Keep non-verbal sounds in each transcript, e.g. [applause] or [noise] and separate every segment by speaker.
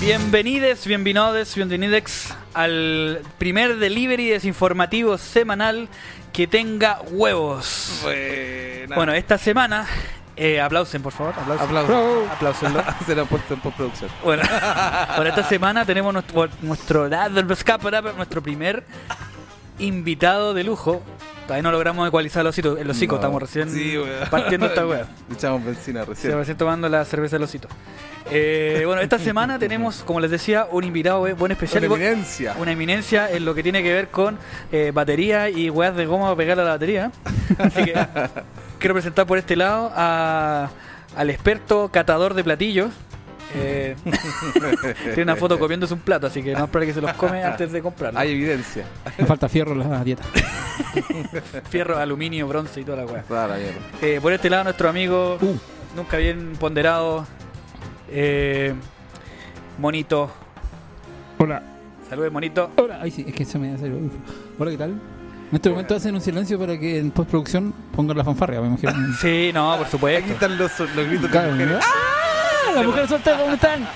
Speaker 1: Bienvenides, bienvinodes, bienvenidex al primer delivery desinformativo semanal que tenga huevos.
Speaker 2: Buena.
Speaker 1: Bueno, esta semana, eh, aplausen por favor, aplausen.
Speaker 2: aplausos.
Speaker 1: Apláusenlo.
Speaker 2: [laughs] Se lo he puesto en postproducción. [laughs]
Speaker 1: Bueno, bueno, esta semana tenemos nuestro, nuestro, nuestro primer invitado de lujo. Todavía no logramos ecualizar los hocico, el hocico,
Speaker 2: No.
Speaker 1: estamos recién
Speaker 2: Sí, weón.
Speaker 1: partiendo esta
Speaker 2: [laughs]
Speaker 1: wea.
Speaker 2: Le echamos benzina
Speaker 1: Se
Speaker 2: recién.
Speaker 1: recién tomando la cerveza del osito. Eh, bueno,
Speaker 2: [laughs]
Speaker 1: esta semana tenemos, como les decía, un invitado eh, buen especial.
Speaker 2: Una
Speaker 1: y buen-
Speaker 2: eminencia.
Speaker 1: una eminencia en lo que tiene que ver con eh, batería y weas de goma para pegarle a la batería. Así que quiero presentar por este lado a- al experto catador de platillos. Eh, [laughs] tiene una foto comiéndose un plato, así que no es para que se los come antes de comprarlo.
Speaker 2: Hay evidencia.
Speaker 3: Me falta fierro en la dieta.
Speaker 1: Fierro, aluminio, bronce y toda la wea.
Speaker 2: Toda la mierda.
Speaker 1: Eh, por este lado, nuestro amigo,
Speaker 3: Uh.
Speaker 1: nunca bien ponderado, eh, Monito.
Speaker 3: Hola.
Speaker 1: Saludos, Monito.
Speaker 3: Hola. Ay, sí, es que se me hace el audífono. Hola, ¿qué tal? En este momento hacen un silencio para que en postproducción pongan la fanfarria, me [laughs] imagino.
Speaker 1: Sí, no, por
Speaker 2: Aquí
Speaker 1: supuesto.
Speaker 2: están los, los gritos de
Speaker 3: Claro,
Speaker 2: mujeres.
Speaker 3: ¿no? ¡Ah! ¡Las mujeres solteras, ¿dónde están?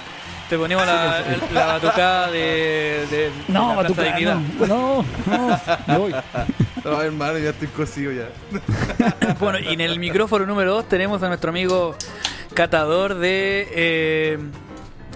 Speaker 1: Te ponemos la, el- la batucada de, de- de
Speaker 3: No,
Speaker 1: la Plaza
Speaker 3: Batucada,
Speaker 1: Dignidad.
Speaker 3: no, no, no, me voy.
Speaker 2: No, hermano, ya estoy cosido ya.
Speaker 1: [laughs] Bueno, y en el micrófono número 2 tenemos a nuestro amigo catador de... eh,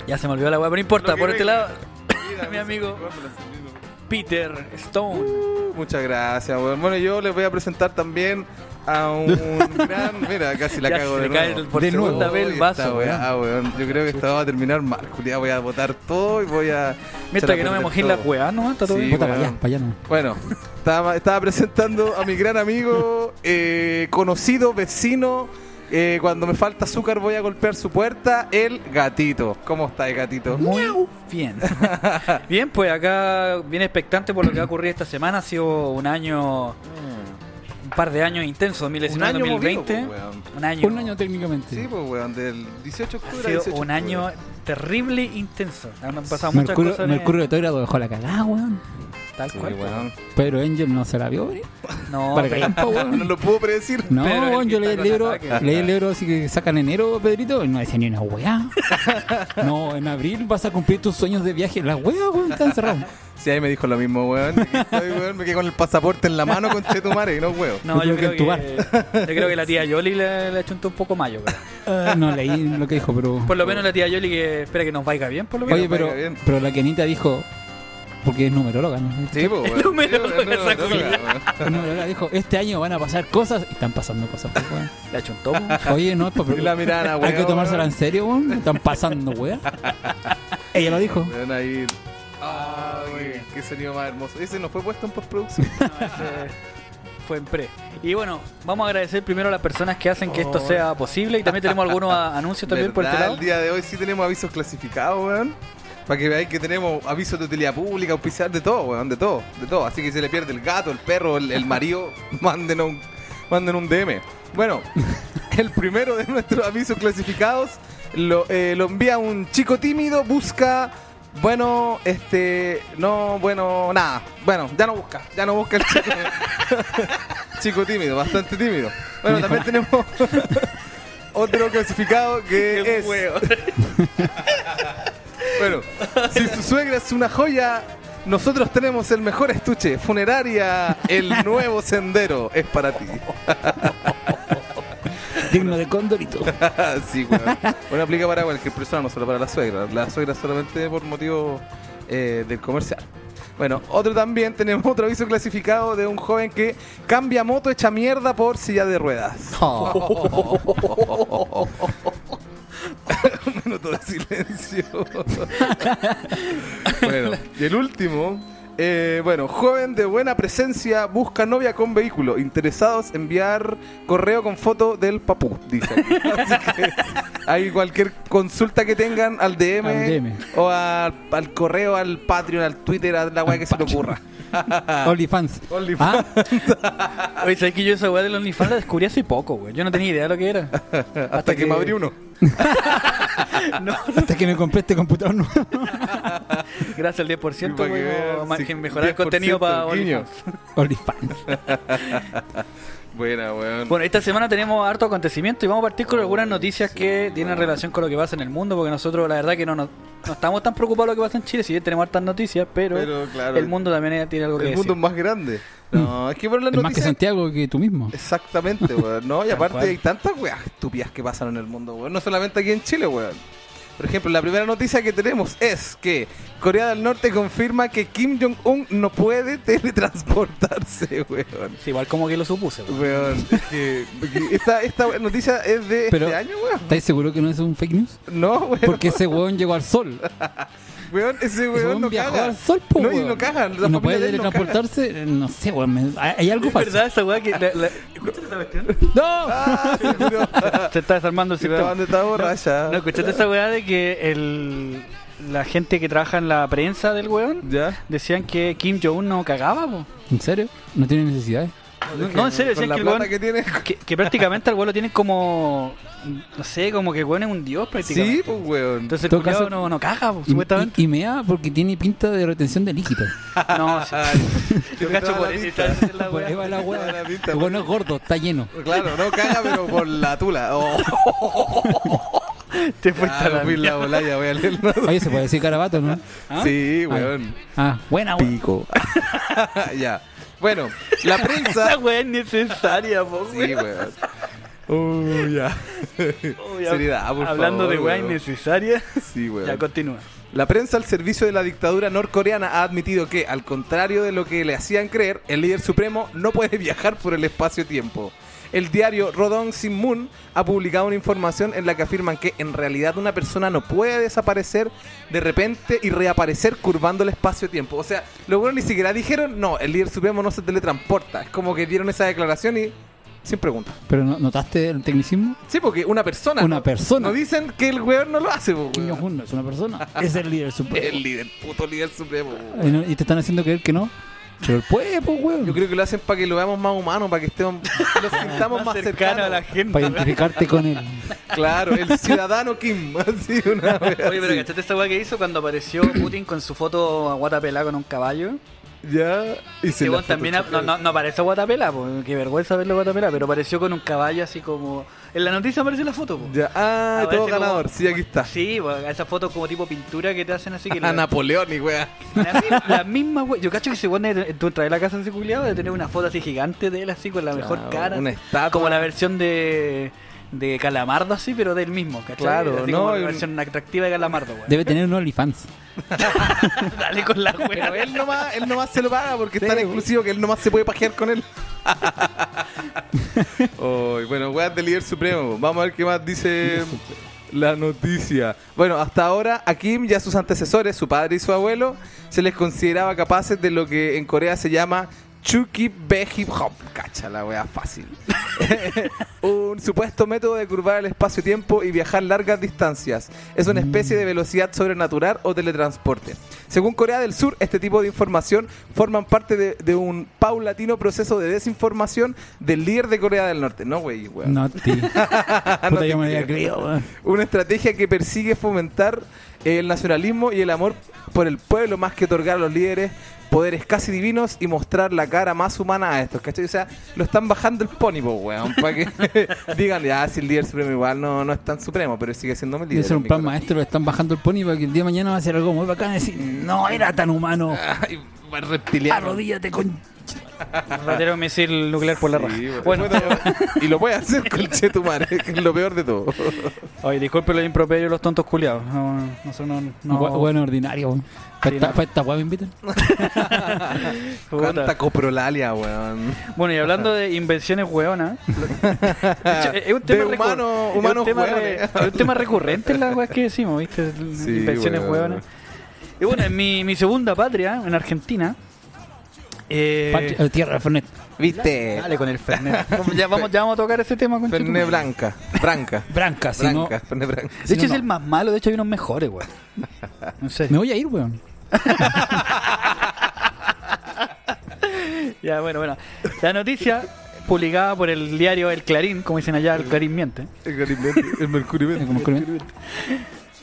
Speaker 1: ya se me olvidó la weá, pero no importa.
Speaker 2: Lo que
Speaker 1: Por este
Speaker 2: venga.
Speaker 1: lado,
Speaker 2: Mira,
Speaker 1: [laughs] Mi
Speaker 2: no sé
Speaker 1: amigo.
Speaker 2: cuándo la subimos.
Speaker 1: Peter Stone.
Speaker 2: Uh, Muchas gracias, weón. Bueno, yo les voy a presentar también a un [laughs] gran. Mira, casi la
Speaker 1: Ya
Speaker 2: cago
Speaker 1: se
Speaker 2: de
Speaker 1: le cae
Speaker 2: nuevo.
Speaker 1: el- por
Speaker 3: De
Speaker 1: segunda
Speaker 3: nuevo.
Speaker 1: vez
Speaker 2: Uy,
Speaker 1: el
Speaker 2: esta
Speaker 1: vaso. weá.
Speaker 2: weá, ah, weón. Yo creo que esta va a terminar mal. Julia, voy a botar todo y voy a. echar
Speaker 1: Mientras
Speaker 2: a
Speaker 1: que no me
Speaker 2: perder
Speaker 1: mojen la
Speaker 2: todo.
Speaker 1: weá, ¿no? Está todo
Speaker 2: Sí,
Speaker 1: bien.
Speaker 3: Puta, para
Speaker 2: weón.
Speaker 3: allá, para allá no.
Speaker 2: Bueno, estaba, estaba presentando a mi gran amigo, eh, conocido vecino. eh, cuando me falta azúcar voy a golpear su puerta, el gatito. ¿Cómo está el gatito?
Speaker 1: Muy bien. Bien, pues acá bien expectante por lo que va a ocurrir esta semana. Ha sido un año, un par de años intensos, 2019, 2020.
Speaker 2: movido, pues, weón.
Speaker 1: un año.
Speaker 3: Un año técnicamente.
Speaker 2: Sí, pues, weón, del 18 de
Speaker 1: Ha
Speaker 2: octubre. al
Speaker 1: sido
Speaker 2: 18 de
Speaker 1: un año
Speaker 2: octubre.
Speaker 1: terrible intenso. Han pasado muchas
Speaker 3: Mercurio,
Speaker 1: cosas. en-
Speaker 3: Mercurio de Toira lo dejó la cagada, weón.
Speaker 1: Tal
Speaker 2: Sí,
Speaker 1: cual.
Speaker 2: weón.
Speaker 3: Pero Angel no se la vio, weón.
Speaker 1: No,
Speaker 3: Para
Speaker 1: pero-
Speaker 3: [laughs] callar,
Speaker 2: No
Speaker 3: po, weón.
Speaker 2: lo puedo predecir.
Speaker 3: No,
Speaker 1: Pero el
Speaker 3: weón,
Speaker 1: que
Speaker 3: yo leí
Speaker 1: está
Speaker 3: el
Speaker 1: con
Speaker 3: libro,
Speaker 1: ataque.
Speaker 3: leí el libro así que sacan enero, Pedrito, y no decía ni una weá. No, en abril vas a cumplir tus sueños de viaje. La weá, weón, está encerrado.
Speaker 2: Sí, ahí me dijo lo mismo, weón. Aquí estoy, weón. Me quedé con el pasaporte en
Speaker 1: [laughs]
Speaker 2: la mano con Chetumare y no, weón.
Speaker 1: no, yo
Speaker 3: Lo
Speaker 1: creo,
Speaker 3: tuve
Speaker 1: que,
Speaker 3: que entubar.
Speaker 1: yo creo que la tía Yoli le, le achuntó un poco mayo. pero-
Speaker 3: Eh, no leí lo que dijo, pero.
Speaker 1: Por lo menos la tía Yoli que espera que nos vaya bien, por lo menos.
Speaker 3: Oye, pero,
Speaker 2: vaya bien.
Speaker 3: pero la Kenita dijo. Porque es numeróloga, ¿no?
Speaker 2: Sí, pues, weón.
Speaker 1: No me
Speaker 2: Sí,
Speaker 1: lo
Speaker 2: weón,
Speaker 1: voy a
Speaker 2: no me lo
Speaker 1: sacar.
Speaker 2: toca, weón.
Speaker 3: Es numeróloga dijo: Este año van a pasar cosas. Y están pasando cosas, pues, weón.
Speaker 1: Le achuntó.
Speaker 3: [laughs] Oye, no es para.
Speaker 2: Y la mirada,
Speaker 3: Hay que
Speaker 2: weón.
Speaker 3: tomársela en serio, weón. Están pasando, weón. Ella lo dijo.
Speaker 2: Weón, ahí. Ah, qué, qué sonido más hermoso. Ese no fue puesto en postproducción.
Speaker 1: Ese fue en pre. Y bueno, vamos a agradecer primero a las personas que hacen que esto sea posible y también tenemos algunos a- anuncios también por este
Speaker 2: ¿Verdad?
Speaker 1: lado.
Speaker 2: El día de hoy sí tenemos avisos clasificados, weón. Para que veáis que tenemos avisos de utilidad pública, auspiciar de todo, weón, de todo, de todo. Así que si le pierde el gato, el perro, el, el marido, [laughs] manden un, manden un DM. Bueno, [laughs] el primero de nuestros avisos clasificados lo, eh, lo envía un chico tímido, busca. Bueno, este. No, bueno, nada. Bueno, ya no busca, ya no busca el chico. [laughs] chico tímido, bastante tímido. Bueno, también tenemos otro clasificado que es. Bueno, si su suegra es una joya, nosotros tenemos el mejor estuche. Funeraria, el nuevo sendero es para ti. [laughs]
Speaker 3: Digno de Condorito.
Speaker 2: sí, weón. Bueno, aplica para cualquier persona, no solo para la suegra. La suegra solamente por motivo eh, del comercial. Bueno, otro también, [laughs] tenemos otro aviso clasificado de un joven que cambia moto hecha mierda por silla de ruedas. Un minuto de silencio. bueno, y el último. eh, bueno, joven de buena presencia busca novia con vehículo. Interesados enviar correo con foto del papú, dice. aquí. Así que hay cualquier consulta que tengan al DM,
Speaker 3: Al DM.
Speaker 2: o al, al correo, al Patreon, al Twitter, a la weá que se te ocurra.
Speaker 3: OnlyFans.
Speaker 2: OnlyFans.
Speaker 3: Ah,
Speaker 1: [laughs] Oye, ¿sabes que yo esa weá de los OnlyFans la descubrí hace poco, güey? Yo no tenía idea de lo que era.
Speaker 2: Hasta, que, me abrí uno.
Speaker 3: hasta que me compré este computador nuevo.
Speaker 1: Gracias al 10%,
Speaker 2: Para que
Speaker 1: güey,
Speaker 2: vean,
Speaker 1: más
Speaker 2: sí,
Speaker 1: que mejorar el contenido para
Speaker 2: 10% guiño.
Speaker 1: OnlyFans.
Speaker 3: OnlyFans.
Speaker 2: Buena, weón.
Speaker 1: Bueno, esta semana tenemos harto acontecimiento y vamos a partir con algunas noticias que tienen relación con lo que pasa en el mundo, porque nosotros la verdad que no nos- no estamos tan preocupados de lo que pasa en Chile, si bien tenemos hartas noticias, pero,
Speaker 2: Pero, claro,
Speaker 1: el mundo también eh, tiene algo que
Speaker 2: el mundo es
Speaker 1: decir.
Speaker 2: más grande. No, es que por las
Speaker 3: Mm. Es más que
Speaker 2: noticias.
Speaker 3: Santiago que tú mismo. [laughs]
Speaker 2: Exactamente, weón. No, y aparte
Speaker 1: cual.
Speaker 2: hay tantas weas estúpidas que pasan en el mundo, weón. No solamente aquí en Chile, weón. Por ejemplo, la primera noticia que tenemos es que Corea del Norte confirma que Kim Jong-un no puede [laughs] teletransportarse, weón.
Speaker 1: Sí, igual como que lo supuse.
Speaker 2: [laughs]
Speaker 1: pues.
Speaker 2: Weón, es que- [laughs] que esta, esta noticia es de este
Speaker 3: Pero-
Speaker 2: año, weón.
Speaker 3: ¿Estáis seguro que no es un fake news?
Speaker 2: No, weón.
Speaker 3: Porque ese weón llegó
Speaker 2: [laughs]
Speaker 3: al sol.
Speaker 2: Weón, ese
Speaker 3: Ese
Speaker 2: weón
Speaker 3: weón
Speaker 2: no
Speaker 3: viajó
Speaker 2: caga.
Speaker 3: al sol, po,
Speaker 2: no, y
Speaker 3: weón.
Speaker 2: no caga.
Speaker 3: Y no puede teletransportarse. eh, No sé, weón. me- hay- Hay algo
Speaker 1: Es
Speaker 3: falso.
Speaker 1: verdad esa weá que... la- la- ¿Escuchaste esa cuestión?
Speaker 2: Ah.
Speaker 3: ¡No! [laughs]
Speaker 1: Se está desarmando el
Speaker 2: Esta
Speaker 1: ciudadano.
Speaker 2: banda está borracha.
Speaker 1: No, escuchaste esa weá de que el, la gente que trabaja en la prensa del weón
Speaker 2: ¿Ya?
Speaker 1: decían que Kim Jong-un no cagaba, po.
Speaker 3: ¿En serio? No tiene necesidades.
Speaker 1: No, no, en serio,
Speaker 2: Con
Speaker 1: decían
Speaker 2: la
Speaker 1: que el
Speaker 2: plata
Speaker 1: weón- [laughs]
Speaker 2: que tiene.
Speaker 1: Que, que prácticamente al weón lo tienen como. No sé, como que el weón es un dios prácticamente.
Speaker 2: [laughs] Sí, pues, weón.
Speaker 1: Entonces el
Speaker 3: Todo
Speaker 1: culiao
Speaker 3: caso-
Speaker 1: no, no caga, po,
Speaker 3: Y, [laughs]
Speaker 1: supuestamente.
Speaker 3: y- y mea porque tiene pinta de retención de líquido.
Speaker 1: no, sí. [laughs]
Speaker 2: [laughs]
Speaker 1: yo
Speaker 2: Tiene
Speaker 1: cacho
Speaker 2: toda
Speaker 1: por
Speaker 2: [laughs] Ah, la
Speaker 1: eso.
Speaker 2: pinta.
Speaker 1: esa es la
Speaker 3: Por ahí
Speaker 1: weá.
Speaker 3: va la
Speaker 2: Toda la
Speaker 3: weá.
Speaker 2: pinta.
Speaker 3: El weón no es gordo, está lleno.
Speaker 2: Claro, no caga, pero por la tula. Oh,
Speaker 1: [laughs] Te fuiste a
Speaker 2: ah,
Speaker 1: la
Speaker 2: me fui
Speaker 1: mierda.
Speaker 2: la bolaya, voy a leerlo.
Speaker 3: Oye, se puede decir
Speaker 2: [laughs]
Speaker 3: carabato, ¿no?
Speaker 1: [laughs] ¿Ah?
Speaker 2: Sí,
Speaker 3: Ah,
Speaker 2: weón.
Speaker 3: Ah, buena, weón.
Speaker 2: Pico. [laughs] ya. Bueno, la
Speaker 1: [laughs]
Speaker 2: prensa.
Speaker 1: Esa weá es necesaria, po,
Speaker 2: Sí,
Speaker 1: weón.
Speaker 2: weón. Oh, ya. [laughs]
Speaker 1: Oh, ya.
Speaker 2: Seriedad, por
Speaker 1: Hablando
Speaker 2: favor,
Speaker 1: de weá
Speaker 2: weón.
Speaker 1: innecesaria.
Speaker 2: Sí, weón.
Speaker 1: Ya continúa.
Speaker 2: La prensa al servicio de la dictadura norcoreana ha admitido que, al contrario de lo que le hacían creer, el líder supremo no puede [laughs] viajar por el espacio-tiempo. El diario Rodong Sinmun ha publicado una información en la que afirman que en realidad una persona no puede desaparecer de repente y reaparecer curvando el espacio-tiempo. O sea, los buenos ni siquiera dijeron, no, el líder supremo no se teletransporta. Es como que dieron esa declaración y sin pregunta.
Speaker 3: Pero no- ¿notaste el tecnicismo?
Speaker 2: Sí, porque una persona.
Speaker 3: Una
Speaker 2: ¿no?
Speaker 3: persona.
Speaker 2: No dicen que el weón no lo hace, po,
Speaker 3: Kim
Speaker 2: weón.
Speaker 3: Jong-un no es
Speaker 2: [laughs]
Speaker 3: una persona. Es el líder
Speaker 2: El
Speaker 3: supremo.
Speaker 2: líder, puto líder supremo. weón.
Speaker 3: Y no- Y te están haciendo creer que no. Pero el puede, pues,
Speaker 2: Yo
Speaker 3: weón.
Speaker 2: creo que lo hacen para que lo veamos más humano, para que estemos,
Speaker 1: [laughs]
Speaker 2: lo sintamos más cercano.
Speaker 1: cercana a la gente.
Speaker 3: Para identificarte con él.
Speaker 2: Claro, el ciudadano Kim. Así una vez.
Speaker 1: [laughs] Oye, pero ¿cachaste esta weá que hizo cuando apareció Putin con su foto a guatapelá con un caballo?
Speaker 2: Ya. Y
Speaker 1: Este weón también ap- no, no, no aparece Guatapela, po, qué vergüenza verlo Guatapela, pero apareció con un caballo así como. En la noticia aparece la foto, po.
Speaker 2: Ya. Ah,
Speaker 1: Aparece
Speaker 2: todo
Speaker 1: como-
Speaker 2: ganador. Sí, aquí
Speaker 1: [laughs]
Speaker 2: está. Ah,
Speaker 1: Sí, po, esa foto como tipo pintura que te hacen así
Speaker 2: [laughs]
Speaker 1: que.
Speaker 2: A
Speaker 1: la,
Speaker 2: Napoleón y
Speaker 1: [laughs]
Speaker 2: wea.
Speaker 1: la mi- la misma we- Yo cacho que ese weón de- tú traes la casa así culiado de tener una foto así gigante de él así con la mejor
Speaker 2: Claro,
Speaker 1: cara.
Speaker 2: una
Speaker 1: así,
Speaker 2: estatua.
Speaker 1: Como la versión de. de Calamardo así, pero del mismo, ¿cachai?
Speaker 2: Claro,
Speaker 1: así
Speaker 2: no,
Speaker 1: como la
Speaker 2: y-
Speaker 1: versión atractiva de Calamardo, weón.
Speaker 3: Debe tener un OnlyFans.
Speaker 1: [laughs] Dale con la
Speaker 2: Pero
Speaker 1: weá.
Speaker 2: él nomás, él nomás se lo paga porque es tan exclusivo que él nomás se puede pajear con él. [laughs] Ay, bueno, weas del líder supremo. Vamos a ver qué más dice la noticia. Bueno, hasta ahora a Kim y a sus antecesores, su padre y su abuelo, se les consideraba capaces de lo que en Corea se llama Chuki Be Hip Hop. Cacha la wea fácil. [laughs] un supuesto método de curvar el espacio-tiempo y viajar largas distancias. Es una especie de velocidad sobrenatural o teletransporte. Según Corea del Sur, este tipo de información forman parte de, de un paulatino proceso de desinformación del líder de Corea del Norte. No, güey, güey.
Speaker 3: No, tío. Puta,
Speaker 2: [laughs] No te
Speaker 3: yo me había
Speaker 2: creo.
Speaker 3: creído, weón.
Speaker 2: Una estrategia que persigue fomentar el nacionalismo y el amor por el pueblo más que otorgar a los líderes poderes casi divinos y mostrar la cara más humana a estos, ¿cachai? O sea, lo están bajando el pony, po, weón, para que [laughs] digan, ya, si el líder supremo igual no, no es tan supremo, pero sigue siendo mi líder.
Speaker 3: Debe ser
Speaker 2: en
Speaker 3: un
Speaker 2: mi
Speaker 3: plan
Speaker 2: corazón".
Speaker 3: maestro, le están bajando el pony para que el día de mañana va a ser algo muy bacán. Decir, no era tan humano.
Speaker 2: [laughs] Ay, más reptiliano.
Speaker 3: Arrodíllate con.
Speaker 1: Ratero un misil nuclear por la raja.
Speaker 2: Sí, weón.
Speaker 1: bueno,
Speaker 2: y lo puede hacer con el chetumare, que es lo peor de todo.
Speaker 1: Oye, disculpe los improperios, los tontos culiados. No, nosotros no. no
Speaker 3: Gua- Bueno, ordinario, weón.
Speaker 1: Sí,
Speaker 3: ¿Para esta,
Speaker 1: no.
Speaker 3: pa' esta weá me invitan?
Speaker 1: Puta.
Speaker 2: Cuánta coprolalia, weón.
Speaker 1: Bueno, y hablando de invenciones hueonas. de hecho, es un tema,
Speaker 2: Ah, De
Speaker 1: recur-
Speaker 2: humano-
Speaker 1: es un
Speaker 2: humanos
Speaker 1: tema
Speaker 2: hueones.
Speaker 1: re- es un tema recurrente en las weas que decimos,
Speaker 2: [laughs]
Speaker 1: ¿viste?
Speaker 2: Sí,
Speaker 1: invenciones
Speaker 2: weón.
Speaker 1: hueonas. Y bueno, en mi, mi segunda patria, en Argentina. eh,
Speaker 3: Patria- eh, Tierra de Fernet.
Speaker 2: ¿Viste?
Speaker 1: dale con el
Speaker 2: [laughs]
Speaker 1: Fernet. Como Ya vamos, ya vamos a tocar ese tema con
Speaker 2: Ferné Blanca. Branca.
Speaker 3: Branca, si no.
Speaker 2: Branca, Ferné Branca.
Speaker 1: De hecho,
Speaker 3: si no,
Speaker 1: es
Speaker 3: no.
Speaker 1: el más malo. De hecho, hay unos mejores, weón. No sé.
Speaker 3: Me voy a ir, weón.
Speaker 1: Ya, bueno, bueno. La noticia publicada por el diario El Clarín, como dicen allá, El Clarín miente.
Speaker 3: [laughs]
Speaker 2: El, Mercurio.
Speaker 3: Eh, como que-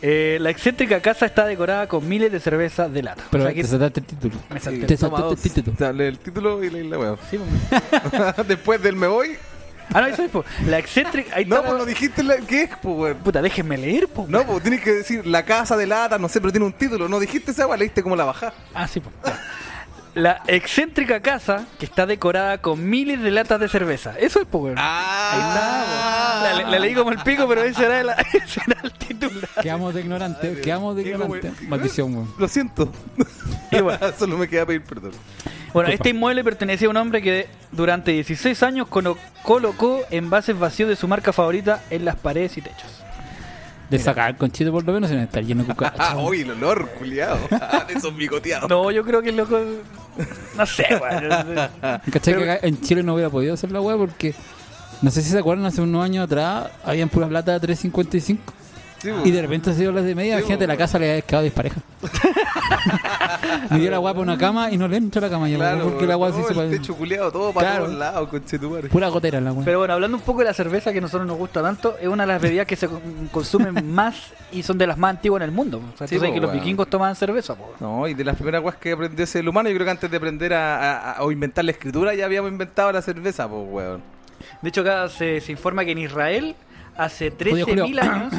Speaker 1: Eh, la excéntrica casa está decorada con miles de cervezas de lata.
Speaker 3: Pero
Speaker 1: O sea, que
Speaker 3: te saltaste el título.
Speaker 1: me
Speaker 2: Sí,
Speaker 1: salté.
Speaker 3: te
Speaker 2: toma
Speaker 3: saltaste
Speaker 2: dos.
Speaker 3: el
Speaker 2: [laughs]
Speaker 3: título.
Speaker 2: Dale el título y la, la weá.
Speaker 1: Sí, pues.
Speaker 2: [laughs] Después del me voy.
Speaker 1: ah, no, eso es, po. La excéntrica. Ahí
Speaker 2: No,
Speaker 1: está,
Speaker 2: pues no
Speaker 1: po.
Speaker 2: dijiste la, qué es, pues, weón.
Speaker 1: Puta, déjenme leer, po.
Speaker 2: No, pues tienes que decir la casa de lata, no sé, pero tiene un título. No dijiste esa weá, leíste como la bajá.
Speaker 1: Ah, sí, po. Ya. La excéntrica casa que está decorada con miles de latas de cerveza. Eso es, po, weón.
Speaker 2: Ah.
Speaker 3: Ah.
Speaker 1: Ahí está, po. La, le- la leí como el pico, pero ese era, el- [laughs] ese era el titular.
Speaker 3: Quedamos de ignorante, quedamos de
Speaker 2: Qué como-
Speaker 3: ignorante. Maldición, weón.
Speaker 2: Lo siento. [laughs]
Speaker 1: Y bueno.
Speaker 2: Solo me queda pedir perdón.
Speaker 1: Bueno, este inmueble pertenecía a un hombre que durante 16 años colo- colocó envases vacíos de su marca favorita en las paredes y techos.
Speaker 3: De sacar el conchito por lo menos sin estar lleno de cucarachas.
Speaker 2: Ah, hoy el olor,
Speaker 3: [laughs]
Speaker 2: culiado.
Speaker 3: Ah,
Speaker 2: De esos bigoteados.
Speaker 1: No, yo creo que el loco. No sé, weón.
Speaker 3: [laughs] ¿Cachai que acá en Chile no hubiera podido hacer la weá porque no sé si se acuerdan, hace unos años atrás habían pura plata de 3.55
Speaker 2: Sí, po.
Speaker 3: y de repente se dio las de media.
Speaker 2: Sí,
Speaker 3: Imagínate,
Speaker 2: po.
Speaker 3: la casa le había quedado dispareja. Me dio la weá para una cama y no le entra la cama ya,
Speaker 2: Claro,
Speaker 3: porque la weá
Speaker 2: no,
Speaker 3: sí se
Speaker 2: el
Speaker 3: parece.
Speaker 2: techo culiado todo para
Speaker 3: Claro.
Speaker 2: todos lados, conchetumare.
Speaker 3: Pura gotera la weá.
Speaker 1: Pero bueno, hablando un poco de la cerveza que a nosotros nos gusta tanto, es una de las bebidas que se con- [laughs] consumen más y son de las más antiguas en el mundo. O sea,
Speaker 2: Sí,
Speaker 1: tú sabes
Speaker 2: po,
Speaker 1: que los
Speaker 2: weón.
Speaker 1: vikingos tomaban cerveza, po.
Speaker 2: No, y de las primeras weas que aprendió ese ser humano, yo creo que antes de aprender a, a- a- o inventar la escritura ya habíamos inventado la cerveza, pues, weón.
Speaker 1: De hecho, acá se, se informa que en Israel, hace
Speaker 3: Julio, Julio.
Speaker 1: 13.000 [coughs] años.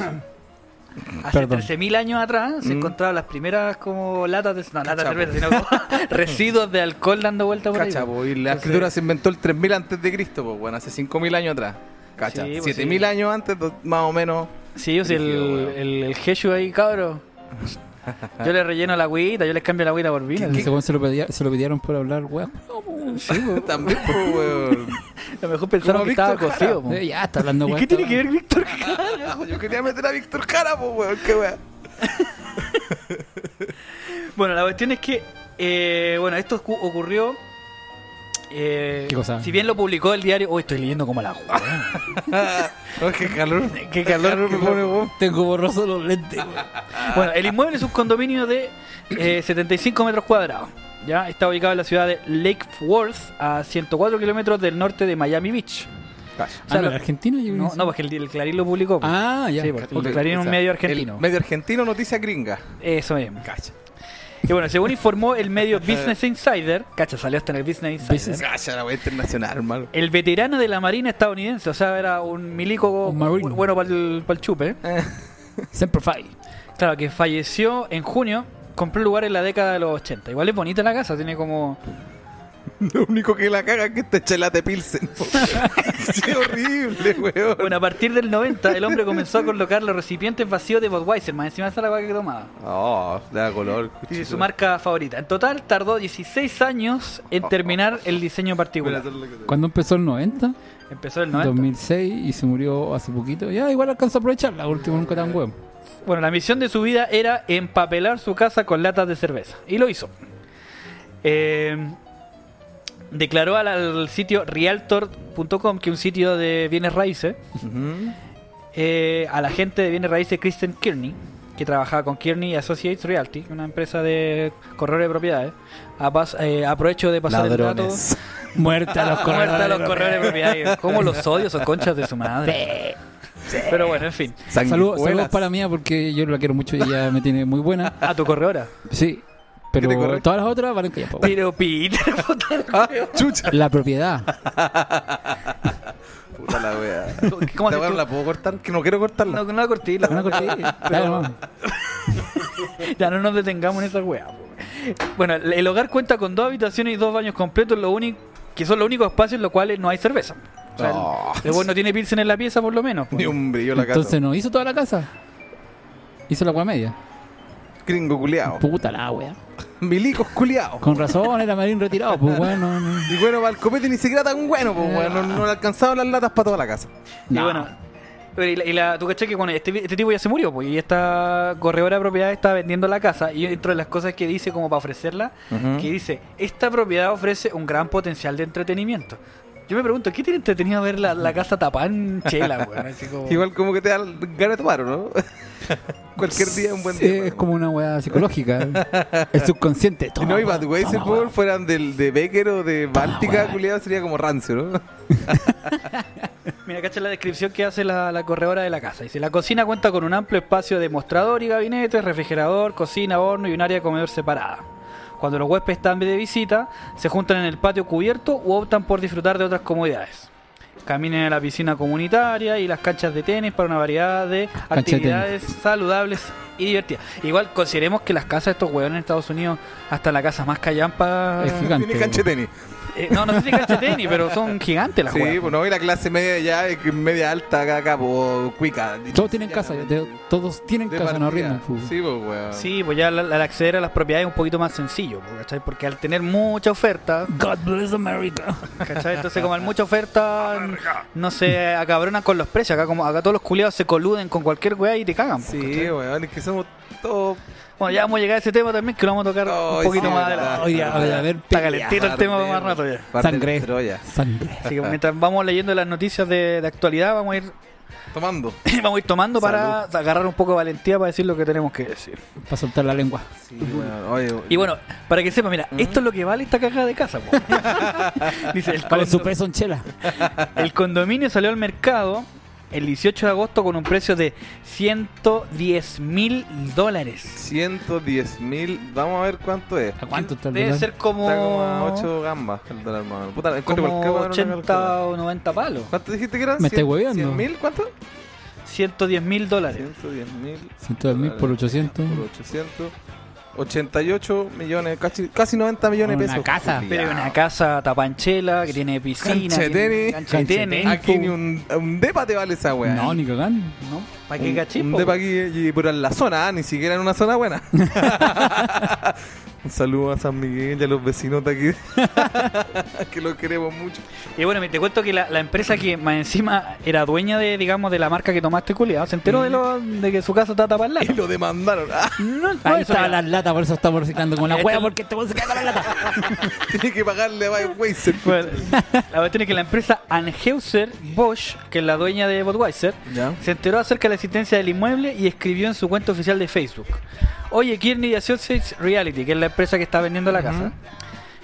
Speaker 1: Hace
Speaker 3: Perdón.
Speaker 1: 13.000 años atrás se
Speaker 2: Mm.
Speaker 1: encontraban las primeras como latas de, no, latas de
Speaker 2: Cacha,
Speaker 1: cerveza, sino como [laughs] residuos de alcohol dando vuelta por
Speaker 2: Cacha,
Speaker 1: ahí.
Speaker 2: po, y la
Speaker 1: Entonces-
Speaker 2: escritura se inventó el 3000 antes de Cristo, pues, weón, hace 5000 años atrás. Cacha,
Speaker 1: Sí, pues,
Speaker 2: 7000
Speaker 1: sí.
Speaker 2: años antes, do- más o menos.
Speaker 1: Sí, o sea, el,
Speaker 2: Brígido, weón.
Speaker 1: el, el Jesús ahí, cabro. Yo le relleno la agüita, yo les cambio la agüita por vino.
Speaker 3: Ese weón se lo, pedía- se lo pidieron por hablar, weá.
Speaker 2: [laughs] También, pues, weón.
Speaker 1: A lo mejor pensaron
Speaker 2: Como
Speaker 1: que estaba
Speaker 2: Víctor
Speaker 1: cocido. po.
Speaker 3: Eh, Ya está hablando
Speaker 1: Oh. ¿Y
Speaker 3: weá.
Speaker 1: qué
Speaker 3: esta
Speaker 1: tiene que
Speaker 3: weá.
Speaker 1: ver Víctor
Speaker 2: [laughs] Yo quería meter a Víctor Jara, pues, weón, qué weón.
Speaker 1: Bueno, la cuestión es que, eh, bueno, esto ocu- ocurrió. eh,
Speaker 3: ¿Qué cosa?
Speaker 1: Si bien lo publicó el diario. Hoy estoy leyendo como la
Speaker 3: [laughs]
Speaker 1: jugada. ¿eh?
Speaker 2: No, qué calor.
Speaker 1: Qué calor
Speaker 2: [laughs] Qué
Speaker 1: me
Speaker 2: pone,
Speaker 1: pone,
Speaker 2: weón.
Speaker 3: Tengo borroso los lentes, weón.
Speaker 1: bueno, el inmueble es un condominio de eh, 75 metros cuadrados. Ya está ubicado en la ciudad de Lake Worth, a 104 kilómetros del norte de Miami Beach.
Speaker 2: Cacha.
Speaker 1: O sea,
Speaker 3: Ah, no,
Speaker 1: lo-
Speaker 3: el argentino yo
Speaker 1: No, no, porque el, el Clarín lo publicó. pues.
Speaker 3: Ah, ya.
Speaker 1: Sí, porque
Speaker 3: Ok.
Speaker 1: el Clarín es un
Speaker 2: O sea,
Speaker 1: medio argentino.
Speaker 2: el medio argentino, noticia gringa.
Speaker 1: Eso mismo. Y bueno, según informó el
Speaker 3: [laughs]
Speaker 1: medio Business Insider, cacha, salió hasta en el Business Insider.
Speaker 3: Business-
Speaker 2: Cacha, la weón internacional, hermano.
Speaker 1: El veterano de la Marina estadounidense, o sea, era un milico
Speaker 3: Un marine.
Speaker 1: bu- bueno para el, chupe.
Speaker 3: Semper Fi.
Speaker 1: Claro, que falleció en junio, compró lugar en la década de los 80. Igual es bonita la casa, tiene como...
Speaker 2: [laughs] Lo único que la caga es que este chelate pilsen. [laughs] po. Qué horrible, weón.
Speaker 1: Bueno, a partir del 90 el hombre comenzó a colocar los recipientes vacíos de Budweiser, más encima de esa era la agua que tomaba.
Speaker 2: Oh, da color.
Speaker 1: Y de su
Speaker 2: cuchillo.
Speaker 1: marca favorita. En total tardó 16 años en terminar el diseño
Speaker 2: Mira,
Speaker 1: particular.
Speaker 2: solo lo que te-
Speaker 3: ¿Cuándo empezó el 90?
Speaker 1: Empezó en el 90.
Speaker 3: 2006 y se murió hace poquito. Ya, igual alcanza a aprovecharla, último nunca tan huevo.
Speaker 1: Bueno, la misión de su vida era empapelar su casa con latas de cerveza. Y lo hizo. Eh, declaró al, al sitio realtor.com, que es un sitio de bienes raíces,
Speaker 2: Ujú.
Speaker 1: eh, a la gente de bienes raíces Kristen Kearney, que trabajaba con Kearney Associates Realty, una empresa de corredores de propiedades. A pas- eh, aprovecho de pasar
Speaker 2: [laughs]
Speaker 1: el
Speaker 2: Ladrones.
Speaker 3: [laughs] Muerta a los
Speaker 1: dato. Muerta a los
Speaker 3: corredores.
Speaker 1: corredores de propiedades. Como los odios son conchas de su madre. Pero bueno, en fin.
Speaker 3: Saludos, saludos
Speaker 2: Sanguijuelas.
Speaker 3: para mía porque yo la quiero mucho y ella me tiene muy buena.
Speaker 1: A tu corredora.
Speaker 3: Sí,
Speaker 2: ¿Qué te
Speaker 3: pero
Speaker 2: corre?
Speaker 3: todas las otras valen que ya po.
Speaker 1: Pero Peter, puta
Speaker 2: Ah, [laughs] chucha.
Speaker 3: La propiedad.
Speaker 2: Puta la wea.
Speaker 1: [laughs] ¿Cómo
Speaker 2: ¿La,
Speaker 1: haces
Speaker 2: wea no
Speaker 1: tú?
Speaker 2: la puedo cortar? Que no quiero
Speaker 1: [laughs]
Speaker 2: cortarla.
Speaker 1: No, no la corté, la
Speaker 3: Van
Speaker 2: [laughs]
Speaker 3: a cortar. Dale, vamos.
Speaker 1: Ya no nos detengamos en esa weá. po. Bueno, el el hogar cuenta con dos habitaciones y dos baños completos, lo único que son los únicos espacios en los cuales no hay cerveza. O sea, el-
Speaker 2: Oh.
Speaker 1: el, bueno tiene pilsen en la pieza por lo menos. po.
Speaker 2: Ni un brillo la casa.
Speaker 3: Entonces no hizo toda la casa. Hizo la agua media.
Speaker 2: Gringo culiao.
Speaker 3: Puta la wea.
Speaker 2: Milicos culiao.
Speaker 3: Con razón era marín retirado, pues bueno. No,
Speaker 2: Y bueno, para el copete ni siquiera tan bueno, pues, weón. No, no le alcanzaban las latas para toda la casa.
Speaker 1: Y
Speaker 3: no.
Speaker 1: bueno, pero y la- y la- tú caché que bueno, este, este tipo ya se murió, po, y esta corredora de propiedad está vendiendo la casa. Y dentro de las cosas que dice, como para ofrecerla,
Speaker 2: Ujú.
Speaker 1: que dice: Esta propiedad ofrece un gran potencial de entretenimiento. Yo me pregunto, ¿qué tiene
Speaker 2: [laughs]
Speaker 1: entretenido ver la, la casa tapada en chela, weón? Así como-
Speaker 2: Igual como que te da ganas de tomar, ¿o ¿no? [laughs] Cualquier día es un buen
Speaker 3: Sí,
Speaker 2: día.
Speaker 3: es
Speaker 2: weón.
Speaker 3: como una weá psicológica. el subconsciente.
Speaker 2: Si
Speaker 3: Toma,
Speaker 2: no, [laughs] y
Speaker 3: weón,
Speaker 2: Budweiser
Speaker 3: toma,
Speaker 2: weón,
Speaker 3: weón.
Speaker 2: fueran del, de Becker o de Báltica,
Speaker 3: weón.
Speaker 2: culiado, sería como rancio, ¿no?
Speaker 1: Mira, cacha la descripción que hace la, la corredora de la casa. Dice, la cocina cuenta con un amplio espacio de mostrador y gabinete, refrigerador, cocina, horno y un área de comedor separada. Cuando los huéspedes están de visita, se juntan en el patio cubierto u optan por disfrutar de otras comodidades. Caminen a la piscina comunitaria y las canchas de tenis para una variedad de
Speaker 3: de
Speaker 1: actividades saludables y divertidas. Igual consideremos que las casas de estos huevones en Estados Unidos, hasta la casa más callampa...
Speaker 3: Es gigante.
Speaker 2: Tiene cancha de tenis.
Speaker 1: Eh, no, no sé si cancha de tenis, pero son gigantes las
Speaker 2: Sí,
Speaker 1: huevas.
Speaker 2: pues no, y la clase media ya, eh, que media alta, acá, acá, po, cuica.
Speaker 3: Todos tienen casa, de- todos tienen
Speaker 2: De
Speaker 3: casa, no
Speaker 2: partida.
Speaker 3: rindan. fu.
Speaker 2: Sí, pues, weón.
Speaker 1: Sí, pues ya al, al acceder a las propiedades es un poquito más sencillo, pues, ¿cachai? Porque al tener mucha oferta,
Speaker 3: God bless America.
Speaker 1: ¿cachai? Entonces como al mucha oferta, n- no se acabronan con los precios. Acá como acá todos los culiados se coluden con cualquier weá y te cagan. pues,
Speaker 2: Sí,
Speaker 1: ¿cachai?
Speaker 2: weón, es que somos todos.
Speaker 1: Bueno, ya vamos a llegar a ese tema también que lo vamos a tocar un
Speaker 2: Ay,
Speaker 1: poquito
Speaker 2: sí,
Speaker 1: más
Speaker 2: verdad.
Speaker 1: adelante.
Speaker 3: Oye, a ver, a ver,
Speaker 1: Está calentito el tema
Speaker 2: parte,
Speaker 1: más rato ya.
Speaker 2: parte
Speaker 3: Sangre.
Speaker 2: de Troya.
Speaker 3: Sangre.
Speaker 1: Así que mientras vamos leyendo las noticias de, de actualidad, vamos a ir [coughs]
Speaker 2: Tomando.
Speaker 1: vamos a ir tomando para agarrar un poco de valentía para decir lo que tenemos que decir.
Speaker 3: Para soltar la lengua.
Speaker 2: Sí, weón. Oye,
Speaker 1: Y bueno, para que sepa, mira, esto es lo que vale esta caja de casa. po. [laughs] Dice, el
Speaker 3: Con su
Speaker 1: condo-
Speaker 3: peso en chela.
Speaker 2: Ah.
Speaker 1: El condominio salió al mercado el 18 de agosto con un precio de 110 mil dólares.
Speaker 2: 110 mil. Vamos a ver cuánto es.
Speaker 3: ¿A cuánto está el
Speaker 1: Debe
Speaker 3: dólar?
Speaker 1: ser como,
Speaker 2: Está como a 8 gambas el dólar, más o menos. Puta, encuentro
Speaker 1: como
Speaker 2: cualquier weón en una
Speaker 1: 80
Speaker 2: calculadora.
Speaker 1: o 90 palos.
Speaker 2: ¿Cuánto dijiste que eran?
Speaker 3: Me estáis hueveando.
Speaker 2: mil? ¿Cuánto?
Speaker 1: 110 mil dólares.
Speaker 2: 110 mil.
Speaker 3: 110 mil por 800.
Speaker 2: Por 800. 88 millones, casi, casi 90 millones de
Speaker 3: Una
Speaker 2: pesos.
Speaker 3: casa.
Speaker 2: Culiao.
Speaker 1: Pero es una casa tapanchela que tiene piscina,
Speaker 2: Cancha de
Speaker 1: tiene
Speaker 2: tenis.
Speaker 1: cancha de
Speaker 3: Cancha de
Speaker 1: tenis.
Speaker 3: tenis.
Speaker 2: Aquí Ah, ni un, un depa te vale esa weá. ¿eh?
Speaker 3: No, ni cagando.
Speaker 1: ¿no? ¿Para
Speaker 2: Un-
Speaker 1: qué
Speaker 2: Un
Speaker 1: cachipo?
Speaker 2: depa aquí eh, y por en la zona, ah, ni siquiera en una zona
Speaker 3: [laughs]
Speaker 2: buena. un saludo a San Miguel y a los vecinos de aquí. [laughs] que los queremos mucho.
Speaker 1: Y bueno, te cuento que la, la empresa que más encima era dueña de, digamos, de la marca que tomaste, culiado, se
Speaker 2: Mm.
Speaker 1: enteró de, lo, de que su casa está tapada en
Speaker 2: Y
Speaker 1: lata.
Speaker 2: [laughs] lo demandaron. Ah,
Speaker 1: No, no,
Speaker 3: Ahí
Speaker 1: eso
Speaker 3: estaba
Speaker 1: mira.
Speaker 3: la lata, por eso estamos reciclando con la
Speaker 1: Esto-
Speaker 3: hueá, porque te voy a sacar la lata.
Speaker 2: tiene que pagarle a Budweiser.
Speaker 1: Bueno, la cuestión es que la empresa Anheuser Bosch, que es la dueña de Budweiser,
Speaker 2: Ya.
Speaker 1: se enteró acerca de la existencia del inmueble y escribió en su cuenta oficial de Facebook. Oye, Kearney Associates Reality, que es la empresa que está vendiendo la casa.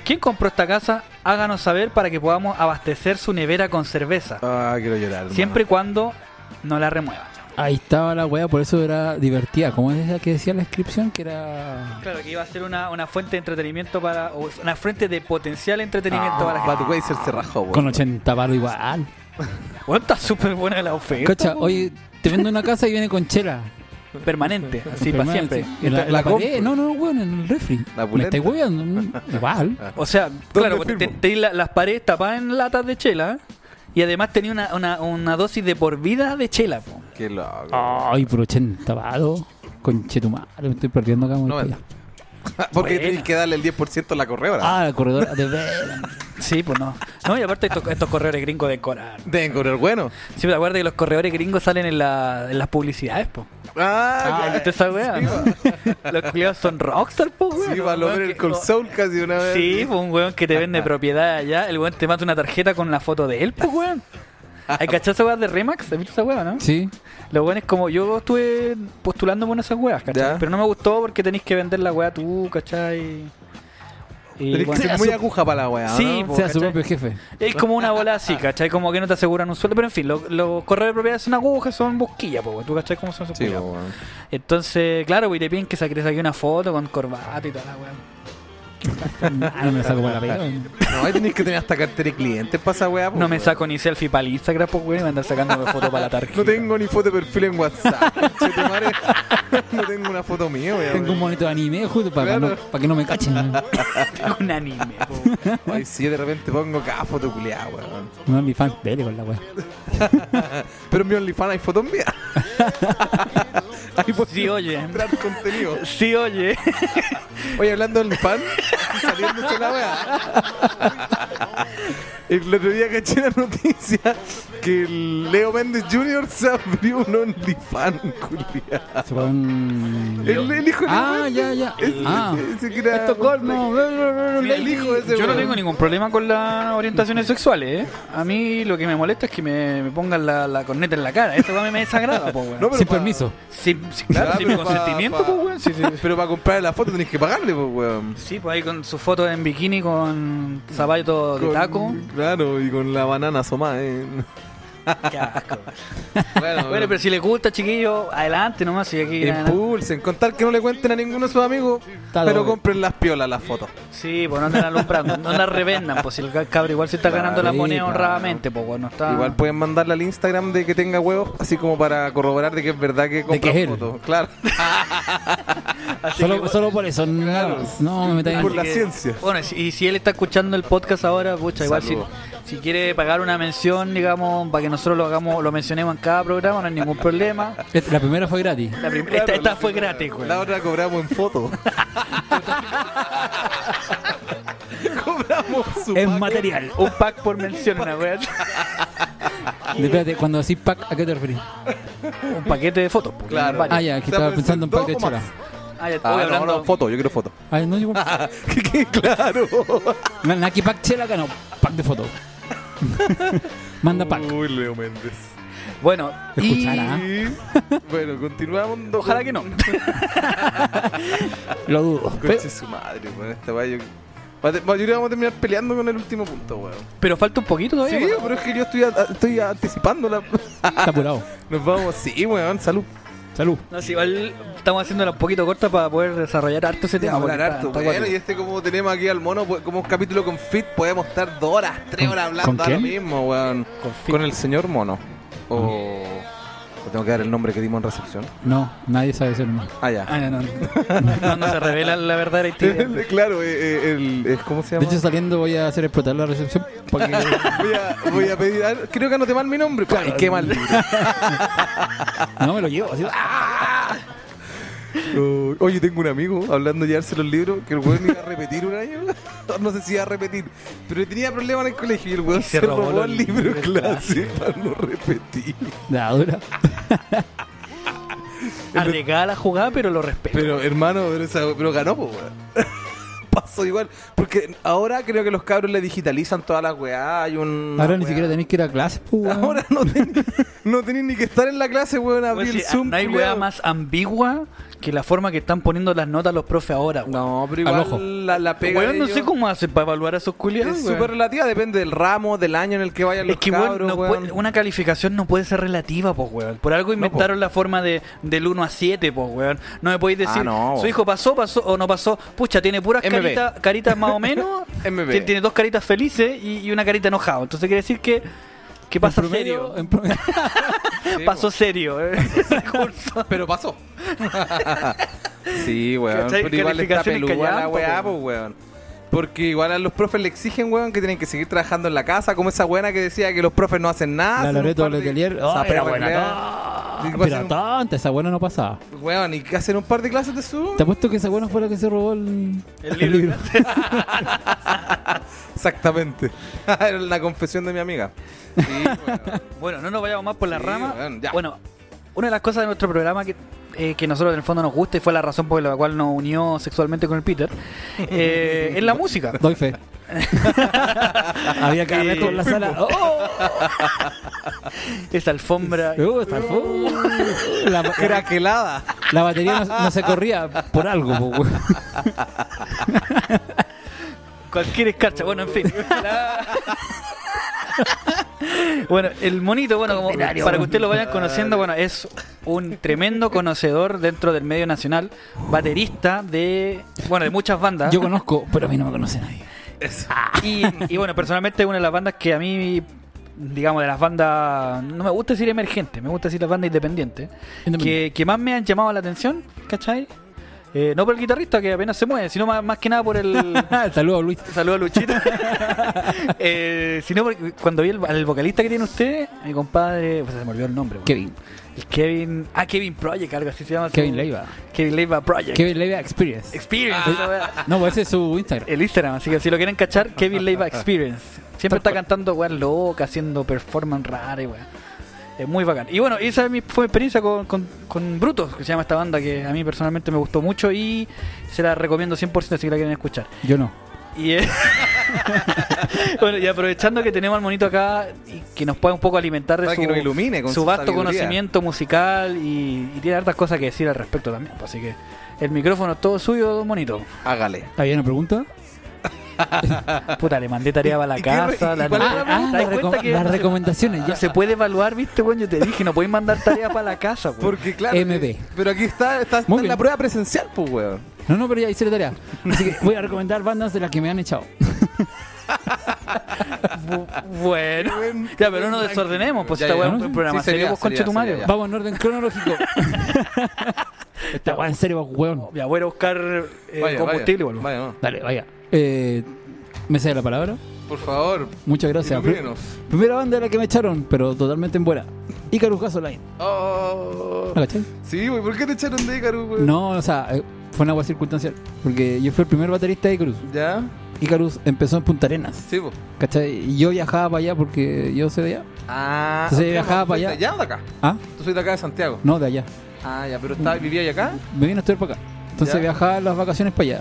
Speaker 1: ¿Quién compró esta casa? Háganos saber para que podamos abastecer su nevera con cerveza.
Speaker 2: Ah, quiero llorar. hermano.
Speaker 1: Siempre y cuando no la remuevan.
Speaker 3: Ahí estaba la hueá, por eso era divertida. ¿Cómo es la que decía la descripción? Que era.
Speaker 1: Claro, que iba a ser una, una fuente de entretenimiento para. o una fuente de potencial entretenimiento para la gente.
Speaker 2: Budweiser se rajó, weón.
Speaker 3: Ah. Con 80 palos igual.
Speaker 1: Bueno, está súper buena la oferta.
Speaker 3: Cacha, oye, te vendo una casa y viene con chela.
Speaker 1: Permanente, así para
Speaker 3: Permanente.
Speaker 1: siempre.
Speaker 3: En la,
Speaker 2: La
Speaker 3: en la
Speaker 2: compro.
Speaker 3: pared. No, no, weón, en el refri.
Speaker 2: La
Speaker 3: Me
Speaker 2: pulenta.
Speaker 3: estáis hueando. mm, Igual.
Speaker 1: O sea, claro,
Speaker 2: firmo?
Speaker 1: te- tenés la- las paredes tapadas en latas de chela y además tenía una, una, una dosis de por vida de chela. po.
Speaker 2: Qué loco.
Speaker 3: Ay, por 80 palos. Conchetumare, me estoy perdiendo acá.
Speaker 2: No,
Speaker 3: No,
Speaker 2: [laughs] vale. Porque
Speaker 1: Buena.
Speaker 2: tienes que darle el 10% a la corredora.
Speaker 3: ah, la corredora de veras.
Speaker 1: Sí, pues no. No, y aparte estos, estos corredores gringos de Coral.
Speaker 2: Deben correr bueno.
Speaker 1: Sí, te acuerdas que los corredores gringos salen en, la, en las publicidades, po.
Speaker 2: Ah,
Speaker 1: ¿Viste esa wea? [laughs] los culiados son rockstar, po, wea.
Speaker 2: Sí, va a
Speaker 1: Weón
Speaker 2: lograr
Speaker 1: que-
Speaker 2: el Cold
Speaker 1: o-
Speaker 2: Soul casi una vez.
Speaker 1: Sí, pues un weón que te vende propiedad allá, el weón te manda una tarjeta con la foto de él, pues weón.
Speaker 2: Ah,
Speaker 1: ¿Hay cachado esa weá de Remax? ¿Has visto esa weá, no?
Speaker 3: Sí.
Speaker 1: Lo bueno es como yo estuve postulando por esas weas, ¿cachai?
Speaker 2: Ya.
Speaker 1: Pero no me gustó porque tenés que vender la wea tú, ¿cachai? Y
Speaker 2: Tenés
Speaker 1: bueno,
Speaker 2: que ser muy aguja para la weá. ¿no?
Speaker 1: Sí,
Speaker 2: Po-
Speaker 1: po,
Speaker 3: sea su
Speaker 1: ¿cachai?
Speaker 3: propio jefe.
Speaker 1: es como una bola así, ¿cachai? Como que no te aseguran un sueldo. Pero en fin, lo- los correos de propiedad son agujas, son busquillas, po, ¿tú cachai cómo son esos
Speaker 2: Sí,
Speaker 1: culiados?
Speaker 2: po, weón.
Speaker 1: Entonces, claro, pues, y te piden que saques aquí una foto con corbata y toda la wea.
Speaker 3: Ah, no me la saco para la pega.
Speaker 2: No, ahí tenés que tener hasta cartera de clientes para esa weá. po,
Speaker 1: No me
Speaker 2: weón.
Speaker 1: saco ni selfie para el Instagram, pues weón, y me andar sacándome foto para la tarjeta.
Speaker 2: [laughs] No tengo ni foto de perfil en WhatsApp. [laughs] conchetumare. no tengo una foto mía, weón.
Speaker 3: Tengo un monito de anime justo para,
Speaker 2: Claro.
Speaker 3: no- para que no
Speaker 2: [laughs]
Speaker 3: me cachen.
Speaker 1: un anime, po.
Speaker 2: Ay, sí, de repente pongo cada foto culiada, weón.
Speaker 3: No es mi fan. Dele con la wea.
Speaker 2: Pero en mi OnlyFans hay fotos mías. [laughs] Ahí puedo
Speaker 1: Sí, oye.
Speaker 2: mostrar contenido.
Speaker 1: Sí, oye.
Speaker 2: Oye, hablando del pan, saliéndose la weá. El otro día caché la noticia que el Leo Méndez Jr. se abrió un OnlyFans, culiado.
Speaker 3: Se fue un-
Speaker 2: El, el hijo de Leo
Speaker 3: Ah,
Speaker 2: Méndez.
Speaker 3: ya, ya.
Speaker 2: Ese-
Speaker 3: Ah.
Speaker 2: ese que era-
Speaker 3: Estocolmo.
Speaker 2: Mira, el hijo de ese
Speaker 1: Yo no
Speaker 2: weón.
Speaker 1: tengo ningún problema con las orientaciones sexuales, ¿eh? A mí lo que me molesta es que me, me pongan la, la corneta en la cara. Eso a mí me desagrada, po, weón.
Speaker 2: [laughs] No, pero
Speaker 3: Sin
Speaker 2: pa-
Speaker 3: permiso.
Speaker 1: Sí, sí, claro,
Speaker 2: Ya,
Speaker 1: sin mi
Speaker 2: pero pa-
Speaker 1: consentimiento,
Speaker 2: pa-
Speaker 1: pues, weón. Sí, sí.
Speaker 2: Pero para comprar la foto tenés que pagarle, pues, weón.
Speaker 1: Sí, pues ahí con su foto en bikini con zapatos de
Speaker 2: Con- [laughs]
Speaker 1: taco.
Speaker 2: Claro, y con la banana asomada, eh.
Speaker 1: Qué asco.
Speaker 2: [laughs] Bueno,
Speaker 1: Bueno, pero si les gusta, chiquillo, adelante nomás. Si aquí
Speaker 2: Impulsen, contar que no le cuenten a ninguno de sus amigos,
Speaker 3: Está
Speaker 2: pero
Speaker 3: todo bien.
Speaker 2: compren las piolas, las fotos.
Speaker 1: Sí, pues no andan alumbrando, no andan revendan, pues si el cabro igual se está
Speaker 2: Claro,
Speaker 1: ganando la
Speaker 3: sí,
Speaker 1: moneda
Speaker 3: claro.
Speaker 1: honradamente, pues bueno, está...
Speaker 2: Igual pueden mandarle al Instagram de que tenga huevos, así como para corroborar de que es verdad que
Speaker 3: que
Speaker 2: compran
Speaker 3: es él.
Speaker 2: fotos. [laughs] Claro.
Speaker 1: Así
Speaker 3: Solo,
Speaker 1: que-
Speaker 3: solo por eso. No, no me metáis en-
Speaker 2: Por la
Speaker 1: que-
Speaker 2: ciencia.
Speaker 1: Bueno, y si- y si él está escuchando el podcast ahora, pucha, igual si,
Speaker 2: Saludos.
Speaker 1: si quiere pagar una mención, digamos, para que nosotros lo hagamos, lo mencionemos en cada programa, no hay ningún problema.
Speaker 3: Esta- La primera fue gratis.
Speaker 1: La prim-
Speaker 2: Claro,
Speaker 1: esta, esta
Speaker 2: la
Speaker 1: fue
Speaker 2: primera-
Speaker 1: gratis, güey.
Speaker 2: La otra cobramos en fotos. [laughs] cobramos su
Speaker 3: Es
Speaker 2: pack.
Speaker 3: material.
Speaker 1: Un pack por mención, una wea así.
Speaker 3: Espérate, cuando decís pack, ¿a qué te referís?
Speaker 1: Un paquete de fotos, pues,
Speaker 2: Claro.
Speaker 1: varios.
Speaker 3: Ah, ya, que
Speaker 2: Se
Speaker 3: estaba
Speaker 2: aparecen
Speaker 3: pensando en
Speaker 2: dos
Speaker 3: pack de
Speaker 2: o
Speaker 3: chola.
Speaker 2: más.
Speaker 1: Ah, ya,
Speaker 2: Ah,
Speaker 1: hoy
Speaker 2: no,
Speaker 1: hablando...
Speaker 2: no, foto, yo quiero [laughs] foto.
Speaker 3: Ay, no, yo.
Speaker 2: que quede claro.
Speaker 3: Na- Naki pack chela, acá no. Pack de [laughs] foto. Manda pack.
Speaker 2: Uy, Leo Méndez.
Speaker 1: Bueno, y...
Speaker 3: Escuchará.
Speaker 2: Y,
Speaker 3: [laughs]
Speaker 2: bueno, continuamos.
Speaker 1: Ojalá que no.
Speaker 3: Lo dudo.
Speaker 2: Coche su madre, weón. Esta weá yo. va a te- va- Yo creo que vamos a terminar peleando con el último punto, weón.
Speaker 1: Pero falta un poquito
Speaker 2: Sí,
Speaker 1: todavía. güey.
Speaker 2: pero es que yo estoy, a- estoy anticipando la.
Speaker 3: Está apurado.
Speaker 2: Nos vamos. Sí, weón, salud.
Speaker 3: Salud.
Speaker 1: No, si igual estamos haciéndola un poquito corta para poder desarrollar harto ese tema. porque
Speaker 2: hablar
Speaker 1: está-
Speaker 2: harto,
Speaker 1: está
Speaker 2: bueno,
Speaker 1: cuático.
Speaker 2: y este como tenemos aquí al mono, pues, como un capítulo con Fit, podemos estar dos horas, tres
Speaker 3: ¿Con-
Speaker 2: horas
Speaker 3: con
Speaker 2: hablando ahora
Speaker 3: quién?
Speaker 2: mismo, weón.
Speaker 1: Con
Speaker 2: Con, el señor mono. O...
Speaker 3: Mm.
Speaker 2: o tengo que dar el nombre que dimos en recepción.
Speaker 3: No, nadie sabe ese nombre.
Speaker 2: Ah, ya.
Speaker 1: Ah, no, no. Cuando se revela la verdad identidad.
Speaker 2: [laughs] claro, eh, eh, el, eh, ¿cómo se
Speaker 3: De
Speaker 2: llama?
Speaker 3: hecho, saliendo voy a hacer explotar la recepción. Porque...
Speaker 2: voy, a, voy a pedir, a- creo que anoté mal mi nombre. Ay, qué mal.
Speaker 3: [laughs] No, me lo llevo. así, ¡ah!
Speaker 2: Oh, Oye, tengo un amigo hablando de llevarse los libros que el weón iba a repetir un año. [laughs] No sé si iba a repetir, pero tenía problemas en el colegio y el weón
Speaker 1: Y
Speaker 2: se, robó, el libro en
Speaker 1: libro
Speaker 2: clase para
Speaker 1: [laughs]
Speaker 2: no repetir.
Speaker 3: La dura.
Speaker 1: Arriesgada la jugada, pero lo respeto.
Speaker 2: Pero hermano, pero, esa- pero ganó, pues, weón. [laughs] Pasó igual. Porque ahora creo que los cabros le digitalizan todas las weá. Hay un.
Speaker 3: Ahora ni
Speaker 2: weá.
Speaker 3: siquiera tenéis que ir a clase, pues. weón.
Speaker 2: [laughs] Ahora no tenéis no tenés ni que estar en la clase, weón. Abrir
Speaker 1: Weón,
Speaker 2: el
Speaker 1: si
Speaker 2: Zoom.
Speaker 1: Pues no hay
Speaker 2: culiao.
Speaker 1: weá más ambigua que la forma que están poniendo las notas los profes ahora. weón.
Speaker 2: No, pero
Speaker 3: Al
Speaker 2: igual
Speaker 3: ojo.
Speaker 2: la, la pega.
Speaker 1: Weón,
Speaker 2: de
Speaker 1: no
Speaker 2: ellos
Speaker 1: sé cómo hacen para evaluar a esos culiados.
Speaker 2: Es
Speaker 1: weón.
Speaker 2: súper relativa, depende del ramo, del año en el que vayan
Speaker 1: Es
Speaker 2: los
Speaker 1: que weón,
Speaker 2: cabros,
Speaker 1: no
Speaker 2: weón.
Speaker 1: puede- una calificación no puede ser relativa, pues weón. Por algo inventaron la forma de, del 1 a 7, pues weón. No me podéis decir,
Speaker 2: Ah, no,
Speaker 1: su
Speaker 2: weón.
Speaker 1: hijo pasó, pasó o no pasó. Pucha, tiene puras
Speaker 2: MB.
Speaker 1: caritas, caritas más o
Speaker 2: [laughs]
Speaker 1: menos.
Speaker 2: MB.
Speaker 1: Tiene, tiene dos caritas felices y, y una carita enojada. Entonces quiere decir que, que pasa
Speaker 3: en promedio,
Speaker 1: serio.
Speaker 3: en [laughs] promedio.
Speaker 2: Sí,
Speaker 1: pasó
Speaker 2: weón.
Speaker 1: serio. eh,
Speaker 2: [laughs]
Speaker 1: ese curso.
Speaker 2: Pero pasó. [laughs] sí, weón.
Speaker 1: ¿Cachai?
Speaker 2: Pero igual está
Speaker 1: Calificaciones
Speaker 2: peluda
Speaker 1: callampa,
Speaker 2: la weá,
Speaker 1: weón.
Speaker 2: pues, weón. Porque igual a los profes le exigen, weón, que tienen que seguir trabajando en la casa, como esa buena que decía que los profes no hacen nada.
Speaker 3: La
Speaker 2: hacen un
Speaker 3: Loreto
Speaker 2: par de-
Speaker 3: Letelier.
Speaker 2: O sea,
Speaker 3: Oh, era
Speaker 2: pero
Speaker 3: buena.
Speaker 2: weá.
Speaker 3: ta-
Speaker 2: Sí, igual
Speaker 3: Pero
Speaker 2: hacen un-
Speaker 3: tanta, esa buena no pasaba.
Speaker 2: Weón, y que hacen un par de clases de Zoom.
Speaker 3: Te apuesto que esa buena fue la que se robó el,
Speaker 1: El
Speaker 3: el
Speaker 1: libro.
Speaker 2: Exactamente. [laughs] Era la confesión de mi amiga.
Speaker 1: [laughs]
Speaker 2: Sí, weón.
Speaker 1: Bueno, no nos vayamos más por la
Speaker 2: Sí,
Speaker 1: rama.
Speaker 2: weón, ya.
Speaker 1: bueno, una de las cosas de nuestro programa que, eh, que nosotros en el fondo nos gusta y fue la razón por la cual nos unió sexualmente con el Peter, eh, es la música.
Speaker 3: Doy [laughs] fe. Había cada
Speaker 1: Eh,
Speaker 3: metro en la [laughs] sala. ¡Oh!
Speaker 1: Esa alfombra.
Speaker 3: Uh, está el fu- [laughs] la, la-
Speaker 2: Craquelada.
Speaker 3: la batería no, no se corría por algo, po, weón.
Speaker 1: Cualquier escarcha, bueno, en fin. La- bueno, el monito, bueno, como, para que ustedes lo vayan conociendo, bueno, es un tremendo conocedor dentro del medio nacional, baterista de, bueno, de muchas bandas.
Speaker 3: Yo conozco, pero a mí no me conoce nadie.
Speaker 2: Eso.
Speaker 1: Y, y bueno, personalmente es una de las bandas que a mí, digamos, de las bandas, no me gusta decir emergentes, me gusta decir las bandas independientes,
Speaker 3: Independiente.
Speaker 1: que, que más me han llamado la atención, ¿cachai? Eh, no por el guitarrista que apenas se mueve, sino más, más que nada por
Speaker 3: [laughs]
Speaker 1: el...
Speaker 3: Ah, Saludos, Luis.
Speaker 1: Saludos a Luchito. [laughs] eh, sino porque cuando vi el- al vocalista que tiene usted, mi compadre, pues se me olvidó el nombre. weón.
Speaker 3: Kevin.
Speaker 1: El Kevin. Ah, Kevin Project, algo así se llama. su-
Speaker 3: Kevin Leiva.
Speaker 1: Kevin Leiva Project.
Speaker 3: Kevin Ah. Leiva Experience.
Speaker 1: Experience. esa weá.
Speaker 3: No, pues ese es su Instagram.
Speaker 2: [laughs]
Speaker 1: El Instagram, así que si lo quieren cachar, Kevin Leiva Experience. Siempre
Speaker 3: Tal
Speaker 1: está
Speaker 3: cual.
Speaker 1: cantando weas locas, haciendo performance rara y weas. Es muy bacán. Y bueno, esa es mi- fue mi experiencia con, con, con Brutos, que se llama esta banda, que a mí personalmente me gustó mucho y se la recomiendo 100% si la quieren escuchar.
Speaker 3: Yo no.
Speaker 1: Y, eh, [laughs] bueno, y aprovechando que tenemos al monito acá y que nos pueda un poco alimentar de
Speaker 2: Para que nos
Speaker 1: su,
Speaker 2: ilumine con
Speaker 1: su vasto
Speaker 2: sabiduría.
Speaker 1: conocimiento musical y, y tiene hartas cosas que decir al respecto también. pues, Así que el micrófono es todo suyo, don monito.
Speaker 2: Hágale.
Speaker 3: ¿Había una pregunta?
Speaker 1: Puta, le mandé tarea para la
Speaker 2: ¿Y qué re-
Speaker 1: casa.
Speaker 2: y
Speaker 1: la
Speaker 2: cuál
Speaker 1: noche.
Speaker 2: era la
Speaker 1: Ah, ¿Te das
Speaker 3: Ah, las,
Speaker 1: cuenta
Speaker 3: reco-
Speaker 1: que
Speaker 3: las
Speaker 1: no se-
Speaker 3: recomendaciones.
Speaker 1: no
Speaker 3: Ya
Speaker 1: se puede evaluar, viste, weón. Yo te dije, no podéis mandar tarea para la casa, weón.
Speaker 2: Porque claro.
Speaker 3: MB.
Speaker 2: Pero aquí está, está, está
Speaker 3: Muy
Speaker 2: en
Speaker 3: bien.
Speaker 2: la prueba presencial, pues, weón.
Speaker 3: No, no, pero ya hice la tarea. Así que voy a recomendar bandas de las que me han echado.
Speaker 1: Bu- bueno.
Speaker 2: Buen-
Speaker 1: Ya, pero no
Speaker 2: buen
Speaker 1: nos desordenemos, pues
Speaker 2: Ya,
Speaker 1: esta
Speaker 2: ya,
Speaker 1: weá
Speaker 3: ¿no?
Speaker 1: es un programa
Speaker 2: Sí, sería,
Speaker 1: serio, pues,
Speaker 2: sería,
Speaker 1: concha tu madre.
Speaker 2: sería,
Speaker 3: Vamos en orden
Speaker 1: [laughs]
Speaker 3: cronológico. Esta weá en serio, weón.
Speaker 1: Ya, voy a buscar eh,
Speaker 2: Vaya,
Speaker 1: combustible,
Speaker 2: vaya,
Speaker 1: weón.
Speaker 2: vaya, no.
Speaker 3: Dale, vaya. Eh, ¿Me cede la palabra?
Speaker 2: Por favor.
Speaker 3: Muchas gracias. Pri-
Speaker 2: ilumínenos.
Speaker 3: primera banda de la que me echaron, pero totalmente en buena. Icarus Gasoline.
Speaker 2: Oh.
Speaker 3: ¿La cachai?
Speaker 2: Sí, güey, ¿por qué te echaron de Icarus, güey?
Speaker 3: No, o sea, eh, fue una agua circunstancial. Porque yo fui el primer baterista de Icarus.
Speaker 2: ¿Ya?
Speaker 3: Icarus empezó en Punta Arenas.
Speaker 2: Sí, pues.
Speaker 3: ¿Cachai? Y yo viajaba para allá porque yo soy de allá.
Speaker 2: Ah.
Speaker 3: Entonces,
Speaker 2: ok,
Speaker 3: viajaba
Speaker 2: ¿tú
Speaker 3: para
Speaker 2: eres
Speaker 3: allá.
Speaker 2: de allá o de acá?
Speaker 3: Ah,
Speaker 2: Tú soy de acá de Santiago.
Speaker 3: no, de allá.
Speaker 2: Ah, ya, pero estaba, vivía ahí acá.
Speaker 3: me vine a estudiar para acá. Entonces
Speaker 2: Ya.
Speaker 3: viajaba las vacaciones para allá.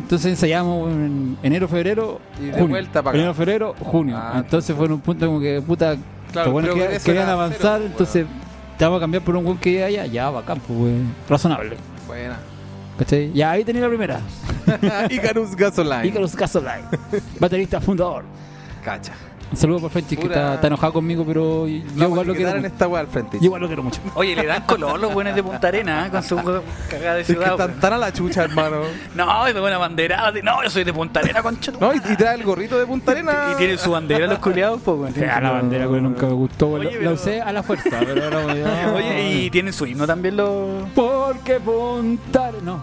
Speaker 3: Entonces ensayamos en enero, febrero,
Speaker 2: Y de
Speaker 3: junio.
Speaker 2: vuelta para acá.
Speaker 3: Enero, febrero, junio.
Speaker 2: Ah,
Speaker 3: entonces fue en un punto como que, puta, los buenos
Speaker 2: creo que
Speaker 3: querían-
Speaker 2: eso
Speaker 3: querían
Speaker 2: era cero,
Speaker 3: avanzar,
Speaker 2: pues,
Speaker 3: entonces te vamos a cambiar por un weón que vive allá. Ya, bacán, pues, weón. razonable.
Speaker 2: Buena. [laughs]
Speaker 3: ¿Cachai? Ya, ahí tenía la primera.
Speaker 2: Icarus Gasoline.
Speaker 3: Icarus Casolai, baterista fundador.
Speaker 2: Cacha.
Speaker 3: Un saludo para Fenty, que
Speaker 2: Pura-
Speaker 3: está, está enojado conmigo, pero yo igual lo quiero.
Speaker 2: en este
Speaker 3: mucho.
Speaker 2: esta weá al frente.
Speaker 3: Yo igual lo quiero mucho.
Speaker 1: Oye, le dan color los buenos de Punta Arena, ¿eh? con su cagada de
Speaker 2: Es que
Speaker 1: ciudad.
Speaker 2: están
Speaker 1: weón.
Speaker 2: tan a la chucha, hermano.
Speaker 1: No, y de buena bandera. así, No, yo soy de Punta Arena, concha tu
Speaker 2: No, y, y trae el gorrito de Punta Arena.
Speaker 1: Y tienen su bandera los culiados, pues, weón.
Speaker 3: [laughs]
Speaker 1: Tienen
Speaker 3: Fea
Speaker 1: su-
Speaker 3: Ah, la bandera, que nunca me gustó.
Speaker 1: Oye,
Speaker 3: la- la,
Speaker 1: pero-
Speaker 3: usé a la fuerza, pero ahora me
Speaker 1: [laughs] Oye, y tienen su himno también los.
Speaker 3: Porque Punta Arenas- No.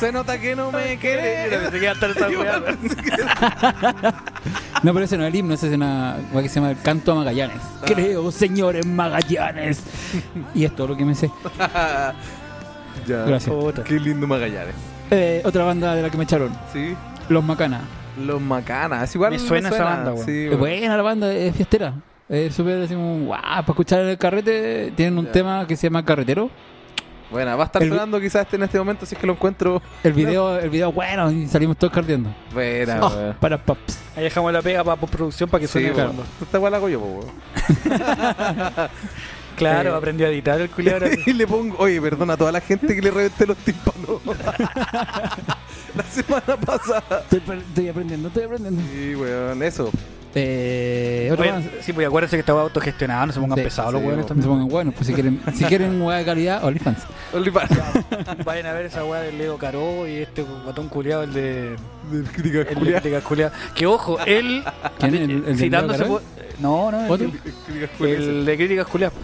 Speaker 2: Se nota que no me querés.
Speaker 3: [laughs]
Speaker 1: Pensé que iba a estar esa weá, weón.
Speaker 3: No, pero ese no es el himno, ese es una weá que se llama el canto a Magallanes. Creo, señores Magallanes. Y es todo lo que me sé.
Speaker 2: ya.
Speaker 3: Gracias.
Speaker 1: Puta.
Speaker 2: Qué lindo Magallanes.
Speaker 3: Eh, otra banda de la que me echaron,
Speaker 2: Sí.
Speaker 3: Los Macanas.
Speaker 2: Los Macanas. Es igual
Speaker 1: Me suena esa banda, weón.
Speaker 2: Sí,
Speaker 3: Eh,
Speaker 2: weón.
Speaker 3: buena la banda, es fiestera. Es súper, decimos, guau, para escuchar en el carrete tienen un
Speaker 2: Ya.
Speaker 3: tema que se llama Carretero.
Speaker 2: Buena, va a estar
Speaker 3: El-
Speaker 2: sonando quizás este en este momento si es que lo encuentro.
Speaker 3: El video, el video bueno, y salimos todos carteando.
Speaker 2: Buena,
Speaker 3: Ah,
Speaker 2: weón.
Speaker 3: para paps.
Speaker 1: Ahí dejamos la pega para postproducción para que
Speaker 2: Sí,
Speaker 1: suene el
Speaker 2: weón.
Speaker 1: fondo.
Speaker 2: Esta weá la hago yo, po, [laughs] weón.
Speaker 1: Claro,
Speaker 2: Eh.
Speaker 1: aprendió a editar el culiado.
Speaker 3: [laughs]
Speaker 2: Y le pongo, oye, perdona a toda la gente que le reventé los tímpanos. [laughs] la semana pasada.
Speaker 3: Estoy, per- estoy aprendiendo, estoy aprendiendo.
Speaker 2: Sí, weón, eso.
Speaker 3: Eh, otra banda-
Speaker 1: sí, pues acuérdense que estaba autogestionado, no se pongan
Speaker 3: Sí,
Speaker 1: pesados
Speaker 2: sí,
Speaker 1: los hueones
Speaker 2: weón.
Speaker 3: No se
Speaker 1: también.
Speaker 3: pongan buenos, pues si quieren, si quieren weá de calidad, OnlyFans.
Speaker 2: OnlyFans.
Speaker 1: [laughs] Vayan a ver esa weá del Leo Caro y este guatón culiado, el de.
Speaker 2: Del crítica
Speaker 1: El
Speaker 2: culia.
Speaker 1: de Críticas Culiadas. Que ojo, él.
Speaker 3: ¿Quién es? ¿El- [laughs] el del
Speaker 1: citándose
Speaker 3: Leo
Speaker 1: por- No, no, el-
Speaker 3: ¿Otro?
Speaker 2: Crítica
Speaker 1: El,
Speaker 2: culia. ese.
Speaker 1: de Críticas Culiadas.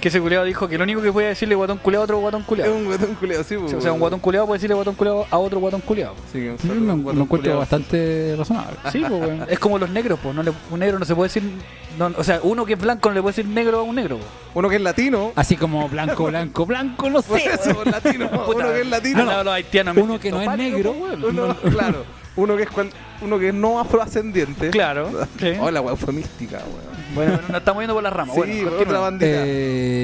Speaker 1: Que ese culiado dijo que lo único que podía decirle guatón culiado a otro guatón
Speaker 2: Es
Speaker 3: Uh.
Speaker 1: culiado.
Speaker 2: un guatón culiado, sí, po,
Speaker 1: O sea, un guatón culiado puede decirle guatón culiado a otro guatón culiado.
Speaker 2: Sí, un
Speaker 3: Yo
Speaker 2: saludo,
Speaker 3: lo,
Speaker 2: un guatón
Speaker 3: lo encuentro
Speaker 2: culiao.
Speaker 3: bastante razonable.
Speaker 1: Sí, pues, weón. Es como los negros, pues. No le- un negro no se puede decir. no- o sea, uno que es blanco no le puede decir negro a un negro, po.
Speaker 2: Uno que es latino.
Speaker 3: Así como blanco, blanco, blanco, no
Speaker 2: Por
Speaker 3: sé.
Speaker 2: [laughs] eso, por [laughs] latino.
Speaker 1: Puta,
Speaker 2: Uno que es
Speaker 1: al
Speaker 2: latino.
Speaker 1: lado de los haitianos,
Speaker 3: Uno
Speaker 1: me
Speaker 3: que no es
Speaker 1: siento pálido,
Speaker 3: negro.
Speaker 1: po, weón.
Speaker 2: pues, [laughs] Uno, claro. Uno que es cual- uno que es no
Speaker 1: [laughs]
Speaker 2: afrodescendiente.
Speaker 1: Claro. sí.
Speaker 2: Hola, weón, fue mística, weón.
Speaker 1: Bueno, bueno, nos estamos yendo por las ramas. bueno,
Speaker 2: sí,
Speaker 1: continúa.
Speaker 2: otra bandera.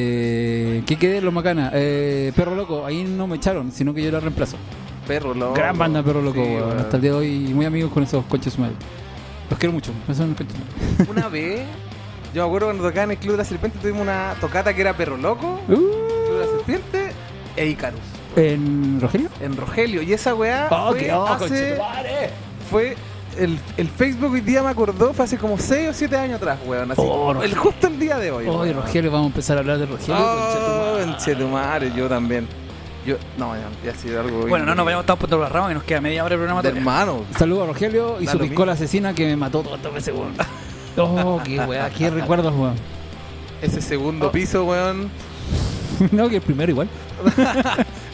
Speaker 3: Eh, ¿Qué quedé los macanas? Eh, Perro Loco, ahí no me echaron, sino que yo la reemplazo.
Speaker 2: Perro loco.
Speaker 3: Gran banda Perro Loco,
Speaker 2: Oh, Sí,
Speaker 3: weón.
Speaker 2: weón.
Speaker 3: hasta el día de hoy muy amigos con esos conches mal. Los quiero mucho, esos son los conches madre.
Speaker 2: Una vez, yo me acuerdo cuando tocaba en el Club de la Serpiente, tuvimos una tocata que era Perro Loco,
Speaker 3: Uh,
Speaker 2: Club de la Serpiente e Icarus.
Speaker 3: ¿En Rogelio?
Speaker 2: En Rogelio. Y esa weá
Speaker 3: Oh,
Speaker 2: fue,
Speaker 3: qué ojo,
Speaker 2: hace-
Speaker 3: conchetumare.
Speaker 2: fue el, el Facebook hoy día me acordó, fue hace como 6 o 7 años atrás, weón. Así,
Speaker 3: Oh,
Speaker 2: el, justo el día de hoy.
Speaker 3: Hoy
Speaker 2: weón.
Speaker 3: Rogelio, vamos a empezar a hablar de Rogelio.
Speaker 2: Oh,
Speaker 3: conchetumare.
Speaker 2: Enchetumare, yo también. Yo, no, ya, ya ha sido algo.
Speaker 1: Bueno, no nos
Speaker 2: vemos
Speaker 1: vayamos tan por las ramas que nos queda media hora de programa. todavía.
Speaker 2: Hermano,
Speaker 3: Saludo a Rogelio y
Speaker 2: Da
Speaker 3: su
Speaker 2: lo
Speaker 3: piscola asesina que me mató todo todo ese weón. Oh, qué weá, qué recuerdos, weón. [laughs]
Speaker 2: ese segundo
Speaker 3: Oh.
Speaker 2: piso, weón.
Speaker 3: No, que el primero igual.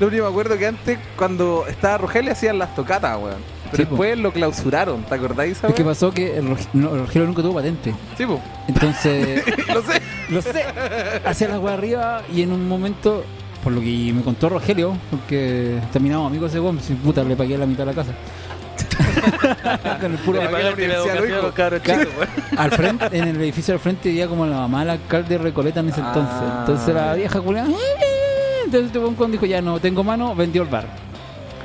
Speaker 2: Lo único que me acuerdo que antes, cuando estaba Rogelio, hacían las tocatas, weón. Pero
Speaker 3: Sí, po.
Speaker 2: después lo clausuraron, ¿te acordáis,
Speaker 3: Es que
Speaker 2: weón?
Speaker 3: pasó que el Rog- no, el Rogelio nunca tuvo patente.
Speaker 2: Sí, po. [laughs]
Speaker 3: Entonces,
Speaker 2: Lo sé.
Speaker 3: lo sé, hacía la weá arriba y en un momento, por lo pues, que me contó Rogelio, porque terminamos amigos ese weón, si puta le pagué la mitad de la casa. [laughs] Con el puro
Speaker 2: Le
Speaker 3: al,
Speaker 2: pagué la
Speaker 1: educación
Speaker 2: universidad, lo
Speaker 1: a los
Speaker 2: dijo.
Speaker 1: cabros chicos, weón.
Speaker 3: frente, en el edificio al frente vivía como la mamá del alcalde de Recoleta en ese
Speaker 2: Ah.
Speaker 3: entonces. Entonces la vieja culiada. Entonces este weón cuando dijo ya no tengo mano, vendió el bar.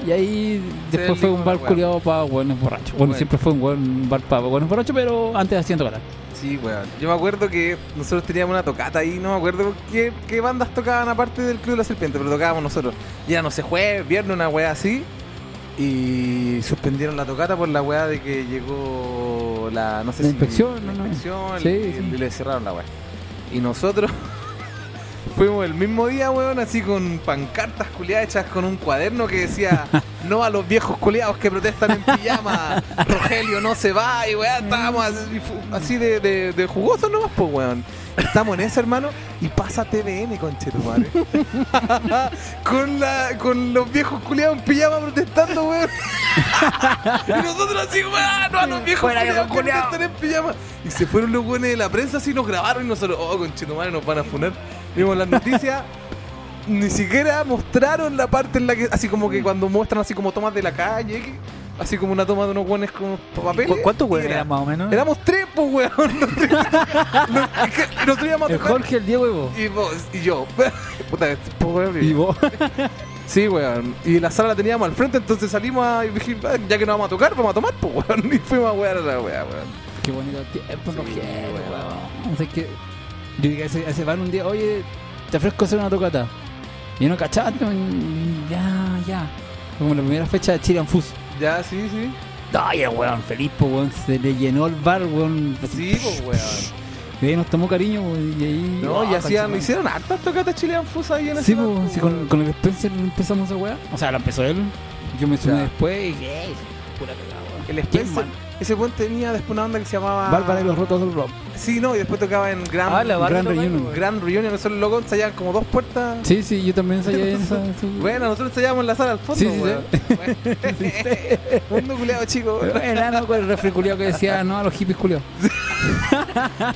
Speaker 3: Y ahí después fue un bar
Speaker 2: Weón.
Speaker 3: culiado para hueones borrachos. Bueno,
Speaker 2: Bueno.
Speaker 3: siempre fue un, weón- un bar para hueones borrachos, pero antes haciendo catar.
Speaker 2: Sí, weón. Yo me acuerdo que nosotros teníamos una tocata ahí, no me acuerdo qué, qué bandas tocaban aparte del Club de la Serpiente, pero tocábamos nosotros. Y era, no sé, jueves, viernes, una weá así. Y suspendieron la tocata por la weá de que llegó la, no sé
Speaker 3: La
Speaker 2: si-
Speaker 3: inspección,
Speaker 2: la
Speaker 3: ¿no?
Speaker 2: inspección,
Speaker 3: Sí,
Speaker 2: y,
Speaker 3: sí.
Speaker 2: y le cerraron la weá. Y nosotros [laughs] fuimos el mismo día, weón, así con pancartas culiadas hechas con un cuaderno que
Speaker 3: [laughs]
Speaker 2: decía no a los viejos culiados que protestan en pijama, Rogelio no se va, y weón, estábamos así, fu- así de, de, de jugosos nomás, pues weón. Estamos en esa, hermano, y pasa TVN, conchetumare. [laughs] con, la, con los viejos culiados en pijama protestando, weón. y nosotros así, weón, no a los viejos
Speaker 1: Fuera,
Speaker 2: culiados
Speaker 1: viejos
Speaker 2: que
Speaker 1: culiados.
Speaker 2: protestan en pijama. Y se fueron los weones de la prensa, así nos grabaron y nosotros, oh, conchetumare, nos van a funar. Vimos las noticias [laughs] ni siquiera mostraron la parte en la que, así como que cuando muestran así como tomas de la calle, que- así como una toma de unos hueones con papel.
Speaker 1: ¿Cu- ¿Cuántos weones eran más o menos?
Speaker 2: Éramos tres, pues, weón. [laughs] Nos- es que Nosotros íbamos a
Speaker 3: El
Speaker 2: tocar
Speaker 3: Jorge, el Diego y vos.
Speaker 2: Y vos, y yo. [laughs] Puta, pues, weón,
Speaker 3: Y vos.
Speaker 2: Sí, weón. Y la sala la teníamos al frente, entonces salimos a. y dije, "Ah, Ya que no vamos a tocar, vamos a tomar, pues, weón. [laughs] Y fuimos a wear a la weá, weón.
Speaker 3: [laughs] Qué bonito tiempo,
Speaker 2: Sí,
Speaker 3: Rogelio,
Speaker 2: weón.
Speaker 3: weón. O sea que yo llegué a ese, a ese bar un día, oye, te ofrezco hacer una tocata. Y no cachaste, mm, ya, ya. Como la primera fecha de Chilean Fus.
Speaker 2: Ya, sí, sí.
Speaker 3: Ay, el weón, feliz, po, weón. Se le llenó el bar, weón.
Speaker 2: Sí, pues, weón.
Speaker 3: Y ahí nos tomó cariño, weón. Y ahí.
Speaker 2: No, y
Speaker 3: Ah,
Speaker 2: hacían,
Speaker 3: conchetumare.
Speaker 2: hicieron hartas tocatas chilean fusa ahí en ese
Speaker 3: Sí,
Speaker 2: bar,
Speaker 3: po,
Speaker 2: pues,
Speaker 3: sí, con,
Speaker 2: weón.
Speaker 3: con el Spencer empezamos esa weá. O sea, la empezó él. Yo me sumé
Speaker 2: Ya.
Speaker 3: después y. ey, pura cagada, weón.
Speaker 2: El
Speaker 3: Qué
Speaker 2: Spencer,
Speaker 3: mal.
Speaker 2: ese buen tenía después una banda que se llamaba...
Speaker 3: Bárbara y los rotos del rock.
Speaker 2: Sí, no, y después tocaba en Grand,
Speaker 1: Ah, la barra
Speaker 3: Gran
Speaker 1: tocando,
Speaker 3: reunión.
Speaker 1: weón.
Speaker 2: Grand Reunion, nosotros locos ensayaban como dos puertas.
Speaker 3: Sí, sí, yo también sabía esa. esa-
Speaker 2: Bueno, nosotros ensayábamos en la sala al fondo,
Speaker 3: Sí, sí,
Speaker 2: weón.
Speaker 3: [laughs]
Speaker 2: [laughs] Mundo culeado, chico, weón.
Speaker 3: El ano con el refri culiao que decía, no, a los hippies culiao.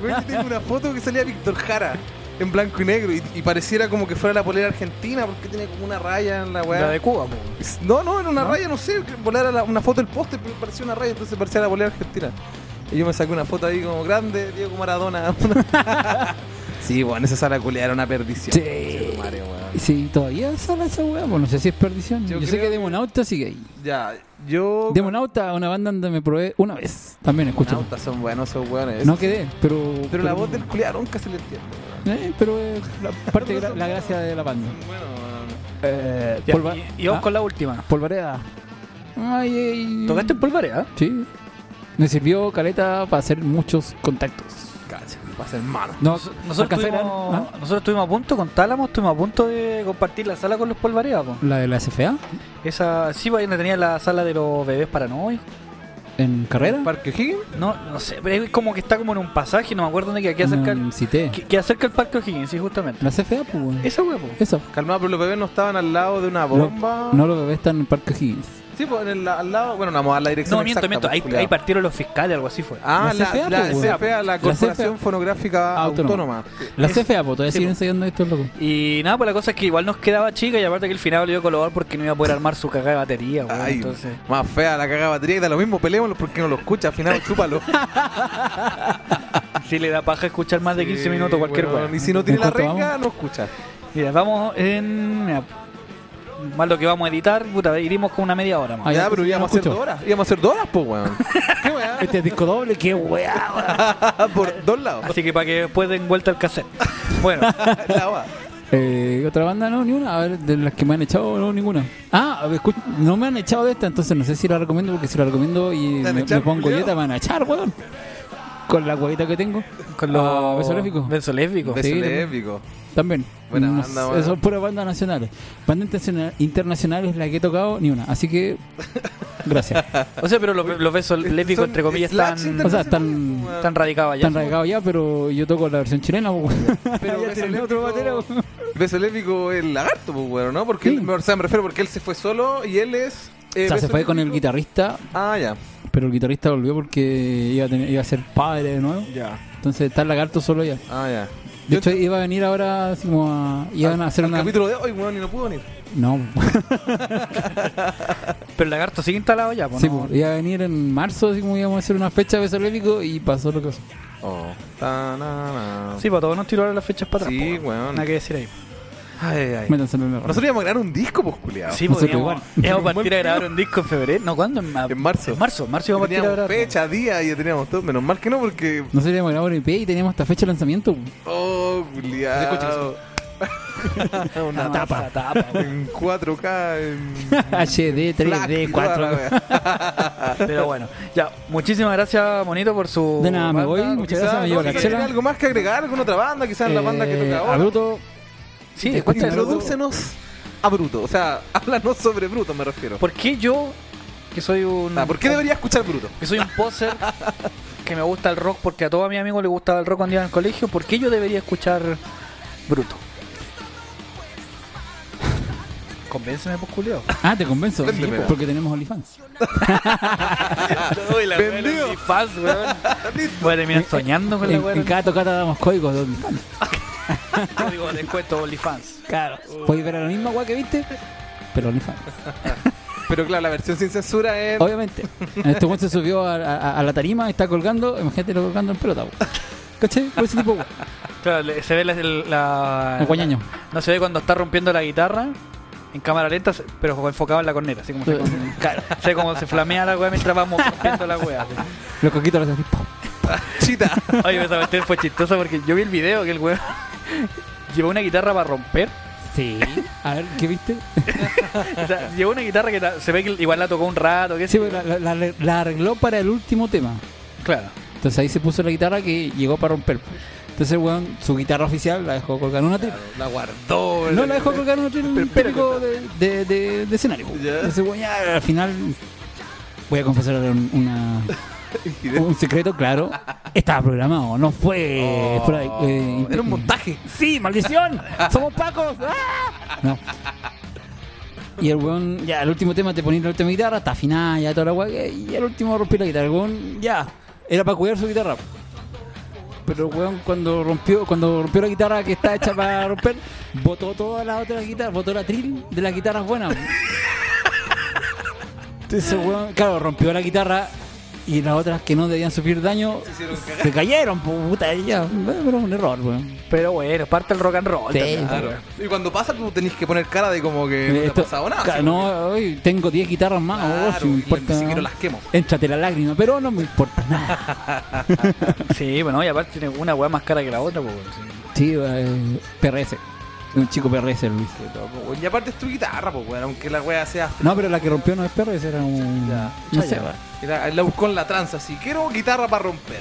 Speaker 2: Weón, yo tengo una foto que salía Víctor Jara en blanco y negro y, y pareciera como que fuera la polera argentina porque tiene como una raya en la
Speaker 1: La
Speaker 2: weá.
Speaker 1: de Cuba, po.
Speaker 2: No, no, era una raya, no sé, que volara la- una foto del póster, pero parecía una raya, entonces parecía la polera argentina. Y yo me saqué una foto ahí como grande, Diego Maradona. [laughs] sí, bueno, esa sala culeada era una perdición.
Speaker 3: Sí.
Speaker 2: Chetumare, weón.
Speaker 3: Sí, todavía sale esa weá, pues no sé si es perdición.
Speaker 2: Yo
Speaker 3: Yo,
Speaker 2: creo
Speaker 3: sé que
Speaker 2: que-
Speaker 3: Demonauta sigue ahí.
Speaker 2: Ya, yo.
Speaker 3: Demonauta, una banda donde me probé una vez. También escuché.
Speaker 2: Nautas son buenos esos weones.
Speaker 3: No quedé, pero.
Speaker 2: pero la voz del culiado nunca se le entiende, weón.
Speaker 3: Eh, pero es
Speaker 2: [laughs]
Speaker 3: la parte gra- la gracia de la banda.
Speaker 2: Bueno, weón.
Speaker 3: Eh,
Speaker 1: Ya,
Speaker 3: Polva-
Speaker 1: y, y vamos
Speaker 3: Ah,
Speaker 1: con la última.
Speaker 3: Polvareda. Ay, ay.
Speaker 1: ¿Tocaste en ah? Polvarea?
Speaker 3: Sí. Me sirvió caleta para hacer muchos contactos.
Speaker 2: Cacha, va a ser malo.
Speaker 3: No,
Speaker 1: Nosotros
Speaker 3: alcancé a
Speaker 1: estuvimos,
Speaker 3: ganar- ¿Ah?
Speaker 1: nosotros estuvimos a punto con Tálamo, estuvimos a punto de compartir la sala con los Polvarea, po.
Speaker 3: La de la SFA
Speaker 1: Esa, sí, pues, ahí donde tenía la sala de los bebés paranoicos.
Speaker 3: en carrera.
Speaker 2: ¿Parque Higgins?
Speaker 1: No, no sé, pero es como que está como en un pasaje, no me acuerdo dónde queda, que acerca,
Speaker 3: En Cité.
Speaker 1: que, que acerca el Parque O'Higgins, sí, justamente.
Speaker 3: La CFA, pues. weón.
Speaker 1: Esa huevo.
Speaker 3: Eso.
Speaker 2: Calmado, pero los bebés no estaban al lado de una bomba.
Speaker 3: No los bebés están en el Parque Higgins.
Speaker 2: Sí, pues en el, al lado. Bueno, no vamos a dar la dirección.
Speaker 1: No, miento,
Speaker 2: exacta,
Speaker 1: miento,
Speaker 2: pues,
Speaker 1: ahí,
Speaker 2: culiao.
Speaker 1: ahí partieron los fiscales, algo así fue.
Speaker 2: Ah,
Speaker 3: La
Speaker 2: la,
Speaker 3: CFA,
Speaker 2: la
Speaker 3: pues, weón.
Speaker 2: CFA, la
Speaker 3: La
Speaker 2: Corporación
Speaker 3: CFA.
Speaker 2: Fonográfica Autónoma.
Speaker 3: Autónoma. La CFA, pues todavía siguen ensayando esto, loco.
Speaker 1: Y nada, pues la cosa es que igual nos quedaba chica y aparte que el final le dio color porque no iba a poder armar su cagada de batería, weón,
Speaker 2: Ay,
Speaker 1: entonces.
Speaker 2: más fea la cagada de batería y da lo mismo, peleémoslo porque no lo escucha, al final
Speaker 3: [laughs]
Speaker 2: chúpalo.
Speaker 1: Sí le da paja escuchar más de 15 minutos cualquier
Speaker 2: weón.
Speaker 1: weón.
Speaker 2: Y si no tiene
Speaker 3: ¿En
Speaker 2: la
Speaker 3: cuánto
Speaker 2: renga, no escucha.
Speaker 1: Mira, vamos en. mira, más lo que vamos a editar, puta, iremos con una media hora más.
Speaker 3: Ay,
Speaker 2: ya,
Speaker 3: ya,
Speaker 2: pero
Speaker 3: pues,
Speaker 2: íbamos a
Speaker 3: no
Speaker 2: hacer dos
Speaker 3: escucho.
Speaker 2: horas. Íbamos a hacer dos horas, pues,
Speaker 3: [laughs]
Speaker 2: weón. ¿Qué weá?
Speaker 3: Este disco doble, qué weá.
Speaker 2: [laughs] Por dos lados.
Speaker 1: Así que para que después den vuelta al cassette. Bueno,
Speaker 2: [laughs] La va.
Speaker 3: Eh, otra banda, no, ni una. A ver, de las que me han echado, no, ninguna. Ah, a ver, escu- no me han echado de esta, entonces no sé si la recomiendo, porque si la recomiendo y
Speaker 2: Te
Speaker 3: me,
Speaker 2: han echado,
Speaker 3: me pongo
Speaker 2: culiao.
Speaker 3: dieta, me van a echar, weón. Con la huevita que tengo.
Speaker 1: con los.
Speaker 3: Ah, beso lésbico.
Speaker 1: Beso lésbico.
Speaker 2: Beso
Speaker 3: Sí,
Speaker 2: lésbico.
Speaker 3: También.
Speaker 2: Buena
Speaker 3: No
Speaker 2: banda,
Speaker 3: sé,
Speaker 2: weón.
Speaker 3: Son puras bandas nacionales. Bandas internacional- internacionales, la que he tocado, ni una. Así que,
Speaker 2: [laughs]
Speaker 3: gracias.
Speaker 1: O sea, pero los, los besos lésbicos,
Speaker 2: Son
Speaker 1: entre comillas,
Speaker 2: slash
Speaker 1: están,
Speaker 3: O sea, están-
Speaker 2: internacionales, pues, weón.
Speaker 1: están radicados allá.
Speaker 3: Están radicados ya, pero yo toco la versión chilena, weón.
Speaker 2: Pero
Speaker 3: [laughs] Ya
Speaker 2: beso
Speaker 3: tienen
Speaker 2: lésbico-
Speaker 3: otro batero,
Speaker 2: eh,
Speaker 3: weón.
Speaker 2: Beso lésbico el lagarto, pues, weón, ¿no? Porque
Speaker 3: Sí.
Speaker 2: él- o sea, me refiero porque él se fue solo y él es. eh,
Speaker 3: O sea,
Speaker 2: beso
Speaker 3: se fue con el
Speaker 2: lésbico.
Speaker 3: guitarrista,
Speaker 2: Ah, ya.
Speaker 3: pero el guitarrista volvió porque iba a, tener- iba a ser padre de nuevo.
Speaker 2: Ya.
Speaker 3: Entonces está el lagarto solo ya.
Speaker 2: Ah, ya.
Speaker 3: De hecho, iba a venir ahora, así como a, iban a hacer
Speaker 2: el
Speaker 3: una.
Speaker 2: capítulo Ah, pues de hoy, weón, y no pudo venir.
Speaker 3: No, [laughs]
Speaker 1: Pero el lagarto sigue instalado ya, pues,
Speaker 3: sí,
Speaker 1: ¿no?
Speaker 3: pues, iba a venir en marzo, así como íbamos a hacer una fecha de beso lésbico y pasó lo que pasó.
Speaker 2: Oh. Ta, na, na.
Speaker 1: Sí, para todos nos tiraron las fechas para atrás.
Speaker 2: Sí,
Speaker 1: pues,
Speaker 2: weón.
Speaker 1: Nada que decir ahí.
Speaker 2: Ay, ay.
Speaker 3: Métanse en el error.
Speaker 2: Nosotros íbamos a grabar un disco, pues, culiado.
Speaker 1: Sí,
Speaker 3: Nosotros
Speaker 1: podríamos.
Speaker 3: igual.
Speaker 1: Íbamos a partir a grabar un disco en febrero. No, ¿cuándo? En, ma-
Speaker 2: En marzo.
Speaker 1: En marzo. En marzo íbamos a partir a
Speaker 2: teníamos
Speaker 1: grabar.
Speaker 2: fecha, día, y ya teníamos todo. Menos mal que no, porque.
Speaker 3: Nosotros íbamos a grabar un EP y teníamos hasta fecha
Speaker 2: [laughs]
Speaker 3: de lanzamiento.
Speaker 2: Oh, culiado. Una
Speaker 1: Una
Speaker 2: tapa.
Speaker 1: tapa. Ah, tapa weón.
Speaker 2: En 4K. En...
Speaker 3: [laughs] HD,
Speaker 2: Black y
Speaker 3: 3D,
Speaker 2: toda la
Speaker 3: 4. [laughs]
Speaker 2: wea.
Speaker 1: Pero bueno, ya. Muchísimas gracias, Monito, por su.
Speaker 3: De nada, me
Speaker 1: banda.
Speaker 3: voy.
Speaker 2: O
Speaker 3: Muchas
Speaker 2: quizás,
Speaker 3: gracias, me llevo
Speaker 2: no
Speaker 3: la
Speaker 2: sé,
Speaker 3: chela.
Speaker 2: ¿hay algo más que agregar? ¿Alguna otra banda? Quizás la banda que
Speaker 3: Eh,
Speaker 2: toca ahora.
Speaker 3: Abruto,
Speaker 1: Sí,
Speaker 3: Te
Speaker 1: cuéntanos.
Speaker 2: Introdúcenos a Bruto. O sea, [laughs] háblanos sobre Bruto, me refiero.
Speaker 1: ¿Por qué yo, que soy un.
Speaker 2: O sea, Ah, ¿Por qué debería escuchar
Speaker 3: [laughs]
Speaker 2: Bruto?
Speaker 1: Que soy un poser, que me gusta el rock porque a todos mis amigos les gustaba el rock cuando iban al colegio, ¿por qué yo debería escuchar Bruto? Convénceme, pues, culiao. [laughs]
Speaker 3: Ah, te convenzo.
Speaker 2: Véndeme.
Speaker 3: sí, po, porque tenemos OnlyFans.
Speaker 2: Vendido.
Speaker 1: Faz, weón.
Speaker 2: Listo.
Speaker 1: Voy a terminar soñando con la
Speaker 3: Eh, En, en
Speaker 1: weón.
Speaker 3: cada tocata damos códigos de OnlyFans.
Speaker 1: [laughs] Digo, descuento OnlyFans.
Speaker 3: Claro. Puedes ver a la misma guay que viste,
Speaker 2: [laughs]
Speaker 3: pero OnlyFans.
Speaker 2: Pero claro, la versión sin censura es.
Speaker 3: Obviamente. En este momento se subió a, a- a la tarima, está colgando. Imagínate lo colgando en pelota. po. ¿Cachai? Por ese tipo.
Speaker 1: Claro, le- se ve la, la-
Speaker 3: El guañaño.
Speaker 1: No se ve cuando está rompiendo la guitarra en cámara lenta, se- pero enfocado en la corneta, así como se, [laughs]
Speaker 3: Claro.
Speaker 1: se, como se flamea la weá mientras vamos rompiendo la [laughs] weá. así.
Speaker 3: Los coquitos los hacen. pop. [laughs]
Speaker 2: Chita.
Speaker 1: Oye, esa cuestión fue chistosa porque yo vi el video que el weón [laughs] llevó una guitarra para romper.
Speaker 3: Sí. A ver, ¿qué viste?
Speaker 1: O sea, llevó una guitarra que ta- se ve que igual la tocó un rato, qué sé
Speaker 3: Sí,
Speaker 1: yo.
Speaker 3: pues, la, la- la- la arregló para el último tema.
Speaker 1: Claro.
Speaker 3: Entonces ahí se puso la guitarra que llegó para romper. Entonces el weón, su guitarra oficial la dejó colgar en una tela.
Speaker 2: La guardó. eh,
Speaker 3: No la dejó colgar en un
Speaker 2: Pero,
Speaker 3: tren
Speaker 2: pero,
Speaker 3: típico de, de, de- de escenario. po.
Speaker 2: Ya.
Speaker 3: Entonces, weón, ya, al final voy a confesar un, una-
Speaker 2: Infidel.
Speaker 3: un secreto, claro. Estaba programado, no fue.
Speaker 2: Oh,
Speaker 3: por ahí, eh,
Speaker 2: era un montaje.
Speaker 3: Sí, maldición. Somos pacos. ¡Ah! No. Y el weón, ya, el último tema te ponía la última guitarra, está afinada, ya toda la weá. Y el último rompió la guitarra. El weón, ya, era para cuidar su guitarra. Pero el weón, cuando rompió, cuando rompió la guitarra que está hecha para romper, botó todas las otras guitarras, botó la trill de las guitarras buenas. Entonces el weón, claro, rompió la guitarra y las otras que no debían sufrir daño
Speaker 2: hicieron cagar.
Speaker 3: se cayeron, puta, ya, pero un error, weón.
Speaker 1: Pero bueno, parte el rock and roll.
Speaker 3: Sí.
Speaker 1: también,
Speaker 2: Claro.
Speaker 1: weón.
Speaker 2: Y cuando pasa, tú tenés que poner cara de como que Eh, no te ha
Speaker 3: Esto-
Speaker 2: pasado nada.
Speaker 3: Ca-
Speaker 2: así como
Speaker 3: no, hoy tengo 10 guitarras
Speaker 2: que,
Speaker 3: más,
Speaker 2: claro,
Speaker 3: oh, si me
Speaker 2: y
Speaker 3: importa.
Speaker 2: ni siquiera las quemo.
Speaker 3: Éntrate la lágrima, pero no me importa
Speaker 2: [laughs]
Speaker 3: nada.
Speaker 1: Sí, bueno, y aparte tiene una weá más cara que la otra, pues, weón, sí.
Speaker 3: Sí, eh, PRS. Un chico PRS, Luis.
Speaker 2: Qué loco, weón. Y aparte es tu guitarra, pues, weón, aunque la wea sea.
Speaker 3: No, pero la que rompió no es PRS, era un.
Speaker 2: Ya.
Speaker 3: No
Speaker 1: Ya,
Speaker 3: sé.
Speaker 1: ya.
Speaker 2: Y La, la buscó en la tranza, así. Quiero guitarra para romper.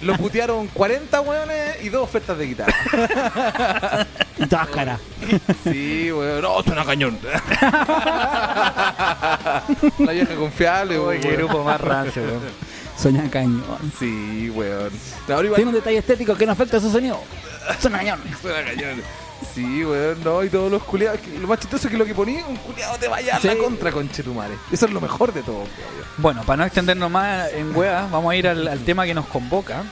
Speaker 2: Lo putearon 40 weones y dos ofertas de guitarra.
Speaker 3: Y todas caras.
Speaker 2: Sí, weón. No, suena cañón. La vieja confiable,
Speaker 1: Uy,
Speaker 2: weón.
Speaker 1: qué grupo más rancio, weón.
Speaker 3: Soñan cañón.
Speaker 2: Sí, weón. Ahora igual
Speaker 3: Tiene un detalle estético que no afecta a su sonido. Son cañón.
Speaker 2: suena cañón. Sí, weón, no, y todos los culiados. Lo más chistoso es que lo que poní, un culiado te vaya a
Speaker 3: Sí.
Speaker 2: la contra, conchetumare. Eso es lo mejor de todo, weón.
Speaker 1: Bueno, para no extendernos más en weas, vamos a ir al, al tema que nos convoca.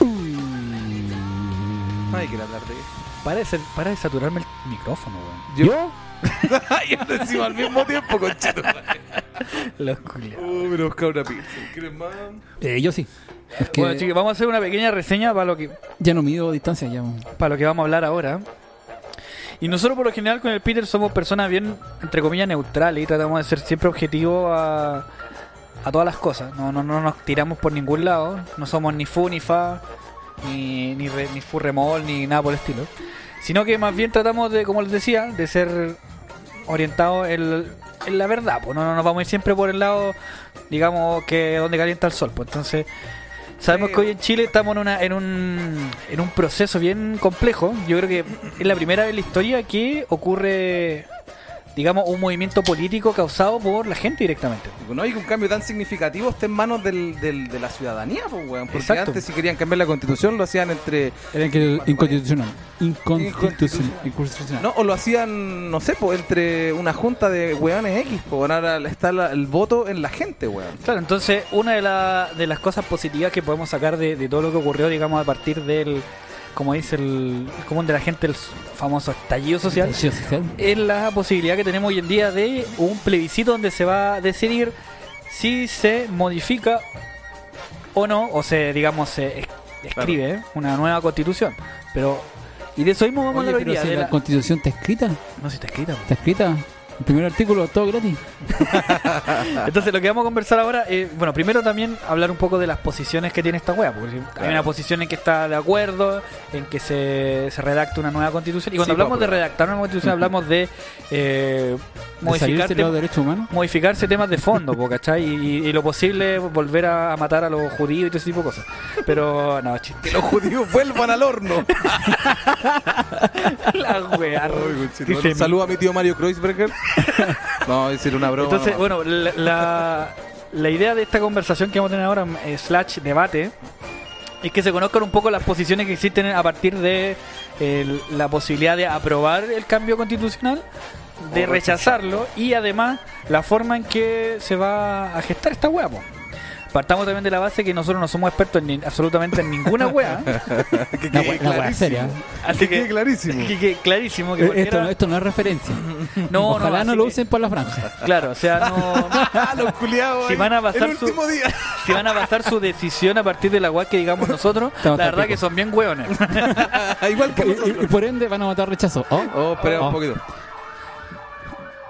Speaker 3: Uh.
Speaker 2: No hay que hablar de eso.
Speaker 1: Para de, ser- para de saturarme el micrófono, weón.
Speaker 3: ¿Yo?
Speaker 2: [laughs] Yo te encima al mismo tiempo, conchetumare.
Speaker 1: Los culiados.
Speaker 2: Uh, pero buscar una pizza. ¿Quieres más?
Speaker 3: Eh, yo sí. Es que
Speaker 1: Bueno, chicos, vamos a hacer una pequeña reseña para lo que
Speaker 3: ya no mido distancia, ya.
Speaker 1: para lo que vamos a hablar ahora. Y nosotros por lo general con el Peter somos personas bien, entre comillas, neutrales y tratamos de ser siempre objetivos a, a todas las cosas. No, no, no nos tiramos por ningún lado. No somos ni fu ni fa, ni, ni, re- ni fu remol, ni nada por el estilo. Sino que más bien tratamos de, como les decía, de ser orientados en, en la verdad. Pues no, no nos vamos a ir siempre por el lado, digamos, que donde calienta el sol. Pues entonces... Sabemos
Speaker 2: Sí.
Speaker 1: que hoy en Chile estamos en, una, en, un, en un proceso bien complejo. Yo creo que es la primera vez en la historia que ocurre, digamos, un movimiento político causado por la gente directamente.
Speaker 2: No hay que un cambio tan significativo esté en manos del, del- de la ciudadanía, pues, weón. Porque
Speaker 1: Exacto.
Speaker 2: antes, si querían cambiar la constitución, lo hacían entre.
Speaker 3: Era que inconstitucional. Inconstitucional. Inconstitucional.
Speaker 2: No, o lo hacían, no sé, pues, entre una junta de weones X, pues, ahora está la- el voto en la gente, weón.
Speaker 1: Claro, entonces una de, la- de las cosas positivas que podemos sacar de, de todo lo que ocurrió, digamos, a partir del como dice el, el común de la gente, el famoso estallido social,
Speaker 3: Sí, social.
Speaker 1: es la posibilidad que tenemos hoy en día de un plebiscito donde se va a decidir si se modifica o no, o se, digamos, se es- escribe ¿eh? una nueva constitución. Pero, y de eso mismo vamos
Speaker 3: Oye,
Speaker 1: a hablar hoy
Speaker 3: pero
Speaker 1: día.
Speaker 3: si
Speaker 1: de
Speaker 3: la,
Speaker 1: la-
Speaker 3: constitución está escrita,
Speaker 1: No, si está escrita. po.
Speaker 3: está escrita. El primer artículo, todo gratis.
Speaker 1: Entonces, lo que vamos a conversar ahora, eh, bueno, primero también hablar un poco de las posiciones que tiene esta wea. Porque si hay una posición en que está de acuerdo, en que se, se redacta una nueva constitución. Y cuando
Speaker 2: Sí, po,
Speaker 1: hablamos de
Speaker 2: pero-
Speaker 1: redactar una nueva constitución, hablamos de eh,
Speaker 3: De
Speaker 1: modificar
Speaker 3: salirse de
Speaker 1: temas-
Speaker 3: los derechos humanos.
Speaker 1: modificarse temas de fondo, po, ¿cachai? Y, y- y lo posible volver a a matar a los judíos y todo ese tipo de cosas. Pero no,
Speaker 2: [laughs]
Speaker 1: chiste.
Speaker 2: Que los judíos vuelvan al horno.
Speaker 1: La wea. Dice-
Speaker 2: Saluda a mi tío Mario [laughs] Kreuzberger. no, es una broma.
Speaker 1: Entonces,
Speaker 2: nomás.
Speaker 1: bueno, la, la, la idea de esta conversación que vamos a tener ahora, eh, slash debate, es que se conozcan un poco las posiciones que existen a partir de eh, la posibilidad de aprobar el cambio constitucional, de
Speaker 2: O
Speaker 1: rechazarlo y además la forma en que se va a gestar esta hueá. po. Partamos también de la base que nosotros no somos expertos en ni- absolutamente en ninguna
Speaker 3: [laughs]
Speaker 1: hueá.
Speaker 2: que quede
Speaker 3: La wea- la wea
Speaker 2: clarísimo.
Speaker 3: seria.
Speaker 1: Así
Speaker 2: que
Speaker 1: que-
Speaker 2: quede clarísimo.
Speaker 1: que, que clarísimo que
Speaker 3: Eh,
Speaker 1: cualquiera-
Speaker 3: Esto, no- esto no es referencia.
Speaker 1: no,
Speaker 3: Ojalá no
Speaker 1: así
Speaker 3: lo
Speaker 1: que-
Speaker 3: usen por la franja.
Speaker 1: Claro, o sea, no,
Speaker 2: Ah, [laughs] los culiados.
Speaker 1: Si
Speaker 2: ahí,
Speaker 1: van a pasar
Speaker 2: El
Speaker 1: su-
Speaker 2: último día.
Speaker 1: si van a basar su decisión a partir de la guay que digamos nosotros, la
Speaker 3: Estamos
Speaker 1: verdad
Speaker 3: tácticos.
Speaker 1: que son bien
Speaker 3: [laughs]
Speaker 1: hueones.
Speaker 2: [laughs] Igual que
Speaker 3: Y,
Speaker 2: nosotros.
Speaker 3: y- y por ende van a votar rechazo. Oh,
Speaker 2: Oh, espera
Speaker 3: Oh.
Speaker 2: un poquito.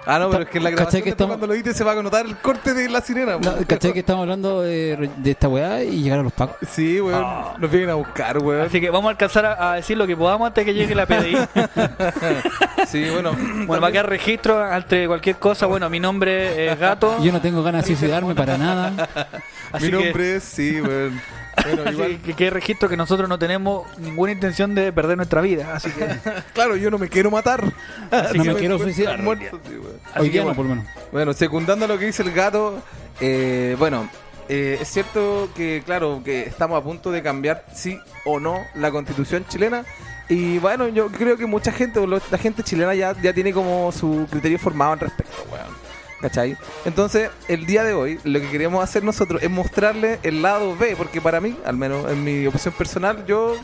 Speaker 2: Ah, no, pero es que en la
Speaker 3: ¿Cachai
Speaker 2: grabación
Speaker 3: que
Speaker 2: después
Speaker 3: estamos-
Speaker 2: cuando lo edite se va a notar el corte de la sirena.
Speaker 3: No,
Speaker 2: weón.
Speaker 3: ¿Cachai que estamos hablando de, re- de esta weá y llegaron los pacos?
Speaker 2: Sí, weón. Nos vienen a buscar, [laughs] weón.
Speaker 1: Así que vamos a alcanzar a, a decir lo que podamos antes que llegue la PDI.
Speaker 3: [laughs]
Speaker 2: Sí, bueno.
Speaker 1: Bueno, va a quedar registro ante cualquier cosa. Bueno, mi nombre es Gato.
Speaker 3: Yo no tengo ganas de suicidarme para nada.
Speaker 1: Así
Speaker 2: Mi
Speaker 1: que,
Speaker 2: nombre es, sí, weón. Bueno,
Speaker 1: [laughs] así
Speaker 2: igual.
Speaker 1: que quede registro que nosotros no tenemos ninguna intención de perder nuestra vida. Así que,
Speaker 2: [laughs] Claro, yo no me quiero matar.
Speaker 3: no
Speaker 1: que
Speaker 3: me quiero
Speaker 2: encuentro
Speaker 3: suicidar.
Speaker 2: muerto, sí, weón.
Speaker 1: [laughs] así
Speaker 3: Hoy
Speaker 1: que
Speaker 3: día no,
Speaker 1: bueno.
Speaker 3: por lo menos.
Speaker 2: Bueno, secundando lo que dice el gato, eh, bueno, eh, es cierto que, claro, que estamos a punto de cambiar, sí o no, la constitución chilena. Y bueno, yo creo que mucha gente, o lo- la gente chilena ya, ya tiene como su criterio formado al respecto, weón. ¿Cachai? Entonces, el día de hoy, lo que queremos hacer nosotros es mostrarle el lado B, porque para mí, al menos en mi opción personal, yo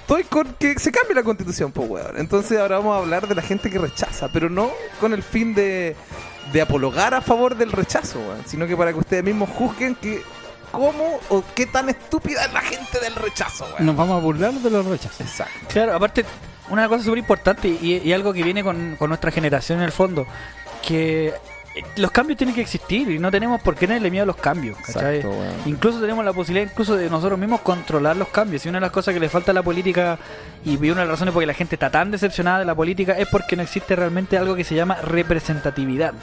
Speaker 2: estoy con que se cambie la constitución, pues, weón. Entonces, ahora vamos a hablar de la gente que rechaza, pero no con el fin de, de apologar a favor del rechazo, weón, sino que para que ustedes mismos juzguen que cómo o qué tan estúpida es la gente del rechazo, weón.
Speaker 3: Nos vamos a burlar de los rechazos.
Speaker 2: Exacto.
Speaker 1: Claro, aparte, una cosa súper importante y, y algo que viene con, con nuestra generación en el fondo, que eh, los cambios tienen que existir y no tenemos por qué tenerle miedo a los cambios, ¿cachai?
Speaker 2: Exacto, weón.
Speaker 1: Incluso tenemos la posibilidad incluso de nosotros mismos controlar los cambios. Y una de las cosas que le falta a la política y una de las razones por que la gente está tan decepcionada de la política es porque no existe realmente algo que se llama representatividad.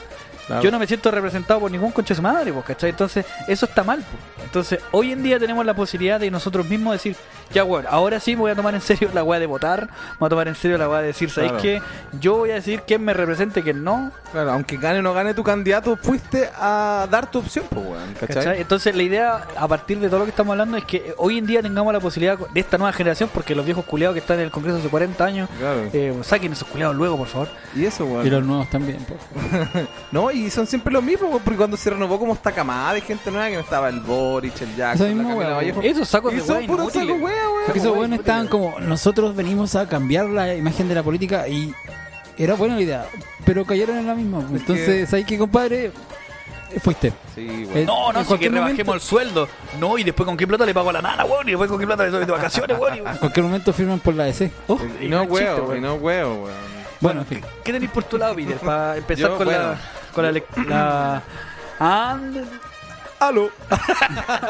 Speaker 1: Yo no me siento representado por ningún conche de su madre, pues, ¿cachai? Entonces, eso está mal, pues. Entonces, hoy en día tenemos la posibilidad de nosotros mismos decir, ya, bueno, ahora sí me voy a tomar en serio la weá de votar, me voy a tomar en serio la weá de decir, ¿sabéis
Speaker 2: Claro.
Speaker 1: qué? Yo voy a decir quién me representa y quién no,
Speaker 2: Claro, aunque gane o no gane tu candidato, fuiste a dar tu opción, pues, weón. ¿Cachai?
Speaker 1: ¿Cachai? Entonces la idea a partir de todo lo que estamos hablando es que eh, hoy en día tengamos la posibilidad de esta nueva generación, porque los viejos culeados que están en el Congreso hace 40 años,
Speaker 2: Claro.
Speaker 1: eh, saquen esos culeados luego, por favor.
Speaker 2: Y eso, weón.
Speaker 3: Y los nuevos también. pues. po.
Speaker 2: No, y son siempre los mismos, weón, porque cuando se renovó como esta camada de gente nueva que no estaba el Boric, el Jackson,
Speaker 3: Esa misma
Speaker 2: la
Speaker 3: weá,
Speaker 2: Camila Vallejo.
Speaker 1: Esos sacos
Speaker 2: Y
Speaker 1: de
Speaker 2: son
Speaker 1: hueá
Speaker 2: Oh, puros
Speaker 1: inútiles.
Speaker 2: sacos weá, weón.
Speaker 3: Porque esos
Speaker 2: Weá
Speaker 3: buenos estaban
Speaker 2: inútiles.
Speaker 3: como, nosotros venimos a cambiar la imagen de la política y era buena la idea, pero cayeron en la misma.
Speaker 2: que-
Speaker 3: Entonces, ¿sabes qué, compadre? Fuiste.
Speaker 2: Sí,
Speaker 3: Eh,
Speaker 2: weón.
Speaker 1: No, no,
Speaker 3: En
Speaker 1: si que
Speaker 3: cualquier
Speaker 1: rebajemos
Speaker 3: momento-
Speaker 1: el sueldo. No, y después con qué plata le pago a la nana, weón, y después con qué plata le doy de vacaciones, weón. y-
Speaker 3: En cualquier momento firman por la DC. Oh,
Speaker 2: Y
Speaker 1: no
Speaker 2: no
Speaker 1: es chiste,
Speaker 2: huevo,
Speaker 1: weón.
Speaker 2: y no huevo, weón.
Speaker 3: [laughs] bueno, en fin.
Speaker 1: ¿Qué tenéis por tu lado, Peter? Para empezar
Speaker 2: Yo,
Speaker 1: con, la,
Speaker 2: bueno.
Speaker 1: con la, lec- la- Ah,
Speaker 2: ¡Aló! [laughs]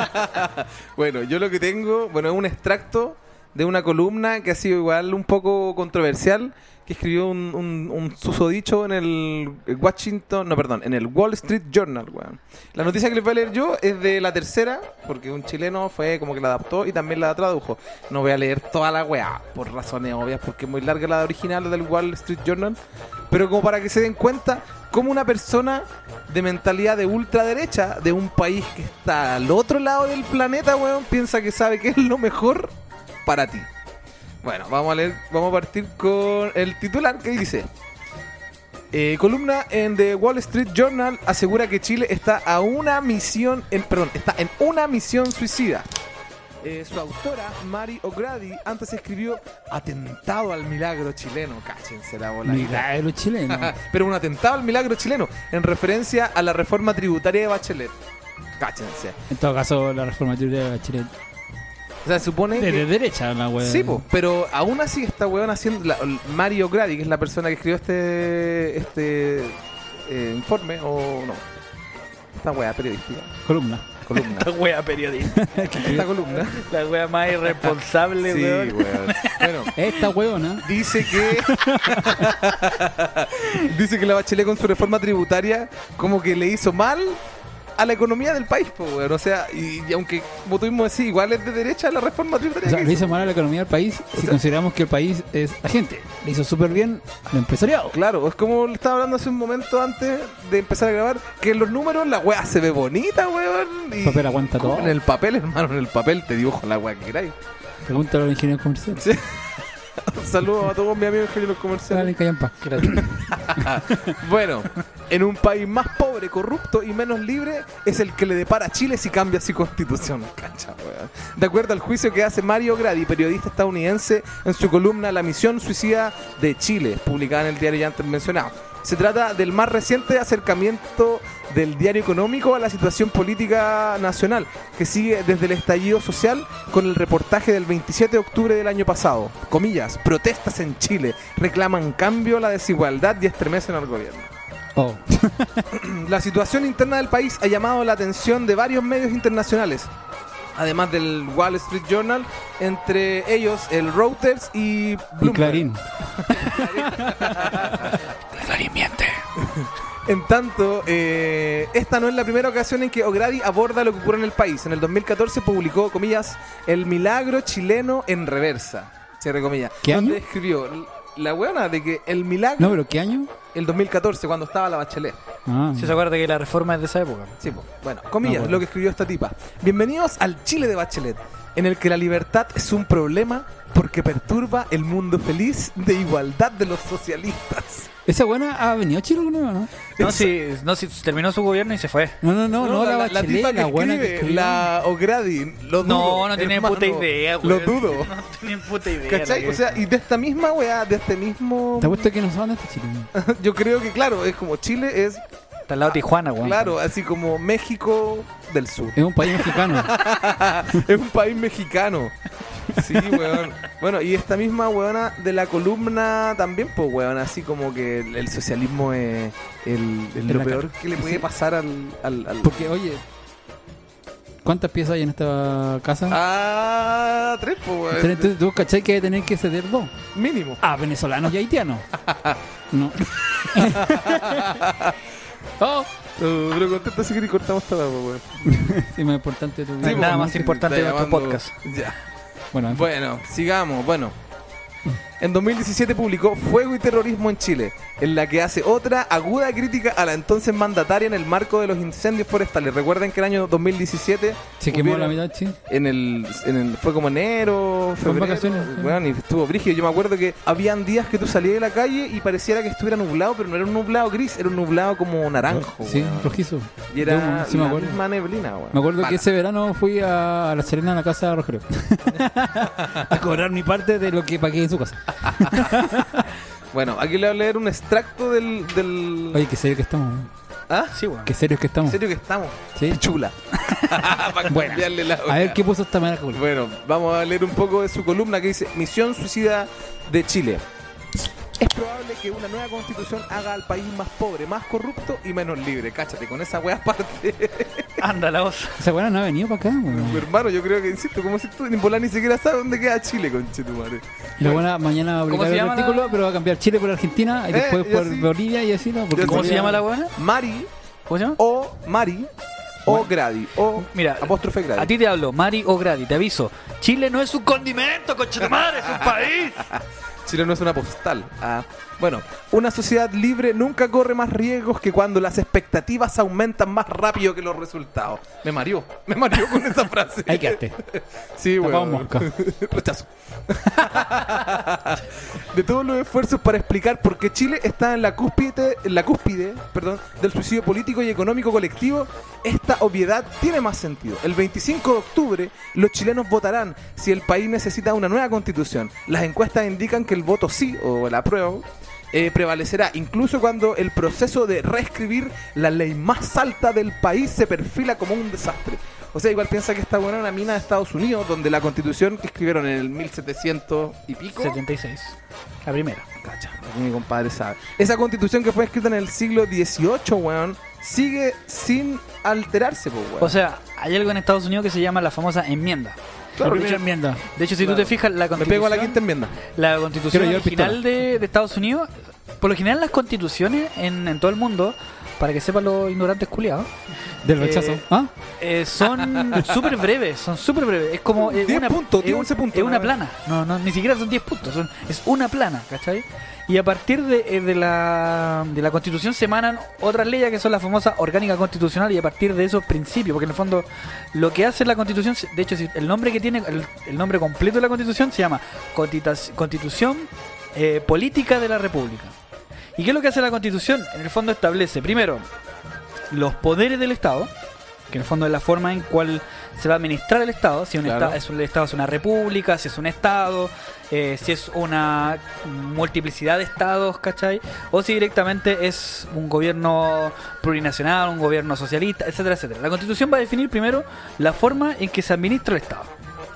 Speaker 2: bueno, yo lo que tengo, bueno, es un extracto de una columna que ha sido igual un poco controversial, que escribió un, un, un susodicho en el Washington, no, perdón, en el Wall Street Journal, weón. La noticia que les voy a leer yo es de la tercera, porque un chileno fue como que la adaptó y también la tradujo. No voy a leer toda la weá, por razones obvias, porque es muy larga la original del Wall Street Journal. Pero como para que se den cuenta, como una persona de mentalidad de ultraderecha, de un país que está al otro lado del planeta, weón, piensa que sabe que es lo mejor para ti. Bueno, vamos a leer, vamos a partir con el titular que dice. Eh, columna en The Wall Street Journal asegura que Chile está a una misión, en, perdón, está en una misión suicida. Eh, su autora, Mari O'Grady, antes escribió Atentado al Milagro Chileno. Cáchense la bola.
Speaker 3: Milagro chileno.
Speaker 2: [laughs] Pero un atentado al milagro chileno, en referencia a la reforma tributaria de Bachelet. Cáchense.
Speaker 3: En todo caso, la reforma tributaria de Chile.
Speaker 2: O sea, supone
Speaker 3: De,
Speaker 2: que...
Speaker 3: de derecha, la weá.
Speaker 2: Sí, po, pero aún así esta weón haciendo... la- Mario Grady, que es la persona que escribió este este eh, informe, o no. Esta weá periodística.
Speaker 3: Columna.
Speaker 1: [laughs]
Speaker 2: Columna.
Speaker 1: La wea periodista.
Speaker 2: Esta columna.
Speaker 1: La wea más irresponsable,
Speaker 2: Sí,
Speaker 1: weón.
Speaker 2: weón. Bueno,
Speaker 3: Esta weona.
Speaker 2: Dice que. dice que la Bachelet con su reforma tributaria, como que le hizo mal a la economía del país, po, weón. O sea, y, y aunque, como tuvimos decir, igual es de derecha la reforma
Speaker 3: O
Speaker 2: tributaria.
Speaker 3: sea,
Speaker 2: que
Speaker 3: le
Speaker 2: hizo.
Speaker 3: hizo mal a la economía del país si consideramos que el país es la gente. Le hizo súper bien al empresariado.
Speaker 2: Claro, es como le estaba hablando hace un momento antes de empezar a grabar, que en los números la weá se ve bonita, weón. Y
Speaker 3: El papel aguanta todo.
Speaker 2: En el papel, hermano, en el papel te dibujo la weá que queráis.
Speaker 3: Pregúntalo a los ingenieros comerciales.
Speaker 2: Saludos a todos mis amigos ingenieros comerciales.
Speaker 3: Dale, callan pa.
Speaker 2: Bueno, en un país más pobre, corrupto y menos libre es el que le depara a Chile si cambia su constitución. Cacha, weón. De acuerdo al juicio que hace Mario Grady, periodista estadounidense, en su columna La misión suicida de Chile, publicada en el diario ya antes mencionado. Se trata del más reciente acercamiento del diario económico a la situación política nacional, que sigue desde el estallido social con el reportaje del 27 de octubre del año pasado. Comillas, protestas en Chile, reclaman cambio, la desigualdad y estremecen al gobierno.
Speaker 3: Oh.
Speaker 2: La situación interna del país ha llamado la atención de varios medios internacionales, además del Wall Street Journal, entre ellos el Reuters y
Speaker 3: Y
Speaker 2: Bloomberg.
Speaker 3: Clarín.
Speaker 1: Clarín miente.
Speaker 2: En tanto, eh, esta no es la primera ocasión en que O'Grady aborda lo que ocurre en el país. En el 2014 publicó, comillas, El milagro chileno en reversa. Cierre comillas.
Speaker 3: ¿Qué
Speaker 2: Donde
Speaker 3: año?
Speaker 2: escribió l- la huevona de que el milagro,
Speaker 3: No, pero ¿qué año?
Speaker 2: el 2014, cuando estaba la bachelet.
Speaker 3: Ah,
Speaker 1: Si se acuerda que la reforma es de esa época.
Speaker 2: Sí, po. bueno, comillas,
Speaker 3: No, Ah, bueno.
Speaker 2: lo que escribió esta tipa. Bienvenidos al Chile de Bachelet, en el que la libertad es un problema porque perturba el mundo feliz de igualdad de los socialistas.
Speaker 3: ¿Esa buena ha venido a Chile alguna vez o no?
Speaker 1: No,
Speaker 2: Esa-
Speaker 1: si, no, si terminó su gobierno y se fue.
Speaker 3: No, no, no, no, la, bachelet, la, buena que escribió.
Speaker 2: la O'Grady, lo
Speaker 1: No,
Speaker 2: dudo,
Speaker 1: no tiene
Speaker 2: hermano,
Speaker 1: puta idea,
Speaker 2: Lo
Speaker 1: weón.
Speaker 2: dudo.
Speaker 1: [laughs] No tiene puta idea.
Speaker 2: ¿Cachai?
Speaker 1: la
Speaker 2: O sea, y de esta misma weá, de este mismo.
Speaker 3: Te apuesto que no saben dónde está Chile.
Speaker 2: Yo creo que, claro, es como Chile es,
Speaker 1: Está al lado de Tijuana, weón.
Speaker 2: claro, así como México del Sur.
Speaker 3: Es un país mexicano.
Speaker 2: [laughs] es un país mexicano. Sí, weón. Bueno, y esta misma weona de la columna también, pues weón, así como que el, el socialismo es el, el
Speaker 3: Es
Speaker 2: lo
Speaker 3: la
Speaker 2: peor que le puede
Speaker 3: sí.
Speaker 2: pasar al... al, al-
Speaker 3: Porque, oye, ¿cuántas piezas hay en esta casa?
Speaker 2: Ah, tres, pues weón.
Speaker 3: Entonces, tú cachai que hay que tener que ceder dos.
Speaker 2: Mínimo.
Speaker 3: Ah, venezolanos y haitianos. No. [laughs] oh,
Speaker 2: Uh, pero contento si que cortamos toda la weón.
Speaker 3: sí, más importante tu.
Speaker 1: Sí, nada
Speaker 2: po,
Speaker 1: más
Speaker 2: ¿no?
Speaker 1: importante
Speaker 2: Está
Speaker 1: de nuestro
Speaker 2: llamando-
Speaker 1: podcast.
Speaker 2: Ya.
Speaker 3: Bueno, en fin.
Speaker 2: Bueno, sigamos, bueno. En 2017 publicó Fuego y Terrorismo en Chile, en la que hace otra aguda crítica a la entonces mandataria en el marco de los incendios forestales. Recuerden que el año 2017
Speaker 3: se quemó
Speaker 2: hubiera-
Speaker 3: la mitad, sí.
Speaker 2: en el, en el fue como enero,
Speaker 3: Fue en
Speaker 2: febrero,
Speaker 3: vacaciones, sí.
Speaker 2: weón, y estuvo brígido. Yo me acuerdo que habían días que tú salías de la calle y pareciera que estuviera nublado, pero no era un nublado gris, era un nublado como naranjo.
Speaker 3: Sí,
Speaker 2: weón.
Speaker 3: rojizo.
Speaker 2: Y
Speaker 3: De humo,
Speaker 2: era
Speaker 3: sí me
Speaker 2: la
Speaker 3: acuerdo.
Speaker 2: misma neblina, weón.
Speaker 3: Me acuerdo que
Speaker 2: Mala.
Speaker 3: ese verano fui a, a La Serena a la casa
Speaker 1: [laughs]
Speaker 3: de Rogelio. a cobrar mi parte de lo que pagué en su casa.
Speaker 2: Bueno, aquí le voy a leer un extracto del... del...
Speaker 3: Oye, qué serio que estamos. weón.
Speaker 2: ¿Ah?
Speaker 1: Sí, weón.
Speaker 3: Qué serios que
Speaker 2: ¿En
Speaker 3: estamos.
Speaker 2: serio que estamos?
Speaker 3: Mm. Sí.
Speaker 2: Chula. [laughs] Para
Speaker 3: Bueno,
Speaker 2: cambiarle la
Speaker 3: A ver
Speaker 2: hora.
Speaker 3: qué puso esta manera.
Speaker 2: Bueno, vamos a leer un poco de su columna que dice Misión Suicida de Chile. Es probable que una nueva constitución haga al país más pobre, más corrupto y menos libre. Cáchate, con esa wea [laughs] aparte.
Speaker 1: Anda la voz.
Speaker 3: Esa buena no ha venido para acá,
Speaker 2: Mi
Speaker 3: weón.
Speaker 2: hermano, yo creo que, insisto, como si tú ni volar ni siquiera sabes dónde queda Chile, conchetumare.
Speaker 3: Y La buena mañana va a
Speaker 1: ¿Cómo
Speaker 3: publicar
Speaker 1: se
Speaker 3: el
Speaker 1: llama la-
Speaker 3: artículo, pero va a cambiar Chile por Argentina y
Speaker 2: Eh,
Speaker 3: después
Speaker 2: y
Speaker 3: por
Speaker 2: así.
Speaker 3: Bolivia y así,
Speaker 2: Y
Speaker 3: ¿no? Porque
Speaker 2: así.
Speaker 1: ¿Cómo
Speaker 3: como
Speaker 1: se llama la buena?
Speaker 2: Mari
Speaker 1: ¿Cómo se llama?
Speaker 2: o Mari o Grady o
Speaker 1: Mira,
Speaker 2: apóstrofe Grady.
Speaker 1: A ti te hablo, Mari O'Grady, te aviso.
Speaker 2: [laughs]
Speaker 1: Chile no es un condimento, conchetumare, es un país.
Speaker 2: Chile no es una postal. Ah. Bueno, una sociedad libre nunca corre más riesgos que cuando las expectativas aumentan más rápido que los resultados. Me mareó, me mareó con esa frase.
Speaker 3: Ahí quedaste.
Speaker 2: Sí,
Speaker 3: Tapado
Speaker 2: weón.
Speaker 3: mosca.
Speaker 2: [laughs] Rechazo. de todos los esfuerzos para explicar por qué Chile está en la cúspide, en la cúspide perdón, del suicidio político y económico colectivo, esta obviedad tiene más sentido. El 25 de octubre, los chilenos votarán si el país necesita una nueva constitución. Las encuestas indican que el voto sí o el apruebo. eh, prevalecerá incluso cuando el proceso de reescribir la ley más alta del país se perfila como un desastre. O sea, igual piensa que está buena una mina de Estados Unidos, donde la constitución que escribieron en el 1700 y pico.
Speaker 1: 76. La primera.
Speaker 2: Cacha, aquí mi compadre sabe. Esa constitución que fue escrita en el siglo XVIII, weón, sigue sin alterarse, po, weón.
Speaker 1: O sea, hay algo en Estados Unidos que se llama la famosa enmienda.
Speaker 2: Claro,
Speaker 1: La
Speaker 2: mira,
Speaker 1: primera enmienda. De hecho, si tú
Speaker 2: Claro.
Speaker 1: te fijas, la
Speaker 2: me
Speaker 1: constitución,
Speaker 2: pego a la quinta enmienda.
Speaker 1: la
Speaker 3: Quiero
Speaker 1: constitución
Speaker 3: llevar
Speaker 1: original de, de Estados Unidos, por lo general las constituciones en, en todo el mundo, para que sepan los ignorantes culiados,
Speaker 3: Del
Speaker 1: Eh,
Speaker 3: rechazo. ¿Ah?
Speaker 1: eh,
Speaker 2: [laughs]
Speaker 1: son súper breves, son súper breves. Es como eh,
Speaker 2: 10
Speaker 1: una,
Speaker 2: puntos,
Speaker 1: es
Speaker 2: 10,
Speaker 1: un-
Speaker 2: 11 puntos,
Speaker 1: es una
Speaker 2: nada
Speaker 1: plana. No, no, ni siquiera son 10 puntos, son- es una plana, ¿cachai? Y a partir de, eh, de la, de la constitución se emanan otras leyes que son la famosa orgánica constitucional y a partir de esos principios, porque en el fondo lo que hace la constitución, se- de hecho si- el nombre que tiene, el, el nombre completo de la constitución se llama Constitas- Constitución eh, Política de la República. ¿Y qué es lo que hace la constitución? En el fondo establece, primero, los poderes del Estado, que en el fondo es la forma en cual se va a administrar el Estado, si un,
Speaker 2: Claro.
Speaker 1: esta- es un- el Estado es una república, si es un Estado, eh, si es una multiplicidad de Estados, ¿cachai? O si directamente es un gobierno plurinacional, un gobierno socialista, etcétera, etcétera. La Constitución va a definir primero la forma en que se administra el Estado.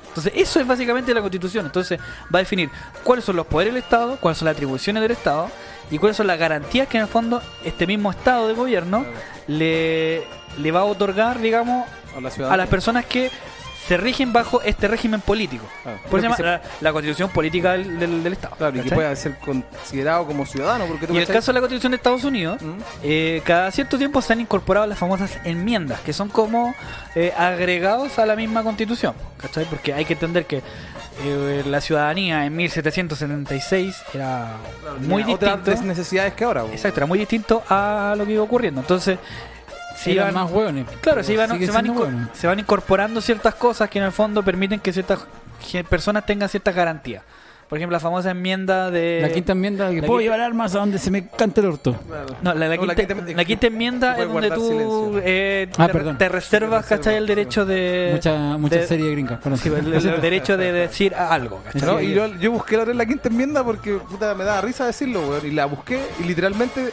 Speaker 1: Entonces, eso es básicamente la Constitución. Entonces, va a definir cuáles son los poderes del Estado, cuáles son las atribuciones del Estado y cuáles son las garantías que en el fondo este mismo Estado de gobierno le, le va a otorgar, digamos,
Speaker 2: A la
Speaker 1: a las personas que se rigen bajo este régimen político.
Speaker 2: Ah,
Speaker 1: Por eso se llama la, la constitución política del, del- del Estado.
Speaker 2: Claro, y que
Speaker 1: ¿cachai?
Speaker 2: pueda ser considerado como ciudadano, porque tú
Speaker 1: Y en el
Speaker 2: cachai-
Speaker 1: caso de la constitución de Estados Unidos,
Speaker 2: ¿Mm?
Speaker 1: eh, cada cierto tiempo se han incorporado las famosas enmiendas, que son como eh, agregados a la misma constitución, ¿cachai? Porque hay que entender que eh, la ciudadanía en 1776 era muy
Speaker 2: Tenía otras
Speaker 1: distinto,
Speaker 2: des- necesidades que ahora, weón.
Speaker 1: exacto, era muy distinto a lo que iba ocurriendo. Entonces, se
Speaker 3: Eran
Speaker 1: iban-
Speaker 3: más hueones.
Speaker 1: Claro, se, iban-
Speaker 3: Siguen
Speaker 1: se van
Speaker 3: siendo
Speaker 1: inco-
Speaker 3: hueones.
Speaker 1: se van incorporando ciertas cosas que en el fondo permiten que ciertas ge- personas tengan ciertas garantías. Por ejemplo, la famosa enmienda de...
Speaker 3: La quinta enmienda que
Speaker 1: Eh, la
Speaker 3: puedo
Speaker 1: quinta-
Speaker 3: llevar armas a donde se me cante el orto.
Speaker 2: Claro.
Speaker 1: No, la, la
Speaker 2: No,
Speaker 1: quinta, la quinta enmienda
Speaker 2: que
Speaker 1: es donde
Speaker 2: puede guardar
Speaker 1: tú
Speaker 2: silencio.
Speaker 1: eh,
Speaker 3: Ah,
Speaker 1: te,
Speaker 3: perdón.
Speaker 1: te reservas,
Speaker 2: Te reservas,
Speaker 1: ¿cachai? El
Speaker 2: sí.
Speaker 1: derecho de...
Speaker 3: Mucha, mucha
Speaker 1: Eh, de-
Speaker 3: serie gringa. perdón.
Speaker 1: sí, el, el- el derecho de decir algo, ¿cachai?
Speaker 2: ¿No?
Speaker 3: Sí,
Speaker 2: Y yo, yo busqué la, otra vez la quinta enmienda porque puta, me daba risa decirlo, weón. Y la busqué y literalmente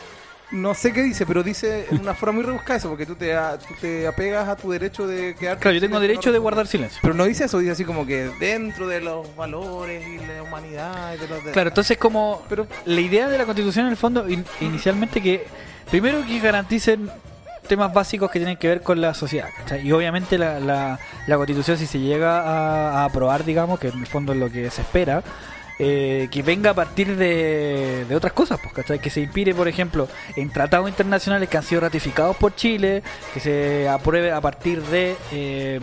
Speaker 2: no sé qué dice, pero dice en una forma muy rebuscada eso, porque tú te, a- tú te apegas a tu derecho de quedarte.
Speaker 1: Claro, yo
Speaker 2: sin
Speaker 1: tengo
Speaker 2: el
Speaker 1: derecho de
Speaker 2: honor.
Speaker 1: guardar silencio.
Speaker 2: Pero no dice eso, dice así como que dentro de los valores y la humanidad y de los de-
Speaker 1: Claro, entonces como
Speaker 2: Pero-
Speaker 1: la idea de la constitución en el fondo in- inicialmente que primero que garanticen temas básicos que tienen que ver con la sociedad, ¿cachai? Y obviamente la, la- la constitución si se llega a, a aprobar, digamos, que en el fondo es lo que se espera, eh, que venga a partir de, de otras cosas, pues, ¿cachai? Que se inspire, por ejemplo, en tratados internacionales que han sido ratificados por Chile, que se apruebe a partir de... eh,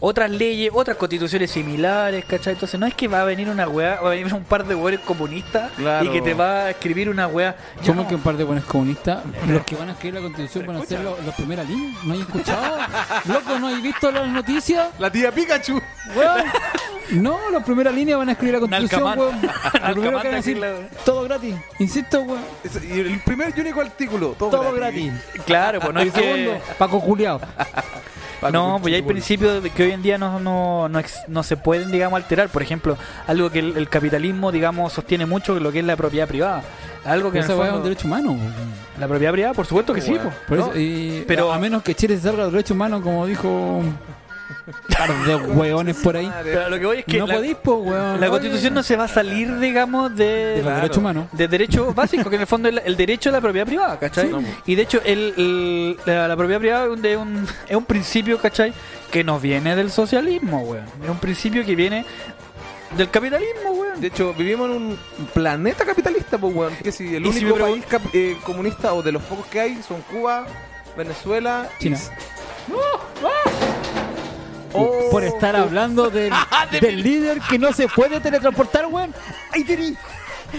Speaker 1: otras leyes, otras constituciones similares, ¿cachai? Entonces no es que va a venir una weá, va a venir un par de weones comunistas
Speaker 2: Claro.
Speaker 1: y que te va a escribir una weá. Ya
Speaker 3: ¿Cómo
Speaker 1: no.
Speaker 3: que un par de buenos
Speaker 1: [laughs]
Speaker 3: comunistas? Los que van a escribir la constitución van a ser los, los primeras líneas. ¿No hay escuchado? [laughs] Loco, ¿no hay visto las noticias?
Speaker 2: La tía Pikachu.
Speaker 3: Weón. No, los primeras líneas van a escribir la constitución,
Speaker 1: Nalcamán. [laughs]
Speaker 3: weón. Lo primero
Speaker 1: Nalcamán
Speaker 3: que van a
Speaker 1: te
Speaker 3: decir,
Speaker 1: escribe
Speaker 3: todo gratis. Insisto, weón.
Speaker 2: Es- y el primer y único artículo. Todo,
Speaker 3: Todo gratis.
Speaker 1: Claro, pues no
Speaker 3: El
Speaker 1: es
Speaker 3: segundo,
Speaker 1: que...
Speaker 3: Paco Juliao.
Speaker 1: No, pues ya hay principios de que hoy en día no, no, no, ex- no se pueden, digamos, alterar. Por ejemplo, algo que el, el capitalismo, digamos, sostiene mucho lo que es la propiedad privada. Algo que en el
Speaker 3: Esa weá es un
Speaker 1: fondo-
Speaker 3: derecho humano, weón.
Speaker 1: La propiedad privada, por supuesto que sí,
Speaker 2: Weá.
Speaker 1: pues.
Speaker 3: Por
Speaker 2: ¿No?
Speaker 3: eso, y-
Speaker 1: Pero-
Speaker 3: a menos que Chile se salga de derecho humano, como dijo un par
Speaker 1: [laughs]
Speaker 3: de hueones por ahí.
Speaker 1: Pero lo que voy es que
Speaker 3: no
Speaker 1: la,
Speaker 3: podís, po, weón.
Speaker 1: la constitución no se va a salir, digamos,
Speaker 3: De
Speaker 1: de,
Speaker 3: los derechos humanos.
Speaker 1: de derechos básicos, que en el fondo es la- el derecho a la propiedad privada, ¿cachai? y de hecho, el, el- la, la propiedad privada es un, de un- es un principio, ¿cachai? Que nos viene del socialismo, weón. Es un principio que viene del capitalismo, weón.
Speaker 2: De hecho, vivimos en un planeta capitalista, pues, weón. Que si el
Speaker 1: Y si me
Speaker 2: único país
Speaker 1: pregun-
Speaker 2: cap- eh, comunista o de los pocos que hay son Cuba, Venezuela y
Speaker 3: China.
Speaker 2: S- Uh,
Speaker 3: Oh.
Speaker 2: [laughs]
Speaker 3: Por
Speaker 2: Ah,
Speaker 3: estar hablando del, del líder que no se puede teletransportar, weón. Ahí tení.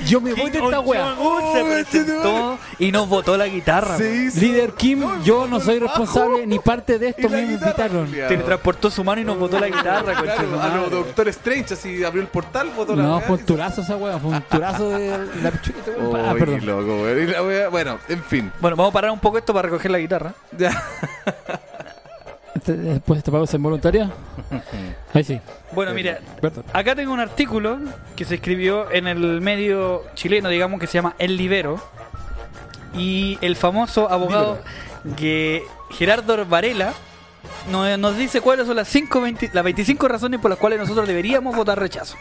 Speaker 3: Yo me voy de esta wea.
Speaker 1: Jong-un se presentó y nos botó la guitarra.
Speaker 2: Se
Speaker 1: weón.
Speaker 2: hizo-
Speaker 3: Líder Kim,
Speaker 2: No,
Speaker 3: yo no soy
Speaker 2: trabajo.
Speaker 3: responsable ni parte de
Speaker 2: Y
Speaker 3: esto,
Speaker 2: la
Speaker 3: me
Speaker 2: guitarra,
Speaker 3: invitaron.
Speaker 2: culiao.
Speaker 1: Teletransportó su mano y nos botó la guitarra,
Speaker 2: Claro, a los
Speaker 1: conchetumadre.
Speaker 2: Doctor Strange, así abrió el portal, botó la
Speaker 3: No,
Speaker 2: weá
Speaker 3: fue
Speaker 2: y
Speaker 3: un
Speaker 2: se-
Speaker 3: turazo esa wea, fue un turazo de
Speaker 2: [laughs]
Speaker 3: la pichulita.
Speaker 2: Oy,
Speaker 3: Ah, perdón.
Speaker 2: loco, weón. Y la weá- Bueno, en fin.
Speaker 1: Bueno, vamos a parar un poco esto para recoger la guitarra.
Speaker 2: Ya.
Speaker 3: Este- Después esta
Speaker 2: [laughs]
Speaker 3: pausa involuntaria. Ahí sí.
Speaker 1: Bueno, mira,
Speaker 3: Perdón.
Speaker 1: acá tengo un artículo que se escribió en el medio chileno, digamos, que se llama El Libero. Y el famoso abogado que Gerardo Varela no- nos dice cuáles son las, cinco 20 las 25 razones por las cuales nosotros deberíamos votar rechazo.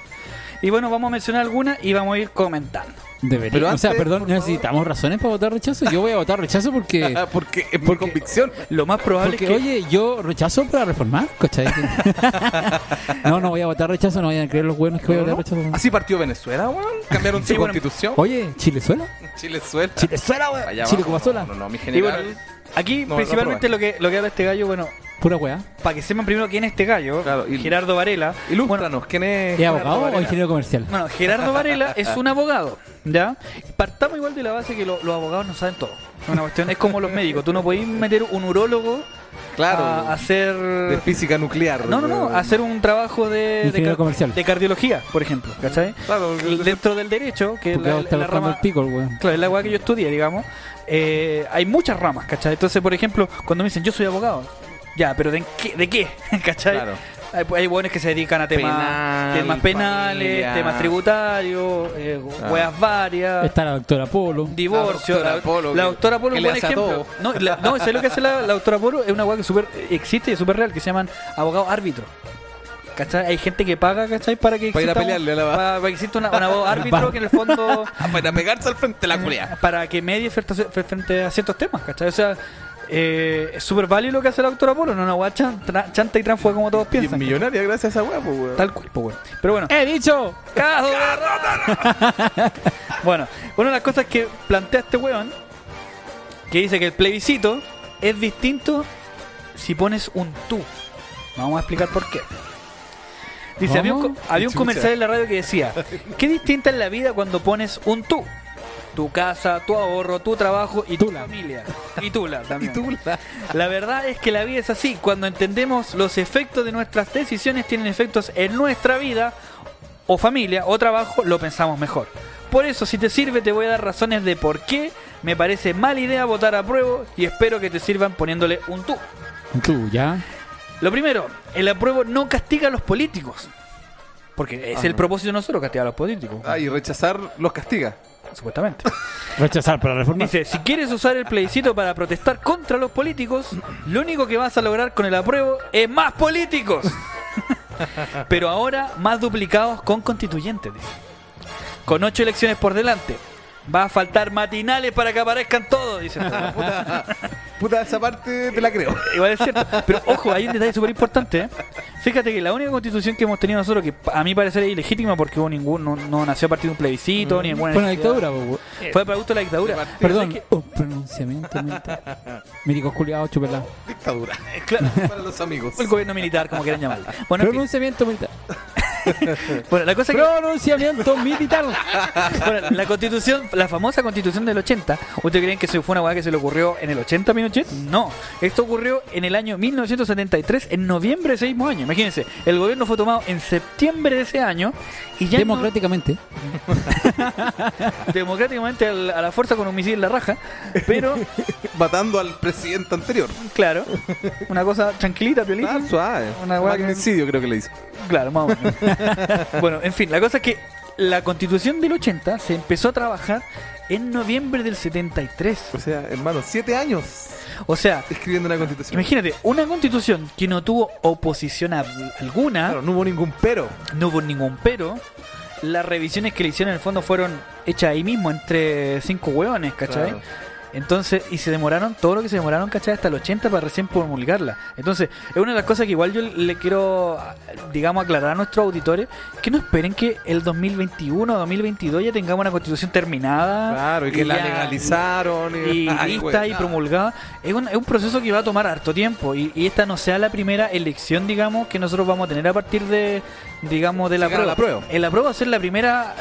Speaker 1: Y bueno, vamos a mencionar algunas y vamos a ir comentando.
Speaker 3: Debería.
Speaker 2: Pero
Speaker 3: o sea,
Speaker 2: antes,
Speaker 3: perdón,
Speaker 2: por favor.
Speaker 3: necesitamos razones para votar rechazo. Yo voy a votar
Speaker 2: [laughs]
Speaker 3: rechazo porque.
Speaker 2: Ah, porque es por convicción.
Speaker 1: Lo más probable
Speaker 3: Porque,
Speaker 1: es que...
Speaker 3: oye, yo rechazo para reformar,
Speaker 1: [laughs]
Speaker 3: ¿cachai? no, no voy a votar rechazo, no vayan a creer los buenos que voy a votar rechazo.
Speaker 2: Así partió Venezuela, weón. Cambiaron
Speaker 1: Sí,
Speaker 2: su
Speaker 1: bueno.
Speaker 2: constitución.
Speaker 3: Oye, ¿Chilezuela?
Speaker 2: Chile suelta.
Speaker 3: ¿Chilezuela, weón?
Speaker 2: Allá
Speaker 3: ¿Chile
Speaker 2: vamos.
Speaker 3: Cubazuela?
Speaker 2: No, no, mi
Speaker 1: y bueno,
Speaker 2: general.
Speaker 1: aquí
Speaker 2: No, no
Speaker 1: principalmente lo que lo que habla este gallo, bueno,
Speaker 3: Pura weá.
Speaker 1: para que sepan primero quién es este gallo,
Speaker 2: Claro, y-
Speaker 1: Gerardo Varela.
Speaker 2: Ilústranos, ¿quién es?
Speaker 3: ¿Es abogado
Speaker 2: Gerardo
Speaker 3: o
Speaker 2: Varela?
Speaker 3: ingeniero comercial?
Speaker 1: Bueno, Gerardo Varela es un abogado, ¿ya? Partamos igual de la base que lo- los abogados no saben todo. Es Una cuestión, es como los médicos, tú no podés meter un urólogo a
Speaker 2: Claro.
Speaker 1: Ah, hacer...
Speaker 2: De física nuclear.
Speaker 1: No, no, no,
Speaker 2: weón.
Speaker 1: hacer un trabajo de, de,
Speaker 3: Ingeniero comercial.
Speaker 1: de cardiología, por ejemplo, ¿cachai?
Speaker 2: Claro, porque-
Speaker 1: Dentro del derecho, que es
Speaker 3: Porque
Speaker 1: la,
Speaker 3: vos estás
Speaker 1: la
Speaker 3: buscando
Speaker 1: rama...
Speaker 3: el pico, el weón.
Speaker 1: Claro, es la weá que yo estudié, digamos. Eh, hay muchas ramas, ¿cachai? Entonces, por ejemplo, cuando me dicen, yo soy abogado, ya, pero ¿de qué? ¿De qué? [laughs] ¿Cachai?
Speaker 2: Claro.
Speaker 1: Hay, hay buenos que se dedican a temas,
Speaker 2: Penal,
Speaker 1: temas penales,
Speaker 2: familia.
Speaker 1: temas tributarios, eh,
Speaker 2: Ah.
Speaker 1: weas varias.
Speaker 3: Está la doctora Polo.
Speaker 1: Divorcio,
Speaker 2: La
Speaker 1: la
Speaker 2: doctora Polo,
Speaker 1: la
Speaker 2: que-
Speaker 1: doctora Polo
Speaker 2: que
Speaker 1: es un
Speaker 2: le
Speaker 1: buen
Speaker 2: hace a
Speaker 1: ejemplo.
Speaker 2: todo.
Speaker 1: No, la- no, ¿sabes lo que hace la, la doctora Polo? Es una weá que super, existe y es súper real, que se llaman abogados árbitros. ¿Cachai? Hay gente que paga, ¿cachai? Para que
Speaker 2: Para ir a
Speaker 1: exista un-
Speaker 2: pelearle a la-
Speaker 1: para, para que exista una- un abogado árbitro que en el fondo
Speaker 2: Ah, Para pegarse al frente de la culia.
Speaker 1: para que medie frente a, frente a ciertos temas, ¿cachai? O sea, eh, es súper válido lo que hace la doctora Polo, no una weá chan- tra- chanta y transfuga como todos
Speaker 2: Y es
Speaker 1: piensan.
Speaker 2: millonaria gracias a esa weá, pues, weón.
Speaker 1: Tal cual, po, weón. Pero
Speaker 3: [laughs]
Speaker 1: bueno,
Speaker 3: ¡He dicho!
Speaker 1: ¡Cajo, weón! bueno, una de las cosas que plantea este weón, que dice que el plebiscito es distinto si pones un tú. Vamos a explicar por qué. Dice, había un, co-
Speaker 3: ¿Cómo?
Speaker 1: había un
Speaker 2: Chucha.
Speaker 1: comercial en la radio que decía, qué distinta es la vida cuando pones un tú. Tu casa, tu ahorro, tu trabajo y tu
Speaker 3: Tula.
Speaker 1: familia. Y tula
Speaker 2: Y
Speaker 1: también.
Speaker 2: tú, la-
Speaker 1: La verdad es que la vida es así. Cuando entendemos los efectos de nuestras decisiones tienen efectos en nuestra vida o familia o trabajo, lo pensamos mejor. Por eso, si te sirve, te voy a dar razones de por qué me parece mala idea votar a prueba y espero que te sirvan poniéndole un tú.
Speaker 3: Tú, ya.
Speaker 1: Lo primero, el apruebo no castiga a los políticos. Porque es el propósito de nosotros castigar a los políticos,
Speaker 2: Ah, y rechazar los castiga.
Speaker 1: supuestamente.
Speaker 3: Rechazar para reformar.
Speaker 1: Dice, si quieres usar el plebiscito para protestar contra los políticos, lo único que vas a lograr con el apruebo es más políticos. Pero ahora más duplicados con constituyentes, dice. Con ocho elecciones por delante. Va a faltar matinales para que aparezcan todos, dice.
Speaker 2: Puta, esa parte te la creo. [laughs]
Speaker 1: Igual es cierto. Pero ojo, hay un detalle súper importante. ¿eh? Fíjate que la única constitución que hemos tenido nosotros, que pa- a mí parece ilegítima porque hubo ningún, no, no nació a partir de un plebiscito, ni ninguna
Speaker 3: Mm. Fue una
Speaker 1: necesidad.
Speaker 3: dictadura, po, weón.
Speaker 1: Fue producto de la dictadura.
Speaker 2: De partido.
Speaker 1: Es
Speaker 3: Perdón,
Speaker 1: que-
Speaker 3: un pronunciamiento mental.
Speaker 1: [laughs]
Speaker 3: Médicos culiados, chupela.
Speaker 2: Dictadura.
Speaker 1: eh, claro,
Speaker 2: Para los amigos.
Speaker 1: O el gobierno militar, como quieran llamarlo. Bueno, en fin.
Speaker 3: Pronunciamiento militar.
Speaker 1: Bueno, la cosa es que, [laughs]
Speaker 3: Pronunciamiento militar.
Speaker 1: bueno, la constitución, la famosa constitución del 80, ¿ustedes creen que eso fue una hueá que se le ocurrió en el 80 a Pinochet? No, esto ocurrió en el año 1973, en noviembre de ese mismo año. Imagínense, el gobierno fue tomado en septiembre de ese año y ya no-
Speaker 3: Democráticamente.
Speaker 1: [laughs] democráticamente al- a la fuerza con un misil en la raja, pero
Speaker 2: Matando al presidente anterior.
Speaker 1: claro, una cosa tranquilita, piolita.
Speaker 2: Ah, suave.
Speaker 1: Una weá que-
Speaker 2: Magnicidio creo que le hizo.
Speaker 1: Claro, más o menos. bueno, en fin, la cosa es que la constitución del 80 se empezó a trabajar en noviembre del 73.
Speaker 2: O sea, hermano, siete años
Speaker 1: O sea,
Speaker 2: escribiendo una constitución.
Speaker 1: imagínate, una constitución que no tuvo oposición a- alguna,
Speaker 2: Claro, no hubo ningún pero.
Speaker 1: no hubo ningún pero. Las revisiones que le hicieron en el fondo fueron hechas ahí mismo, entre cinco hueones, ¿cachai?
Speaker 2: Claro.
Speaker 1: Entonces, y se demoraron todo lo que se demoraron, ¿cachai? Hasta el 80 para recién promulgarla. Entonces, es una de las cosas que igual yo le quiero, digamos, aclarar a nuestros auditores, que no esperen que el 2021 o 2022 ya tengamos una constitución terminada.
Speaker 2: Claro, y que la
Speaker 1: ya-
Speaker 2: legalizaron.
Speaker 1: [laughs] Y
Speaker 2: Ay,
Speaker 1: lista
Speaker 2: güey,
Speaker 1: y
Speaker 2: nada.
Speaker 1: promulgada. Es un, es un proceso que va a tomar harto tiempo y, y esta no sea la primera elección, digamos, que nosotros vamos a tener a partir de, digamos, de la
Speaker 2: Llegar a
Speaker 1: prueba.
Speaker 2: la prueba.
Speaker 1: El apruebo va a ser la primera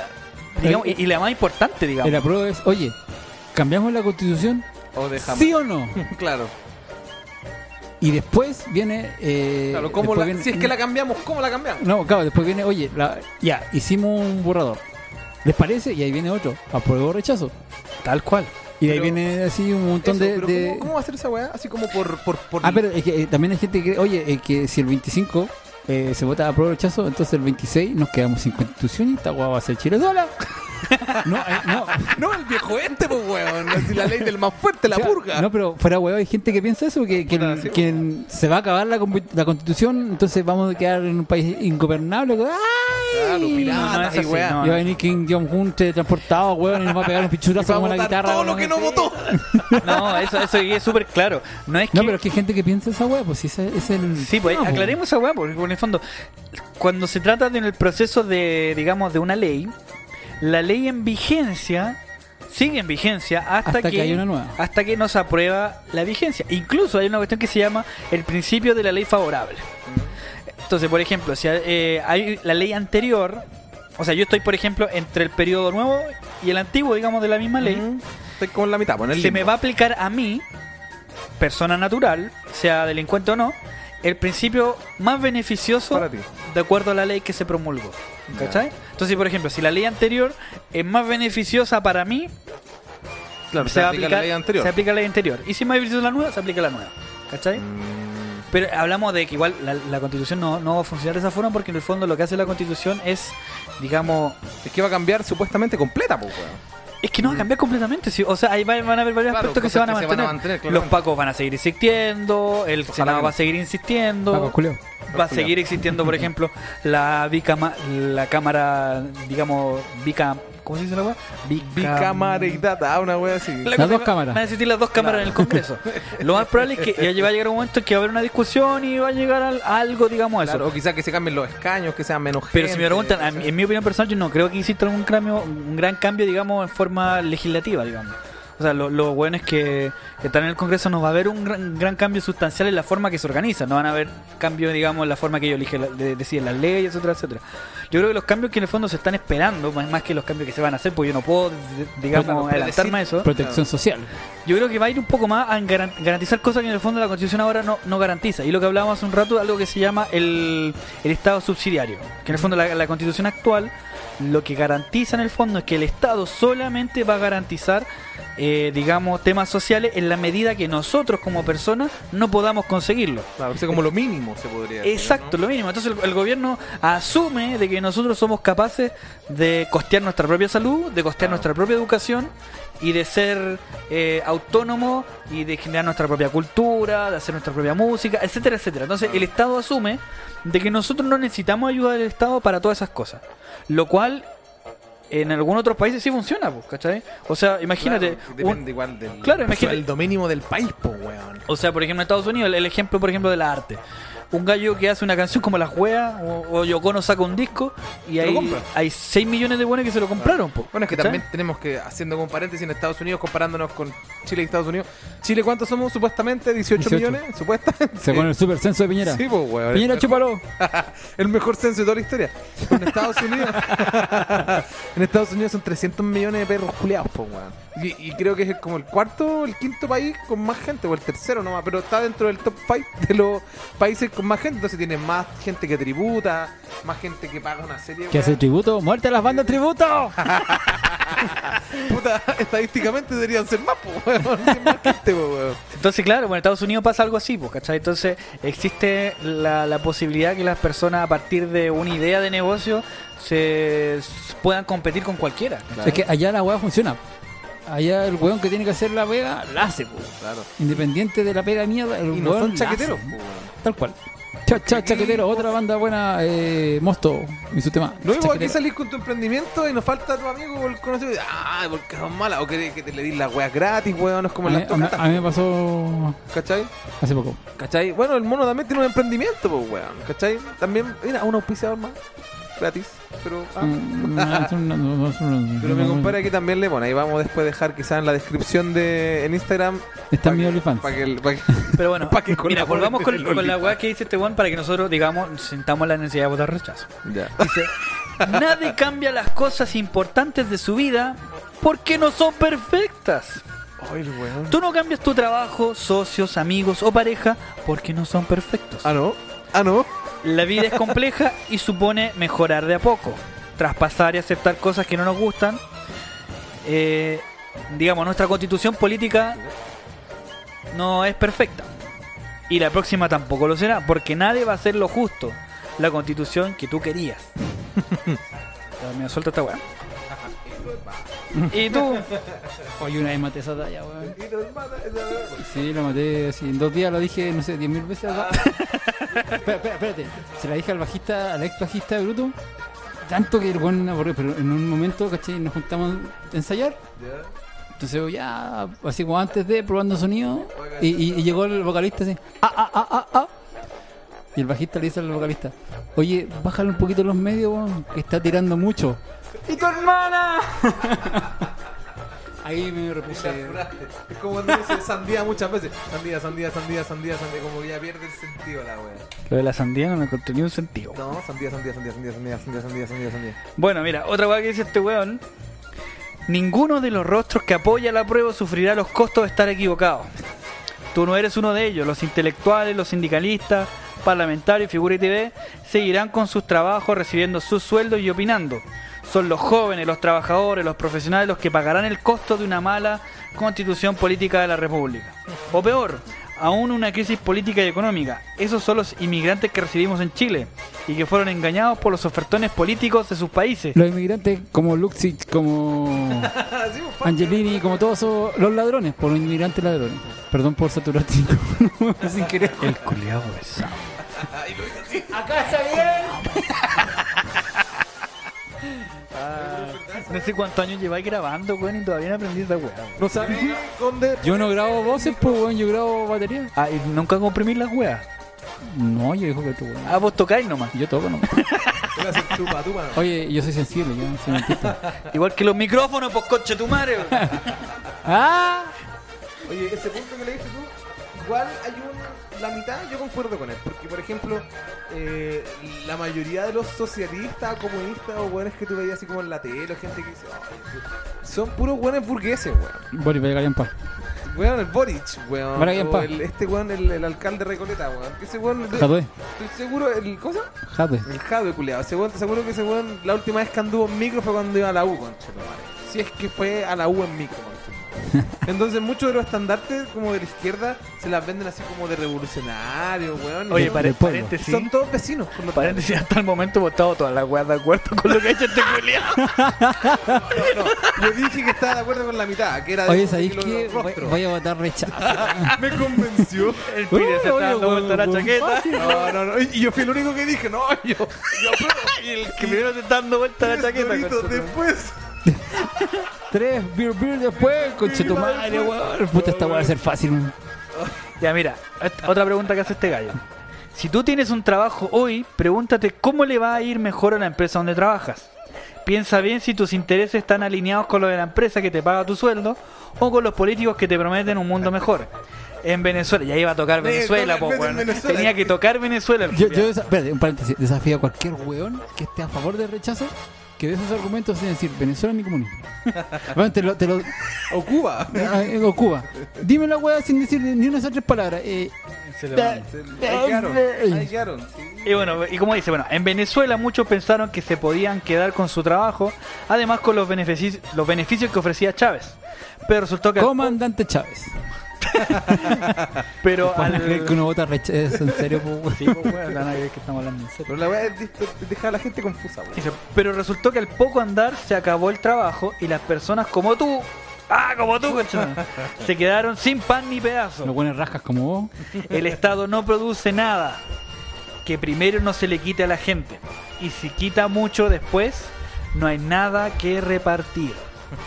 Speaker 1: Digamos, y, y la más importante, digamos.
Speaker 3: El apruebo es, oye, ¿cambiamos la constitución?
Speaker 2: O dejamos.
Speaker 3: ¿Sí o no?
Speaker 2: [laughs] Claro.
Speaker 3: Y después viene... eh,
Speaker 2: Claro, ¿cómo
Speaker 3: después
Speaker 2: la-
Speaker 3: viene-
Speaker 2: si es que la cambiamos, ¿cómo la cambiamos?
Speaker 3: No, claro, después viene, oye, la- ya, hicimos un borrador. ¿Les parece? Y ahí viene otro, apruebo o rechazo.
Speaker 1: Tal cual.
Speaker 3: Y de ahí
Speaker 2: Pero-
Speaker 3: viene así un montón
Speaker 2: Eso,
Speaker 3: de...
Speaker 2: pero
Speaker 3: de-
Speaker 2: ¿cómo, cómo va a ser esa weá? Así como por. por, por-
Speaker 3: Ah, pero es que, eh, también hay gente que, oye, eh, que si el 25 eh, se vota apruebo o rechazo, entonces el 26 nos quedamos sin constitución y esta guava va a ser Chile
Speaker 2: [laughs]
Speaker 3: sola. No, eh, no.
Speaker 2: [laughs] No, el viejo este, pues weón. Así la ley del más fuerte, la
Speaker 3: O sea,
Speaker 2: purga.
Speaker 3: [laughs] No, pero fuera huevo, hay gente que piensa eso, que, que-
Speaker 2: Puta, sí.
Speaker 3: que se va a acabar la, convi- la constitución, entonces vamos a quedar en un país ingobernable. ¡Ay!
Speaker 1: No,
Speaker 2: Claro,
Speaker 1: no,
Speaker 2: piratas
Speaker 1: es
Speaker 2: y
Speaker 1: así,
Speaker 2: weá.
Speaker 1: no.
Speaker 3: Y va a venir Kim Jong-un transportado, weón, y nos va a pegar
Speaker 2: [laughs]
Speaker 3: un
Speaker 2: Y
Speaker 3: pichurazo
Speaker 2: va a
Speaker 3: como la
Speaker 2: votar
Speaker 3: guitarra.
Speaker 2: todo lo
Speaker 3: weón.
Speaker 2: que no votó.
Speaker 1: [laughs] No, eso, eso ahí es súper claro. No es que.
Speaker 3: No, pero es que hay gente que piensa esa hueá, pues si ese ese es el.
Speaker 1: Sí, pues
Speaker 3: tema,
Speaker 1: aclaremos esa weá, porque en el fondo, cuando se trata del proceso de, digamos, de una ley, la ley en vigencia sigue en vigencia hasta,
Speaker 3: Hasta que hay una nueva.
Speaker 1: Hasta que nos aprueba la vigencia. Incluso hay una cuestión que se llama el principio de la ley favorable. Entonces, por ejemplo, si eh, hay la ley anterior, o sea, yo estoy, por ejemplo, entre el periodo nuevo y el antiguo, digamos, de la misma ley,
Speaker 2: Ujú. Estoy como en la mitad, bueno, el
Speaker 1: se me
Speaker 2: limbo.
Speaker 1: va a aplicar a mí, persona natural, sea delincuente o no, el principio más beneficioso
Speaker 2: Para ti.
Speaker 1: de acuerdo a la ley que se promulgó. ¿Cachai? Entonces, por ejemplo, si la ley anterior es más beneficiosa para mí,
Speaker 2: Claro, se,
Speaker 1: va a
Speaker 2: aplica
Speaker 1: aplicar-
Speaker 2: la ley anterior.
Speaker 1: se aplica la ley anterior. Y si es más beneficiosa la nueva, se aplica la nueva. ¿Cachai?
Speaker 2: Mm,
Speaker 1: Pero hablamos de que igual la, la constitución no, no va a funcionar de esa forma porque en el fondo lo que hace la constitución es, digamos,
Speaker 2: Es que va a cambiar supuestamente completa, pues weón.
Speaker 1: Es que no va a cambiar completamente. sí. O sea, ahí va- van a haber varios
Speaker 2: Claro,
Speaker 1: aspectos que
Speaker 2: cosas
Speaker 1: se van a
Speaker 2: que se
Speaker 1: mantener.
Speaker 2: van a mantener,
Speaker 1: Los
Speaker 2: claramente.
Speaker 1: pacos van a seguir insistiendo, el
Speaker 2: Ojalá
Speaker 1: Senado
Speaker 2: que
Speaker 1: va a
Speaker 2: no.
Speaker 1: seguir insistiendo.
Speaker 3: Paco, Julio.
Speaker 1: va a seguir existiendo, por ejemplo, la bicama, la cámara, digamos, bicam, ¿cómo se dice la weá? Bicam-
Speaker 2: Bicamareidad, ah, una wea así.
Speaker 1: La
Speaker 3: Las
Speaker 1: cosa
Speaker 3: dos
Speaker 1: que
Speaker 3: cámaras.
Speaker 1: Van a existir las dos cámaras en el Congreso. Lo más probable es que ya va a llegar un momento en que va a haber una discusión y va a llegar al- a algo, digamos, a eso.
Speaker 2: Claro, o quizás que se cambien los escaños, que sean menos
Speaker 1: Pero si
Speaker 2: gente,
Speaker 1: me preguntan, a mí-
Speaker 2: ¿cachai?
Speaker 1: en mi opinión personal, yo no creo que hiciste algún cambio, un gran cambio, digamos, en forma legislativa, digamos. O sea, lo, lo bueno es que, que están en el Congreso nos va a haber un gran, gran cambio sustancial en la forma que se organiza. No van a haber cambios, digamos, en la forma que ellos eligen la- de- deciden las leyes, etcétera, etcétera. Yo creo que los cambios que en el fondo se están esperando, más, más que los cambios que se van a hacer, porque yo no puedo, de- digamos,
Speaker 2: Claro,
Speaker 1: adelantarme a eso.
Speaker 3: Protección
Speaker 2: Ah.
Speaker 3: social.
Speaker 1: Yo creo que va a ir un poco más a garan- garantizar cosas que en el fondo la Constitución ahora no, no garantiza. Y lo que hablábamos hace un rato, algo que se llama el, el Estado subsidiario. Que en el fondo la, la Constitución actual lo que garantiza en el fondo es que el Estado solamente va a garantizar, eh, digamos, temas sociales en la medida que nosotros como personas no podamos conseguirlo.
Speaker 2: Claro, que sea como lo mínimo se podría decir,
Speaker 1: Exacto,
Speaker 2: ¿no?
Speaker 1: lo mínimo. Entonces el, el gobierno asume de que nosotros somos capaces de costear nuestra propia salud, de costear
Speaker 2: Claro.
Speaker 1: nuestra propia educación y de ser eh, autónomo y de generar nuestra propia cultura, de hacer nuestra propia música, etcétera, etcétera. Entonces
Speaker 2: Claro.
Speaker 1: el Estado asume de que nosotros no necesitamos ayuda del Estado para todas esas cosas. Lo cual en algunos otros países sí funciona, pues, ¿cachai? O sea,
Speaker 2: Claro,
Speaker 1: imagínate...
Speaker 2: que
Speaker 1: un-
Speaker 2: depende igual del
Speaker 1: Claro, imagínate-
Speaker 2: el dominio del país, po, weón.
Speaker 1: o sea, por ejemplo, en Estados Unidos, el- el ejemplo, por ejemplo, de la arte. Un gallo que hace una canción como La Juega o, o Yocono saca un disco y
Speaker 2: lo
Speaker 1: hay,
Speaker 2: compra.
Speaker 1: hay 6 millones de buenos que se lo compraron. po,
Speaker 2: Bueno, es que
Speaker 1: ¿cachai?
Speaker 2: también tenemos que, haciendo como paréntesis en Estados Unidos, comparándonos con Chile y Estados Unidos. Chile, ¿cuántos somos supuestamente? 18,
Speaker 3: 18.
Speaker 2: millones, [laughs] supuestamente.
Speaker 3: Se pone el supercenso de Piñera.
Speaker 2: Sí, pues, weón.
Speaker 3: Piñera,
Speaker 2: El-
Speaker 3: chúpalo.
Speaker 2: el mejor censo de toda la historia. En Estados
Speaker 3: [laughs]
Speaker 2: Unidos. en Estados Unidos son 300 millones de perros culeados, po, weón. Y, y creo que es como el cuarto, el quinto país con más gente, o el tercero nomás, pero está dentro del top 5 de los países con más gente. Entonces tiene más gente que tributa, más gente que paga una serie.
Speaker 3: ¿Qué hace
Speaker 2: weón.
Speaker 3: tributo? ¡Muerte a las
Speaker 2: [laughs]
Speaker 3: bandas tributo!
Speaker 2: Puta, [laughs] estadísticamente deberían ser más, po, weón. [laughs] Ser más gente, po, weón.
Speaker 1: Entonces, claro, bueno, en Estados Unidos pasa algo así, po, ¿cachai? Entonces, existe la, la posibilidad que las personas, a partir de una idea de negocio, se s- puedan competir con cualquiera. ¿cachai?
Speaker 3: Es que allá la weá funciona. Allá el weón que tiene que hacer la pega, la hace, po.
Speaker 2: Claro.
Speaker 3: Independiente de la pega mierda, el
Speaker 2: Y no
Speaker 3: weón
Speaker 2: son
Speaker 3: la
Speaker 2: chaqueteros,
Speaker 3: hace.
Speaker 2: po, weón.
Speaker 3: Tal cual. Chao, chao, chaquetero. Otra banda buena, eh, Mosto, y su tema.
Speaker 2: No, y vos aquí
Speaker 3: Chaquetero.
Speaker 2: salís con tu emprendimiento y nos falta tu amigo o el conocido. y, Ah, porque son malas. O querés que te le dis las weas gratis, weón. No es como
Speaker 3: a, mí,
Speaker 2: las
Speaker 3: a mí-
Speaker 2: tocatas.
Speaker 3: a mí me pasó
Speaker 2: ¿Cachai?
Speaker 3: hace poco.
Speaker 2: ¿Cachai? Bueno, el mono también tiene un emprendimiento, pues, weón. ¿Cachai? También, mira, un auspiciador más. Gratis. Pero, ah.
Speaker 3: Mm.
Speaker 2: pero
Speaker 3: Pero
Speaker 2: mi compadre aquí también le pone. Ahí vamos después a dejar quizás en la descripción de en Instagram.
Speaker 3: Está en
Speaker 2: pa'
Speaker 3: mi
Speaker 2: que-
Speaker 3: OnlyFans.
Speaker 2: pa' que el-
Speaker 3: [laughs]
Speaker 2: pa' que-
Speaker 1: Pero bueno,
Speaker 2: [laughs] Pa' que con
Speaker 1: mira,
Speaker 2: la
Speaker 1: volvamos con,
Speaker 2: del
Speaker 1: con la
Speaker 2: Olipa.
Speaker 1: weá que dice este one para que nosotros, digamos, sintamos la necesidad de votar rechazo.
Speaker 2: Ya.
Speaker 1: Dice, Nadie cambia las cosas importantes de su vida porque no son perfectas.
Speaker 2: Ay, el weón.
Speaker 1: Tú no cambias tu trabajo, socios, amigos o pareja porque no son perfectos.
Speaker 2: Ah, no. Ah, no.
Speaker 1: La vida es compleja y supone mejorar de a poco, traspasar y aceptar cosas que no nos gustan. Eh, digamos, nuestra constitución política no es perfecta. Y la próxima tampoco lo será, porque nadie va a hacer lo justo, la constitución que tú [laughs] querías. Dios mío, suelta esta weá. Y tú,
Speaker 3: Oye, una vez maté esa talla, weón. Sí, la maté así. En dos días lo dije, no sé, 10.000 veces.
Speaker 2: [laughs]
Speaker 3: espera, espera, espérate. Se la dije al bajista, al ex bajista de Bruto. Tanto que el weón aburrió, pero en un momento, ¿cachai? Nos juntamos a ensayar. Entonces, ya, así como antes de, probando sonido. Y, y- y llegó el vocalista así. Ah, ah, ah, ah, ah. Y el bajista le dice al vocalista: Oye, bájale un poquito los medios, weón, que está tirando mucho. ¡Y tu hermana! Ahí me repuse.
Speaker 2: Es como cuando dice sandía muchas veces. Sandía, sandía, sandía, sandía, sandía. Como que ya pierde el sentido la wea.
Speaker 1: lo de la sandía no me encontré ni un sentido.
Speaker 2: No, sandía, sandía, sandía, sandía, sandía, sandía, sandía, sandía, sandía.
Speaker 1: Bueno, mira, otra weá que dice este weón. Ninguno de los rostros que apoya la prueba sufrirá los costos de estar equivocado. Tú no eres uno de ellos. Los intelectuales, los sindicalistas, parlamentarios, figura y TV seguirán con sus trabajos, recibiendo sus sueldos y opinando. Son los jóvenes, los trabajadores, los profesionales los que pagarán el costo de una mala constitución política de la República. O peor, aún una crisis política y económica. Esos son los inmigrantes que recibimos en Chile y que fueron engañados por los ofertones políticos de sus países.
Speaker 3: Los inmigrantes como Luxich, como
Speaker 2: Ah, pues,
Speaker 3: Angelini, como todos esos- los ladrones, por los inmigrantes ladrones. Perdón por saturarte [laughs] sin querer.
Speaker 1: El culiado besado. Acá está bien. Ah, No sé cuántos años lleváis grabando, weón, y todavía no aprendí esa weá. weón.
Speaker 3: ¿No sabes?
Speaker 2: Conde.
Speaker 3: Yo no grabo voces, pues, weón, yo grabo batería.
Speaker 1: Ah, y nunca comprimir las weas.
Speaker 3: No, yo digo que tú, weón.
Speaker 1: Ah, vos tocáis nomás.
Speaker 3: Yo toco, no.
Speaker 2: Te voy a hacer chupa, tupa, no.
Speaker 3: Oye, yo soy sensible, yo no soy mentista.
Speaker 1: Igual que los micrófonos, pues coche tu madre. weón.
Speaker 3: ¡Ah!
Speaker 2: Oye, ese punto que le diste tú, igual hay un... La mitad yo concuerdo con él, porque por ejemplo, eh, la mayoría de los socialistas, comunistas o hueones que tú veías así como en la tele, o gente que dice, "Ay, son puros hueones burgueses, weón.
Speaker 3: Bueno, pero en paz.
Speaker 2: Weón, el Boric, weón.
Speaker 3: Para que en
Speaker 2: o
Speaker 3: paz.
Speaker 2: el- este weón, el, el alcalde de Recoleta, weón. Que Ese weón, estoy
Speaker 3: Jadwe,
Speaker 2: seguro, el, ¿cómo se llama?
Speaker 3: jadwe.
Speaker 2: El Jadwe, culiado. Ese weón, te seguro que ese weón, la última vez que anduvo en micro fue cuando iba a la U, conchetumare. Si es que fue a la U en micro,
Speaker 3: [laughs]
Speaker 2: conchetumare. Entonces muchos de los estandartes, como de la izquierda, se las venden así como de revolucionarios, weón.
Speaker 1: Oye,
Speaker 2: Y
Speaker 1: pare-
Speaker 3: Del pueblo.
Speaker 1: paréntesis.
Speaker 2: Son todos vecinos, por lo tanto.
Speaker 1: Paréntesis, hasta el momento hemos estado todas las weas de acuerdo con lo que ha hecho este culiado.
Speaker 2: No, yo dije que estaba de acuerdo con la mitad, que era de
Speaker 3: Oye,
Speaker 2: esos de
Speaker 3: ¿sabéis
Speaker 2: los
Speaker 3: qué? Voy,
Speaker 2: rostros.
Speaker 3: voy a votar rechazo.
Speaker 2: Me convenció.
Speaker 1: El pide se está dando vuelta la chaqueta.
Speaker 2: No, no, no. Y yo fui el único que dije, no, yo, yo apruebo. [laughs] Y el
Speaker 1: Que primero se está dando vuelta la
Speaker 2: tres
Speaker 1: chaqueta.
Speaker 2: doritos
Speaker 1: concha tu madre.
Speaker 2: después.
Speaker 3: Tres beer beer después, conchetumare, weón. Puta, esta weón va a ser fácil. weón.
Speaker 1: Ya, mira, esta- otra pregunta que hace este gallo. Si tú tienes un trabajo hoy, pregúntate cómo le va a ir mejor a la empresa donde trabajas. Piensa bien si tus intereses están alineados con los de la empresa que te paga tu sueldo o con los políticos que te prometen un mundo mejor. En Venezuela, ya iba a tocar
Speaker 2: Me-
Speaker 1: Venezuela,
Speaker 2: me-
Speaker 1: po,
Speaker 2: me-
Speaker 1: weón.
Speaker 2: Venezuela.
Speaker 1: Tenía que tocar Venezuela. el
Speaker 3: Yo,
Speaker 1: culiao.
Speaker 3: yo desa- espérate, un paréntesis. Desafío a cualquier weón que esté a favor del rechazo que dé esos argumentos sin decir Venezuela ni [laughs] comunismo. Bueno, te lo. Te lo
Speaker 2: O Cuba.
Speaker 3: ah, eh, o Cuba. Dime la weá sin decir ni unas tres palabras. Eh,
Speaker 1: Se lo
Speaker 3: da-
Speaker 1: mandé.
Speaker 2: Ahí quedaron. Ahí quedaron, sí.
Speaker 1: Y bueno, y como dice, bueno, en Venezuela muchos pensaron que se podían quedar con su trabajo, además con los beneficios, los beneficios que ofrecía Chávez. Pero resultó que al
Speaker 3: Comandante Chávez.
Speaker 1: Pero
Speaker 3: Van a
Speaker 1: al-
Speaker 3: creer que uno vota rechazo, en serio, po, weón.
Speaker 1: Sí, pues, weón, van a creer que estamos hablando en serio.
Speaker 2: Pero la weá es dis- dejar a la gente confusa, weón.
Speaker 1: Dice, Pero resultó que al poco andar se acabó el trabajo y las personas como tú, ah, como tú, cochón, se quedaron sin pan ni
Speaker 3: Los
Speaker 1: pedazo.
Speaker 3: buenos rascas como vos.
Speaker 1: El Estado no produce nada que primero no se le quite a la gente. Y si quita mucho después, no hay nada que repartir.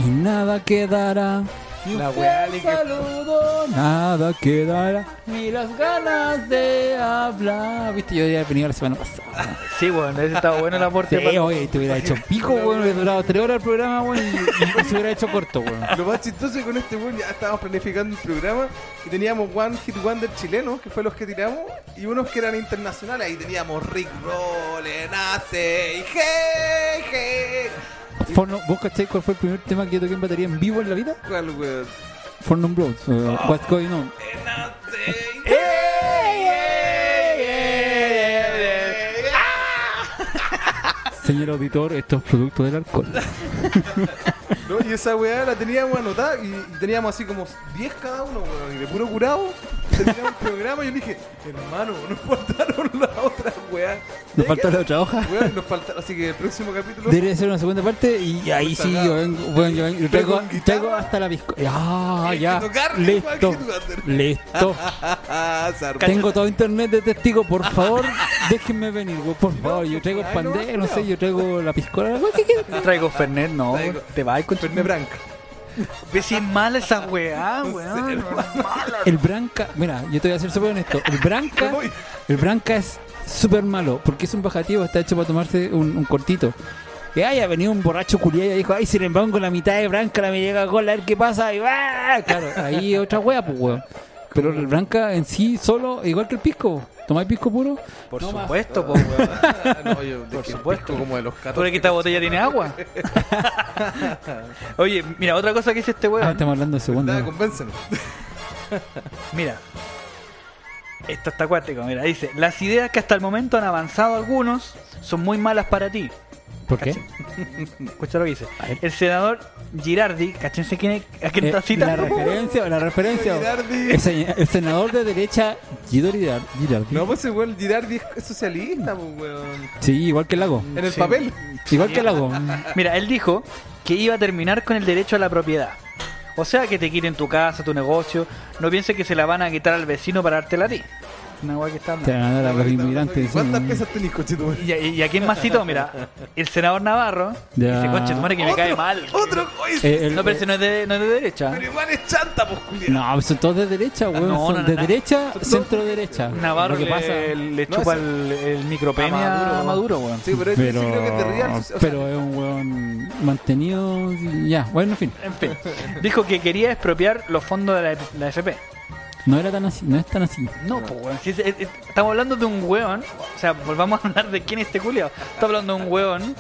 Speaker 3: Y nada quedará.
Speaker 2: La weá le que-
Speaker 3: saludo nada quedará, ni las ganas de hablar. Viste, yo ya he venido la semana pasada.
Speaker 2: [laughs]
Speaker 1: Sí, weón, ese estaba bueno el aporte.
Speaker 3: Sí,
Speaker 1: Paco.
Speaker 3: oye, te hubiera hecho pico, weón. Hubiera durado tres horas el programa, weón. Y, y se hubiera hecho corto, weón.
Speaker 2: Lo más chistoso es que con este weón ya estábamos planificando el programa y teníamos One Hit Wonder chileno, que fue los que tiramos, y unos que eran internacionales. Ahí teníamos Rick Roll, Nace y Hey, hey.
Speaker 3: Forno- ¿Vos cacháis cuál fue el primer tema que yo toqué en batería en vivo en la vida?
Speaker 2: ¿Cuál weón?
Speaker 3: Fornum Bros. eh,
Speaker 2: Ah.
Speaker 3: What's going on?
Speaker 2: Nace y hey, hey, hey, hey.
Speaker 3: Señor auditor, esto es producto del alcohol.
Speaker 2: No, y esa weá la teníamos anotada y, y teníamos así como 10 cada uno, weón. Y de puro curado, terminamos el programa y yo le dije, hermano, nos faltaron [laughs] las otras weá.
Speaker 3: Nos faltó la otra hoja.
Speaker 2: Weón, nos faltaron. Así que el próximo capítulo.
Speaker 3: Debería ser una segunda parte y ahí sí,
Speaker 2: Salado.
Speaker 3: yo vengo, bueno, yo vengo- yo traigo,
Speaker 2: Pero con
Speaker 3: traigo
Speaker 2: guitarra.
Speaker 3: hasta la bizco. Ah,
Speaker 2: Hay que
Speaker 3: ya.
Speaker 2: tocar,
Speaker 3: Listo.
Speaker 2: igual que Wander.
Speaker 3: Listo.
Speaker 2: [laughs] Zarpado.
Speaker 3: Tengo todo internet de testigo, por favor, déjenme venir, weón, por favor. Yo traigo el pandero, no sé, yo traigo la piscola. weón, ¿qué quieres?
Speaker 1: No traigo Fernet, no.
Speaker 2: Traigo-
Speaker 1: Te vas con
Speaker 2: Fernet Branca.
Speaker 1: Ve si es mala esa weá, weón.
Speaker 3: El Branca, mira, yo te voy a ser súper honesto. El
Speaker 2: Me
Speaker 3: Branca,
Speaker 1: [laughs]
Speaker 2: voy.
Speaker 3: el Branca es súper malo, porque es un bajativo, está hecho para tomarse un, un cortito. Que haya venido un borracho culiado y dijo, ay, si le pongo la mitad de Branca, la me llega a ver qué pasa. Y va, claro, ahí otra wea, pues weón. Pero el Branca en sí solo, igual que el pisco. Tomáis pisco puro, Ah,
Speaker 1: Por
Speaker 3: No más.
Speaker 1: supuesto, po, weón.
Speaker 2: Ah, [laughs] no, yo, de
Speaker 1: Por
Speaker 2: que
Speaker 1: supuesto.
Speaker 2: pico Como de los 14.
Speaker 1: ¿Tú crees que esta botella tiene
Speaker 3: [laughs]
Speaker 1: agua? Oye, mira, otra cosa que hice este
Speaker 3: ah,
Speaker 1: weón.
Speaker 3: estamos hablando de segundo.
Speaker 2: Nada, convénceme.
Speaker 1: Mira. Esto está acuático, mira, dice, las ideas que hasta el momento han avanzado algunos son muy malas para ti.
Speaker 3: ¿Por qué?
Speaker 1: Escucha lo que dice.
Speaker 3: A ver.
Speaker 1: El senador Girardi, cachense quién es, a quién está
Speaker 3: Eh, la
Speaker 1: citando.
Speaker 3: referencia, la referencia.
Speaker 2: Girardi.
Speaker 3: El, se- el senador de derecha, Guido Girardi.
Speaker 2: No, pues ese weón Girardi es- es socialista, pues, weón.
Speaker 3: Sí, igual que el lago.
Speaker 2: En el
Speaker 1: Sí.
Speaker 2: papel.
Speaker 3: Igual que el lago.
Speaker 1: Mira, él dijo que iba a terminar con el derecho a la propiedad. O sea, que te quiten tu casa, tu negocio. No pienses que se la van a quitar al vecino para dártela a ti. Una weá que está mal.
Speaker 3: Te van a dar a los inmigrantes.
Speaker 2: ¿Cuántas
Speaker 3: mm.
Speaker 2: pesas tenés, cochito?
Speaker 1: Y, y, y a quién más citó, mira, el senador Navarro.
Speaker 3: Ya.
Speaker 1: Dice, conche, tu madre que me cae mal.
Speaker 2: Otro, oye,
Speaker 3: Eh, el-
Speaker 1: No, pero ese no es de, no es de derecha.
Speaker 2: pero igual es chanta, pues, culiao.
Speaker 3: No, son todos de derecha, weón.
Speaker 1: no,
Speaker 3: son
Speaker 1: no,
Speaker 3: de
Speaker 1: no.
Speaker 3: derecha, centro-derecha.
Speaker 1: Navarro
Speaker 3: Lo que
Speaker 1: le,
Speaker 3: pasa.
Speaker 1: le
Speaker 2: No,
Speaker 1: chupa
Speaker 2: ese-
Speaker 1: el, el micropene
Speaker 2: A Maduro.
Speaker 1: a Maduro, weón.
Speaker 2: Sí, pero,
Speaker 3: Pero,
Speaker 2: yo sí creo que es de Real. o sea,
Speaker 3: pero es un weón mantenido. Ya, bueno, en fin.
Speaker 1: En fin, dijo que quería expropiar los fondos de la, la FP.
Speaker 3: No era tan así, no es tan así.
Speaker 1: No, pues, weón. si es- es- es- estamos hablando de un weón. O sea, volvamos a hablar de quién es este culiao. Estamos hablando de un weón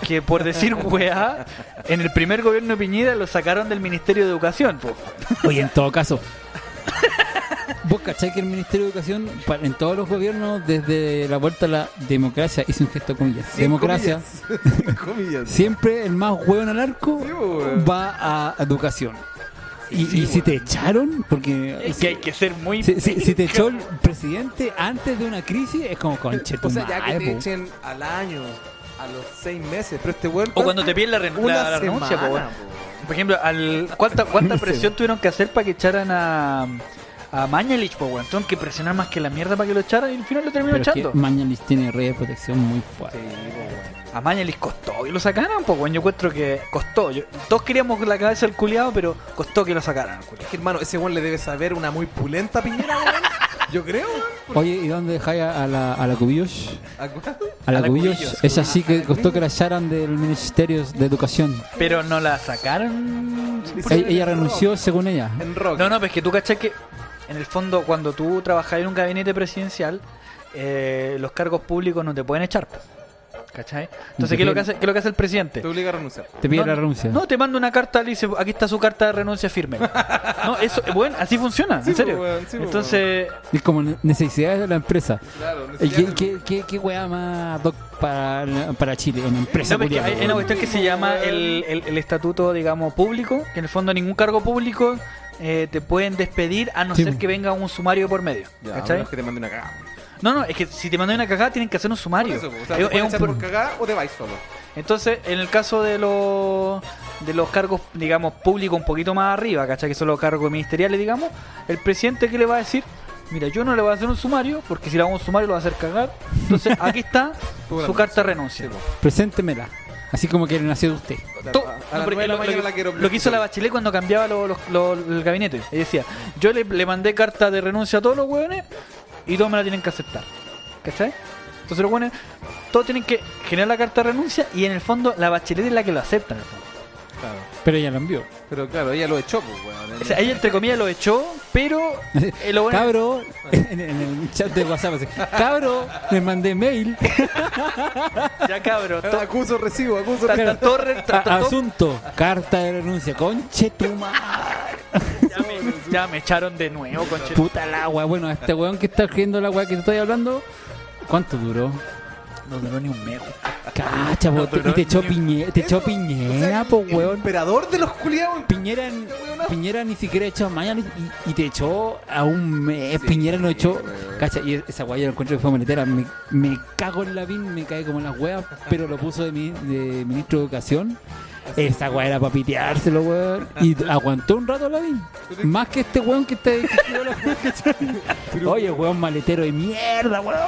Speaker 1: que, por
Speaker 3: [laughs]
Speaker 1: decir weá, en el primer gobierno de Piñera lo sacaron del Ministerio de Educación, po.
Speaker 3: Oye, en todo caso. [laughs] Vos cachai que el Ministerio de Educación, pa- en todos los gobiernos, desde la vuelta a la democracia, hizo un gesto comillas.
Speaker 2: sin
Speaker 3: democracia.
Speaker 2: [laughs] comillas. Sin comillas.
Speaker 3: Siempre el más hueón al arco
Speaker 2: Sí, pues, weón.
Speaker 3: va a educación. Y,
Speaker 2: Sí,
Speaker 3: y si
Speaker 2: weón.
Speaker 3: te echaron, porque.
Speaker 1: Es que hay que ser muy.
Speaker 3: Si, si- si te
Speaker 1: [laughs]
Speaker 3: echó el presidente antes de una crisis, es como conche tu
Speaker 2: O sea, ya que
Speaker 3: madre,
Speaker 2: te
Speaker 3: po.
Speaker 2: echen al año, a los seis meses, pero este weón.
Speaker 1: O cuando te piden la, re- la- la renuncia, po, weón. Por ejemplo, al, ¿cuánta, cuánta presión tuvieron que hacer para que echaran a, a Mañalich, po, weón? Tuvieron que presionar más que la mierda para que lo echaran y al final lo terminó
Speaker 3: Pero es que
Speaker 1: echando.
Speaker 3: Mañalich tiene red de protección muy fuerte.
Speaker 1: A Mañalich costó que lo sacaran, po, weón. Yo encuentro que costó. Yo- todos queríamos la cabeza del culiado, pero costó que lo sacaran, al culiao.
Speaker 2: Es que, hermano, ese weón le debe saber una muy pulenta a piñera, weón. Yo
Speaker 3: [laughs]
Speaker 2: creo, weón.
Speaker 3: Oye, ¿y dónde dejáis a a la, a la Cubillos?
Speaker 2: ¿A cuál?
Speaker 3: A la,
Speaker 1: A la
Speaker 3: Cubillos.
Speaker 1: Cubillos.
Speaker 3: Esa sí que costó que la echaran del Ministerio de Educación.
Speaker 1: Pero no la sacaron.
Speaker 2: Dice-
Speaker 3: Ella, ella renunció según ella.
Speaker 2: En rock.
Speaker 1: No, no, pero es que tú cachas que en el fondo cuando tú trabajas en un gabinete presidencial, eh, los cargos públicos no te pueden echar. po. ¿Cachai? Entonces, ¿qué es, lo que hace, qué es lo que hace el presidente?
Speaker 2: Te obliga a renunciar.
Speaker 3: Te pide
Speaker 1: no,
Speaker 3: la renuncia.
Speaker 1: No, te manda una carta, le dice, aquí está su carta de renuncia firme. No, eso, bueno, así funciona,
Speaker 2: Sí,
Speaker 1: en serio.
Speaker 2: pues, weón, sí, pues,
Speaker 1: Entonces,
Speaker 3: Es como ne- necesidades de la empresa.
Speaker 2: Claro,
Speaker 3: Eh, ¿Qué, qué, qué, qué weá más doc para, la- para Chile? Una empresa
Speaker 1: no, pues, que
Speaker 3: culiada,
Speaker 1: hay hay una
Speaker 3: weón.
Speaker 1: cuestión que se llama el, el- el estatuto, digamos, público, que en el fondo ningún cargo público eh, te pueden despedir a no
Speaker 3: Sí,
Speaker 1: ser
Speaker 3: pues.
Speaker 1: que venga un sumario por medio.
Speaker 2: Ya, a
Speaker 1: ¿cachai?
Speaker 2: menos que te mande una cagada.
Speaker 1: No, no, es que si te mandan una cagada tienen que hacer un sumario.
Speaker 2: Eso, pues, o sea,
Speaker 1: Es-
Speaker 2: te
Speaker 1: es
Speaker 2: pueden
Speaker 1: un
Speaker 2: echar
Speaker 1: pro-
Speaker 2: por cagada o te vais solo.
Speaker 1: Entonces, en el caso de los de los cargos, digamos, públicos un poquito más arriba, ¿cachai? Que son los cargos ministeriales, digamos, el presidente que le va a decir, mira, yo no le voy a hacer un sumario, porque
Speaker 2: [laughs]
Speaker 1: si le hago un sumario lo va a hacer cagar. Entonces, aquí está
Speaker 2: Tú la
Speaker 1: su carta de renuncia.
Speaker 2: Sí, pues.
Speaker 3: Preséntemela. Así como que nació de usted.
Speaker 1: To-
Speaker 2: a
Speaker 1: no, porque
Speaker 2: las nueve de la
Speaker 1: lo-
Speaker 2: mañana
Speaker 1: lo,
Speaker 2: la quiero-
Speaker 1: lo que hizo la Bachelet cuando cambiaba lo- los- lo- el gabinete. Ella decía, yo le, le mandé carta de renuncia a todos los hueones y todos me la tienen que aceptar. ¿Cachai? Entonces los hueones, todos tienen que generar la carta de renuncia y en el fondo la Bachelet es la que lo acepta. en el fondo.
Speaker 2: Claro.
Speaker 3: Pero ella lo envió.
Speaker 2: Pero claro, ella lo echó, pues, weón.
Speaker 1: O sea, ella entre comillas lo echó, pero eh, lo bueno-
Speaker 3: Cabro, [laughs] en, en el chat de WhatsApp, así, cabro, le mandé mail,
Speaker 1: ya cabro, to-
Speaker 2: Eh, Acuso recibo, acuso
Speaker 1: ta- ta-
Speaker 2: recibo.
Speaker 1: torre, ta- ta-
Speaker 3: a-
Speaker 1: to-
Speaker 3: asunto, carta de renuncia, conche
Speaker 1: [laughs]
Speaker 3: tu madre.
Speaker 1: ya, me, ya me echaron de nuevo, conche.
Speaker 3: Puta la agua. Bueno, este weón que está escribiendo la agua que te estoy hablando, ¿cuánto duró?
Speaker 1: No duró ni un mes.
Speaker 3: Cacha, po, te-
Speaker 1: pero
Speaker 3: y te echó
Speaker 1: ni-
Speaker 3: piñera, te echó
Speaker 2: Eso,
Speaker 3: piñera,
Speaker 2: o sea,
Speaker 3: po,
Speaker 2: el
Speaker 3: weón.
Speaker 2: emperador de los culiados. este
Speaker 3: Piñera, Piñera ni siquiera echó mañana y, y te echó a un mes. Piñera no echó.
Speaker 2: weón.
Speaker 3: Cacha, y esa guaya lo encuentro que fue maletera. Me, me cago en la pin, me cae como en las weas, pero lo puso de, mi- de ministro de Educación. Esa guaya era para piteárselo, weón. Y aguantó un rato la pin. Más que este weón que te. [laughs] Oye, weón maletero de mierda, weón.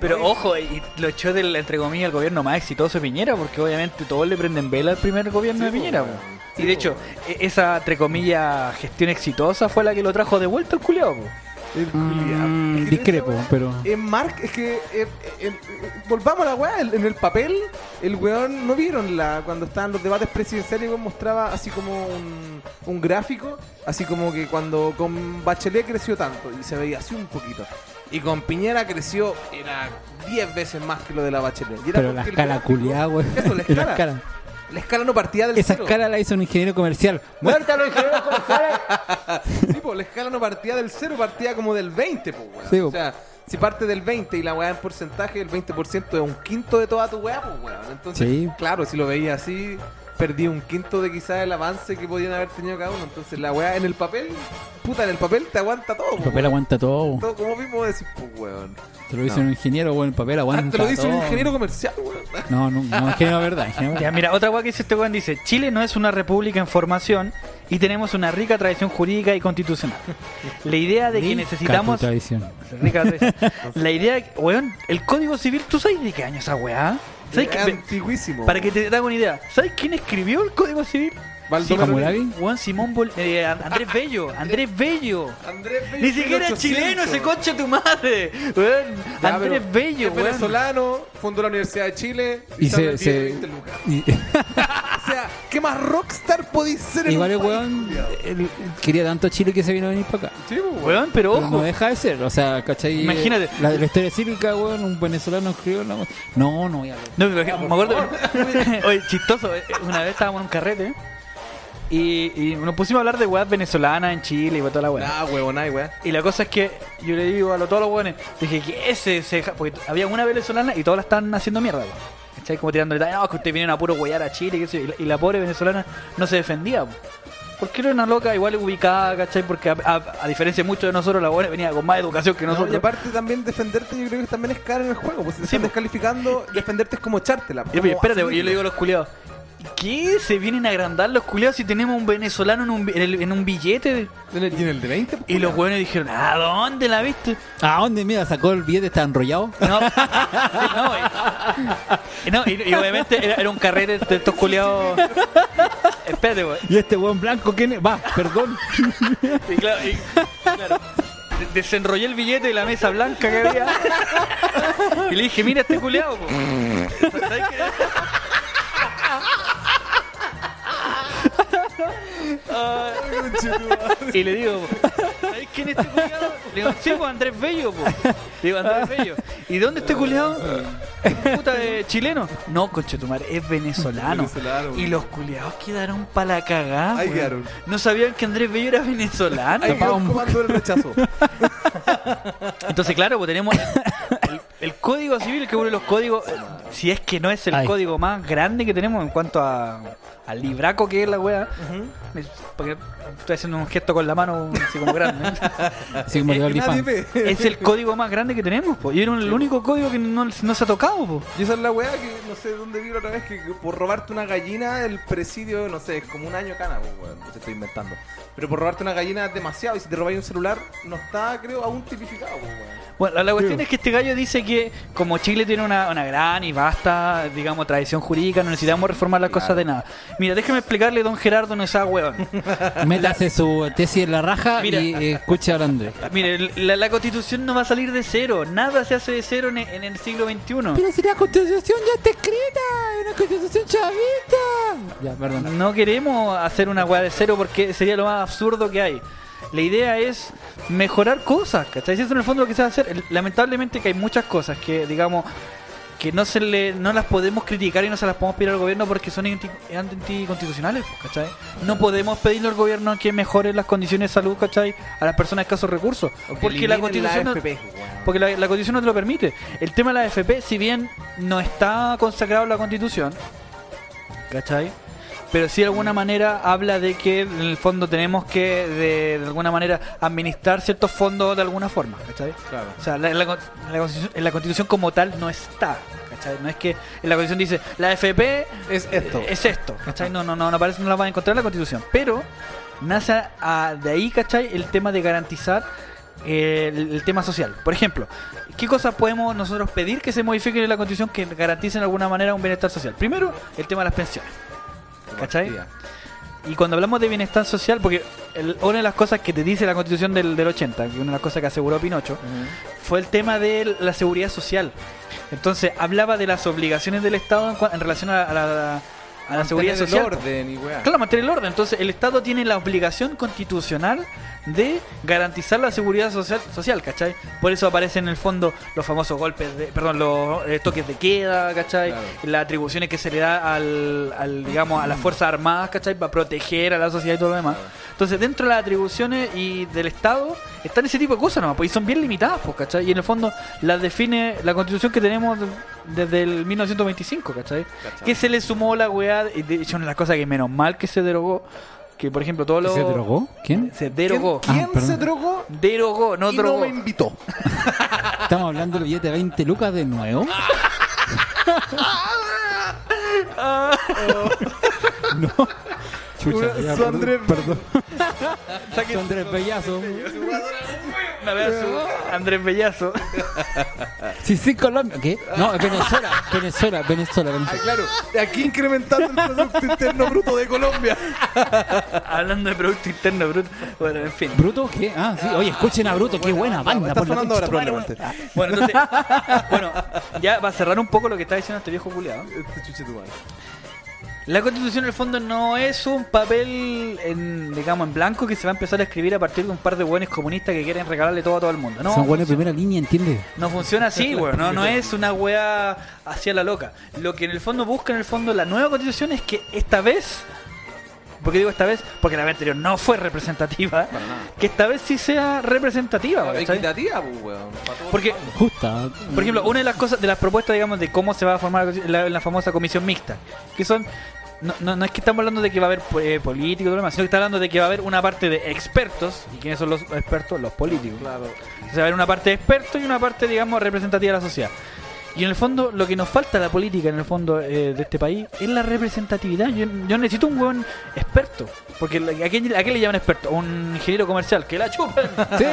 Speaker 1: Pero ojo, y lo echó del, entre comillas, el gobierno más exitoso de Piñera, porque obviamente todos le prenden vela al primer gobierno
Speaker 2: Sí,
Speaker 1: de
Speaker 2: po,
Speaker 1: Piñera.
Speaker 2: weón.
Speaker 1: po.
Speaker 2: Sí,
Speaker 1: y de
Speaker 2: po,
Speaker 1: hecho, e- esa, entre comillas, gestión exitosa fue la que lo trajo de vuelta al culiao. po.
Speaker 2: El culiao.
Speaker 3: Mm,
Speaker 2: Es que
Speaker 3: discrepo,
Speaker 2: esa weá-
Speaker 3: pero.
Speaker 2: En Mark, es que. eh, eh, eh, volvamos a la weá. el- En el papel, el weón. ¿No vieron la cuando estaban los debates presidenciales? el weón mostraba así como un, un gráfico. Así como que cuando con Bachelet creció tanto. Y se veía así un poquito. Y con Piñera creció. Era 10 veces más que lo de la Bachelet. Y era
Speaker 3: Pero la
Speaker 2: porque el
Speaker 3: escala
Speaker 2: gráfico-
Speaker 3: culiada, weón. [laughs]
Speaker 2: Eso, la
Speaker 3: La
Speaker 2: escala.
Speaker 3: escala.
Speaker 2: La escala no partía del
Speaker 3: Esa
Speaker 2: cero.
Speaker 3: escala la hizo un ingeniero comercial. ¡Muerta los
Speaker 1: [laughs]
Speaker 3: ingenieros comerciales!
Speaker 2: Sí, po, la escala no partía del 0, partía como del 20, po, weón.
Speaker 3: Sí, po.
Speaker 2: o
Speaker 1: pues.
Speaker 2: sea, si parte del 20 y la weá en porcentaje, el 20% es un quinto de toda tu weá, po, weón. Entonces,
Speaker 3: Sí.
Speaker 2: claro, si lo veía así, perdí un quinto de quizás el avance que podían haber tenido cada uno. Entonces, la weá en el papel, puta, en el papel te aguanta todo, po,
Speaker 3: El papel
Speaker 2: weón.
Speaker 3: aguanta todo.
Speaker 2: Todo como mismo decís, po, weón.
Speaker 3: Te lo dice
Speaker 2: No.
Speaker 3: un ingeniero, weón. El papel
Speaker 2: Ah,
Speaker 3: aguanta
Speaker 2: te lo dice un
Speaker 3: todo.
Speaker 2: ingeniero comercial, weón.
Speaker 3: No, no, no, ingeniero de verdad. ingeniero de
Speaker 1: Ya,
Speaker 3: verdad.
Speaker 1: mira, otra cosa que dice este weón dice: Chile no es una república en formación y tenemos una rica tradición jurídica y constitucional. La idea de que
Speaker 3: Rica
Speaker 1: necesitamos.
Speaker 3: tu tradición.
Speaker 1: Rica
Speaker 2: [laughs]
Speaker 1: tradición. La idea, de que- weón, el código civil, ¿tú sabes de qué año esa weá? ¿Sabes
Speaker 2: Es
Speaker 1: qué-
Speaker 2: antiguísimo.
Speaker 1: Para que te haga una idea, ¿sabes quién escribió el Código Civil?
Speaker 2: Baldomero
Speaker 3: Hammurabi.
Speaker 2: Lenin.
Speaker 1: Juan Simón Bol eh, And- Andrés Bello, Andrés Bello.
Speaker 2: Andrés Bello,
Speaker 1: Ni siquiera es
Speaker 2: 1800.
Speaker 1: chileno ese coche tu madre. weón.
Speaker 2: Ya,
Speaker 1: Andrés
Speaker 2: pero
Speaker 1: Bello,
Speaker 2: es
Speaker 1: weón.
Speaker 2: venezolano, fundó la Universidad de Chile
Speaker 3: Y
Speaker 2: está
Speaker 3: se.
Speaker 2: vendido en
Speaker 3: se
Speaker 2: 20 lucas.
Speaker 3: y,
Speaker 2: O sea, ¿qué más rockstar podéis ser
Speaker 3: y
Speaker 2: en
Speaker 3: vale,
Speaker 2: un país,
Speaker 3: weón.
Speaker 2: culiao?
Speaker 3: él quería tanto a Chile que se vino a venir para acá.
Speaker 2: Sí, pues, weón.
Speaker 1: Weón, pero
Speaker 3: Pero no
Speaker 1: ojo.
Speaker 3: deja de ser, o sea, ¿cachai?
Speaker 1: Imagínate.
Speaker 3: La, la historia cívica, weón, un venezolano escribió la weón. No, no voy a hablar.
Speaker 1: No, me
Speaker 2: Ah,
Speaker 1: imagino- me acuerdo. [laughs] Oye, chistoso. eh, Una vez estábamos en un carrete ¿eh? y, y nos pusimos a hablar de weas venezolanas en Chile y toda la weá.
Speaker 2: Nah, weón, ay, weón.
Speaker 1: Y la cosa es que yo le digo a lo- todos los weones, dije que ese se ja-", porque había una venezolana y todas la estaban haciendo mierda, weón. ¿Cachai? Como tirándole, no, que ustedes vienen a puro huear a Chile, qué sé yo". y la, y la pobre venezolana no se defendía, weón. Porque era una loca igual ubicada, ¿cachai? Porque a, a- a diferencia de muchos de nosotros, la buena venía con más educación que
Speaker 2: No,
Speaker 1: nosotros.
Speaker 2: y aparte también defenderte yo creo que también es caro en el juego, pues si te
Speaker 1: Sí,
Speaker 2: están
Speaker 1: pues.
Speaker 2: descalificando, defenderte es como echártela.
Speaker 1: Y, oye,
Speaker 2: como
Speaker 1: espérate,
Speaker 2: asumirlo.
Speaker 1: yo le digo a los culiados, ¿qué? ¿Se vienen a agrandar los culiados si tenemos un venezolano en un, bi- en el- en un billete?
Speaker 2: En el- y en el de 20, pues, [laughs]
Speaker 1: Y los hueones dijeron, ¿a dónde la viste?
Speaker 3: ¿A dónde, mira, sacó el billete, está enrollado?
Speaker 1: No, sí, no, y, [laughs] no, y- y obviamente era, era un carrete de estos culiados. Espérate, güey.
Speaker 3: Y este weón blanco, ¿quién es? Va, perdón.
Speaker 1: Y claro, y- claro, de- desenrollé el billete de la mesa blanca que había. Y le dije, mira este culiado, po. ¿Sabes qué? Ah, y le digo, ¿sabes quién es este culiado? Le digo, sí, po, Andrés Bello, po. Le digo, Andrés Bello. ¿Y dónde este culiado? Puta de chileno. No, conchetumar, es venezolano.
Speaker 2: Venezolano,
Speaker 1: Ah, y
Speaker 2: weón.
Speaker 1: los culiados quedaron para la cagada.
Speaker 2: Ahí
Speaker 1: weón.
Speaker 2: quedaron.
Speaker 1: No sabían que Andrés Bello era venezolano.
Speaker 2: Ahí quedó
Speaker 3: un-
Speaker 2: comando
Speaker 1: [laughs]
Speaker 2: el rechazo.
Speaker 1: Entonces, claro, pues tenemos el, el código civil, que uno de los códigos, eh, si es que no es el
Speaker 3: Ay.
Speaker 1: código más grande que tenemos en cuanto a, al libraco que es la weá. Es- Porque estoy haciendo un gesto con la mano así como
Speaker 2: [laughs]
Speaker 1: grande. ¿eh?
Speaker 3: Así como de
Speaker 2: Nadie
Speaker 3: OnlyFans.
Speaker 2: ve.
Speaker 1: es el código más grande que tenemos, po. Y era el único código que no, no se ha tocado, po.
Speaker 2: Y esa es la weá que no sé dónde vi la otra vez que que por robarte una gallina el presidio, no sé, es como un año cana, pues, weón, no te estoy inventando. Pero por robarte una gallina es demasiado y si te robáis un celular no está, creo, aún tipificado, pues, weón.
Speaker 1: Bueno, la, la cuestión es que este gallo dice que como Chile tiene una, una gran y vasta, digamos, tradición jurídica, no necesitamos reformar las cosas de nada. Mira, déjeme explicarle, don Gerardo, no es esa huevón.
Speaker 3: Métase su tesis en la raja
Speaker 1: Mira.
Speaker 3: y eh, escuche a Andrés.
Speaker 1: Mire, la, la constitución no va a salir de cero. Nada se hace de cero en, en el siglo XXI.
Speaker 3: si la constitución ya está escrita, es una constitución chavista. Ya, perdón.
Speaker 1: No queremos hacer una hueá de cero porque sería lo más absurdo que hay. La idea es mejorar cosas, ¿cachai? Eso en el fondo lo que se va a hacer. Lamentablemente que hay muchas cosas que, digamos, que no se le, no las podemos criticar y no se las podemos pedir al gobierno porque son anti- anticonstitucionales, pues, ¿cachai? No podemos pedirle al gobierno que mejore las condiciones de salud, ¿cachai? A las personas de escasos recursos. Porque la constitución... no- porque la, la constitución no te lo permite. El tema de la AFP, si bien no está consagrado en la constitución, ¿cachai? Pero sí de alguna manera habla de que en el fondo tenemos que, de, de alguna manera, administrar ciertos fondos de alguna forma, ¿cachai?
Speaker 2: Claro.
Speaker 1: O sea, la, la con- la constitución, en la constitución como tal no está, ¿cachai? No es que en la constitución dice, la AFP
Speaker 2: Es esto.
Speaker 1: es esto, ¿cachai? No, no, no, no aparece, no la van a encontrar en la constitución. Pero nace a- a- de ahí, ¿cachai? El tema de garantizar eh, el, el tema social. Por ejemplo, ¿qué cosas podemos nosotros pedir que se modifiquen en la constitución que garanticen de alguna manera un bienestar social? Primero, el tema de las pensiones. ¿Cachai? Y cuando hablamos de bienestar social, porque el- una de las cosas que te dice la constitución del, del 80, que una de las cosas que aseguró Pinocho, fue el tema de la seguridad social. Entonces, hablaba de las obligaciones del Estado en, cua- en relación a, la- a la, a la seguridad
Speaker 2: Mantener
Speaker 1: social.
Speaker 2: El orden y weá.
Speaker 1: Claro, mantener el orden. Entonces, el Estado tiene la obligación constitucional de garantizar la seguridad social, social ¿cachai? Por eso aparecen en el fondo los famosos golpes, de, perdón, los eh, toques de queda, ¿cachai?
Speaker 2: Claro.
Speaker 1: Las atribuciones que se le da al, al, digamos, a las Fuerzas Armadas, ¿cachai? Para proteger a la sociedad y todo lo demás. Entonces, dentro de las atribuciones y del Estado están ese tipo de cosas nomás, pues, y son bien limitadas, pues, ¿cachai? Y en el fondo las define la constitución que tenemos desde el 1925, ¿cachai?
Speaker 2: Cachai.
Speaker 1: Que se le sumó la weá, y de hecho, una de las cosas que menos mal que se derogó, que por ejemplo, todo lo.
Speaker 3: ¿Se drogó? ¿Quién?
Speaker 1: Se derogó.
Speaker 2: ¿Quién, quién
Speaker 3: Ah, perdón.
Speaker 2: se drogó?
Speaker 1: Derogó, no
Speaker 2: y
Speaker 1: [laughs]
Speaker 2: no
Speaker 1: drogó.
Speaker 2: me invitó.
Speaker 3: ¿Estamos hablando del billete de 20 lucas
Speaker 2: [laughs]
Speaker 3: de nuevo? no. Chucha, ya,
Speaker 2: Su
Speaker 3: perdón,
Speaker 2: Andrés-
Speaker 3: perdón.
Speaker 1: Saquen-
Speaker 3: Su Andrés Bellazo.
Speaker 1: Un abrazo, Andrés Bellazo. [laughs]
Speaker 3: Sí, sí, Colombia. ¿Qué? No, es Venezuela, Venezuela, Venezuela.
Speaker 2: Ah,
Speaker 3: Venezuela.
Speaker 2: claro, aquí incrementando el Producto Interno Bruto de Colombia.
Speaker 1: Hablando de Producto Interno Bruto. Bueno, en fin.
Speaker 3: ¿Bruto? ¿Qué? Ah, sí. Oye, escuchen a Bruto, qué buena banda.
Speaker 2: Está
Speaker 3: por la
Speaker 2: sonando
Speaker 3: concha
Speaker 2: ahora
Speaker 3: de tu madre, weón.
Speaker 2: probablemente.
Speaker 1: Bueno, entonces, [laughs] bueno, ya va a cerrar un poco lo que está diciendo este viejo culiado.
Speaker 2: Este chuche tu madre.
Speaker 1: La constitución en el fondo no es un papel, en, digamos, en blanco que se va a empezar a escribir a partir de un par de buenos comunistas que quieren regalarle todo a todo el mundo. No,
Speaker 3: Son buenas primera línea, ¿entiendes?
Speaker 1: No funciona así, weón. No, no es una weá hacia la loca. Lo que en el fondo busca, en el fondo, la nueva constitución es que esta vez, porque digo esta vez, porque la vez anterior no fue representativa,
Speaker 2: Para nada.
Speaker 1: que esta vez sí sea representativa, ¿cachai?
Speaker 2: Equitativa, pues, weón. Pa' todos
Speaker 1: Porque,
Speaker 2: los
Speaker 3: Justa.
Speaker 1: por ejemplo, una de las cosas, de las propuestas, digamos, de cómo se va a formar la, la famosa comisión mixta, que son. No, no, no es que estamos hablando de que va a haber eh, políticos y todo lo demás, sino que está hablando de que va a haber una parte de expertos. ¿Y quiénes son los expertos? Los políticos.
Speaker 2: lados.
Speaker 1: O sea, haber una parte de expertos y una parte, digamos, representativa de la sociedad. Y en el fondo, lo que nos falta a la política, en el fondo, eh, de este país, es la representatividad. Yo, yo necesito un buen experto. Porque la- ¿a quién, a quién le llaman experto? Un ingeniero comercial, que la
Speaker 3: [laughs]
Speaker 1: chupen.
Speaker 2: [laughs]
Speaker 3: Sí,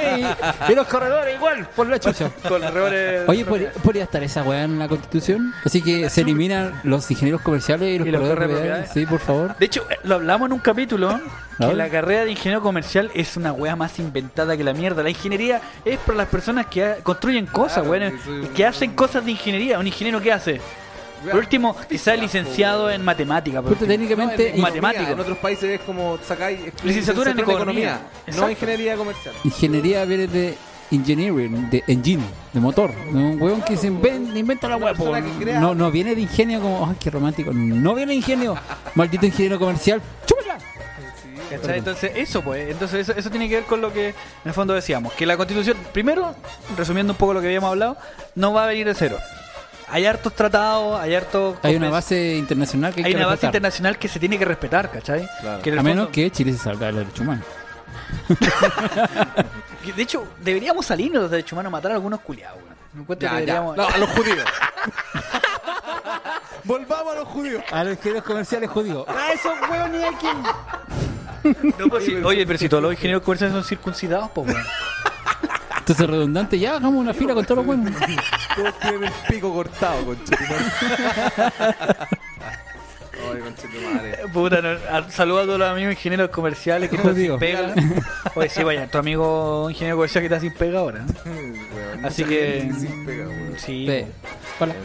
Speaker 3: y los corredores igual, por la chucha.
Speaker 1: Con errores.
Speaker 3: Oye, ¿podría, podría estar esa weá en la constitución? Así que se eliminan los ingenieros comerciales y los
Speaker 1: Y los
Speaker 3: corredores
Speaker 1: corredores
Speaker 3: propiedades. Sí, por favor.
Speaker 1: De hecho, eh, lo hablamos en un capítulo,
Speaker 3: A
Speaker 1: que
Speaker 3: ver.
Speaker 1: la carrera de ingeniero comercial es una weá más inventada que la mierda. La ingeniería es para las personas que ha- construyen cosas,
Speaker 2: Claro,
Speaker 1: weón,
Speaker 2: que soy
Speaker 1: y
Speaker 2: un-
Speaker 1: que hacen cosas de ingeniería. ¿Un ingeniero qué hace? Por último, quizás licenciado en matemática. por
Speaker 3: Puta,
Speaker 1: último.
Speaker 3: técnicamente,
Speaker 1: No,
Speaker 3: in-
Speaker 1: matemático.
Speaker 2: En otros países es como sacáis
Speaker 1: Licenciatura en economía. Exacto.
Speaker 2: no ingeniería comercial.
Speaker 3: ingeniería viene de engineering, de engine, de motor. De un weón que se inven- inventa la
Speaker 2: Una
Speaker 3: weá. po.
Speaker 2: persona que crea-
Speaker 3: No, no viene de ingenio como, ay, qué romántico. No viene de ingenio. Maldito ingeniero comercial. ¡Chúpala!
Speaker 1: ¿Cachai? Entonces, eso pues, entonces eso, eso tiene que ver con lo que en el fondo decíamos, que la constitución, primero, resumiendo un poco lo que habíamos hablado, no va a venir de cero. Hay hartos tratados, hay hartos...
Speaker 3: Hay una
Speaker 1: conven-
Speaker 3: base internacional que hay,
Speaker 1: hay
Speaker 3: que
Speaker 1: una base
Speaker 3: respetar.
Speaker 1: internacional que se tiene que respetar, ¿cachai?
Speaker 2: Claro.
Speaker 1: Que en el
Speaker 3: A menos
Speaker 1: fondo-
Speaker 3: que Chile se salga de los derechos humanos.
Speaker 1: que, De hecho, deberíamos salirnos de los derechos humanos, matar a algunos culiados, weón. Me encuentro que
Speaker 2: Ya, ya.
Speaker 1: deberíamos-
Speaker 2: No, a los judíos. Volvamos a los judíos.
Speaker 3: A los ingenieros comerciales judíos.
Speaker 2: A esos hueones aquí.
Speaker 1: No, pues, sí, oye, pero si todos los ingenieros comerciales son circuncidados, pues, weón.
Speaker 3: Entonces redundante, ya hagamos una fila con todos los buenos.
Speaker 2: Todos tienen el pico cortado, conchetumare. Ay, conchetumare.
Speaker 1: [laughs] Puta, no, a- saludo a todos los amigos ingenieros comerciales que están sin
Speaker 3: Jodido.
Speaker 1: pega. Oye, sí, vaya, tu amigo ingeniero comercial que está sin pega ahora.
Speaker 2: Weón,
Speaker 1: Así
Speaker 2: mucha
Speaker 1: que-
Speaker 2: gente sin pega, weón.
Speaker 1: Sí.
Speaker 3: Sí. Hola.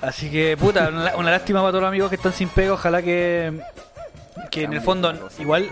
Speaker 1: Así que, puta, una, una lástima para todos los amigos que están sin pega. Ojalá que. Que en el fondo, igual,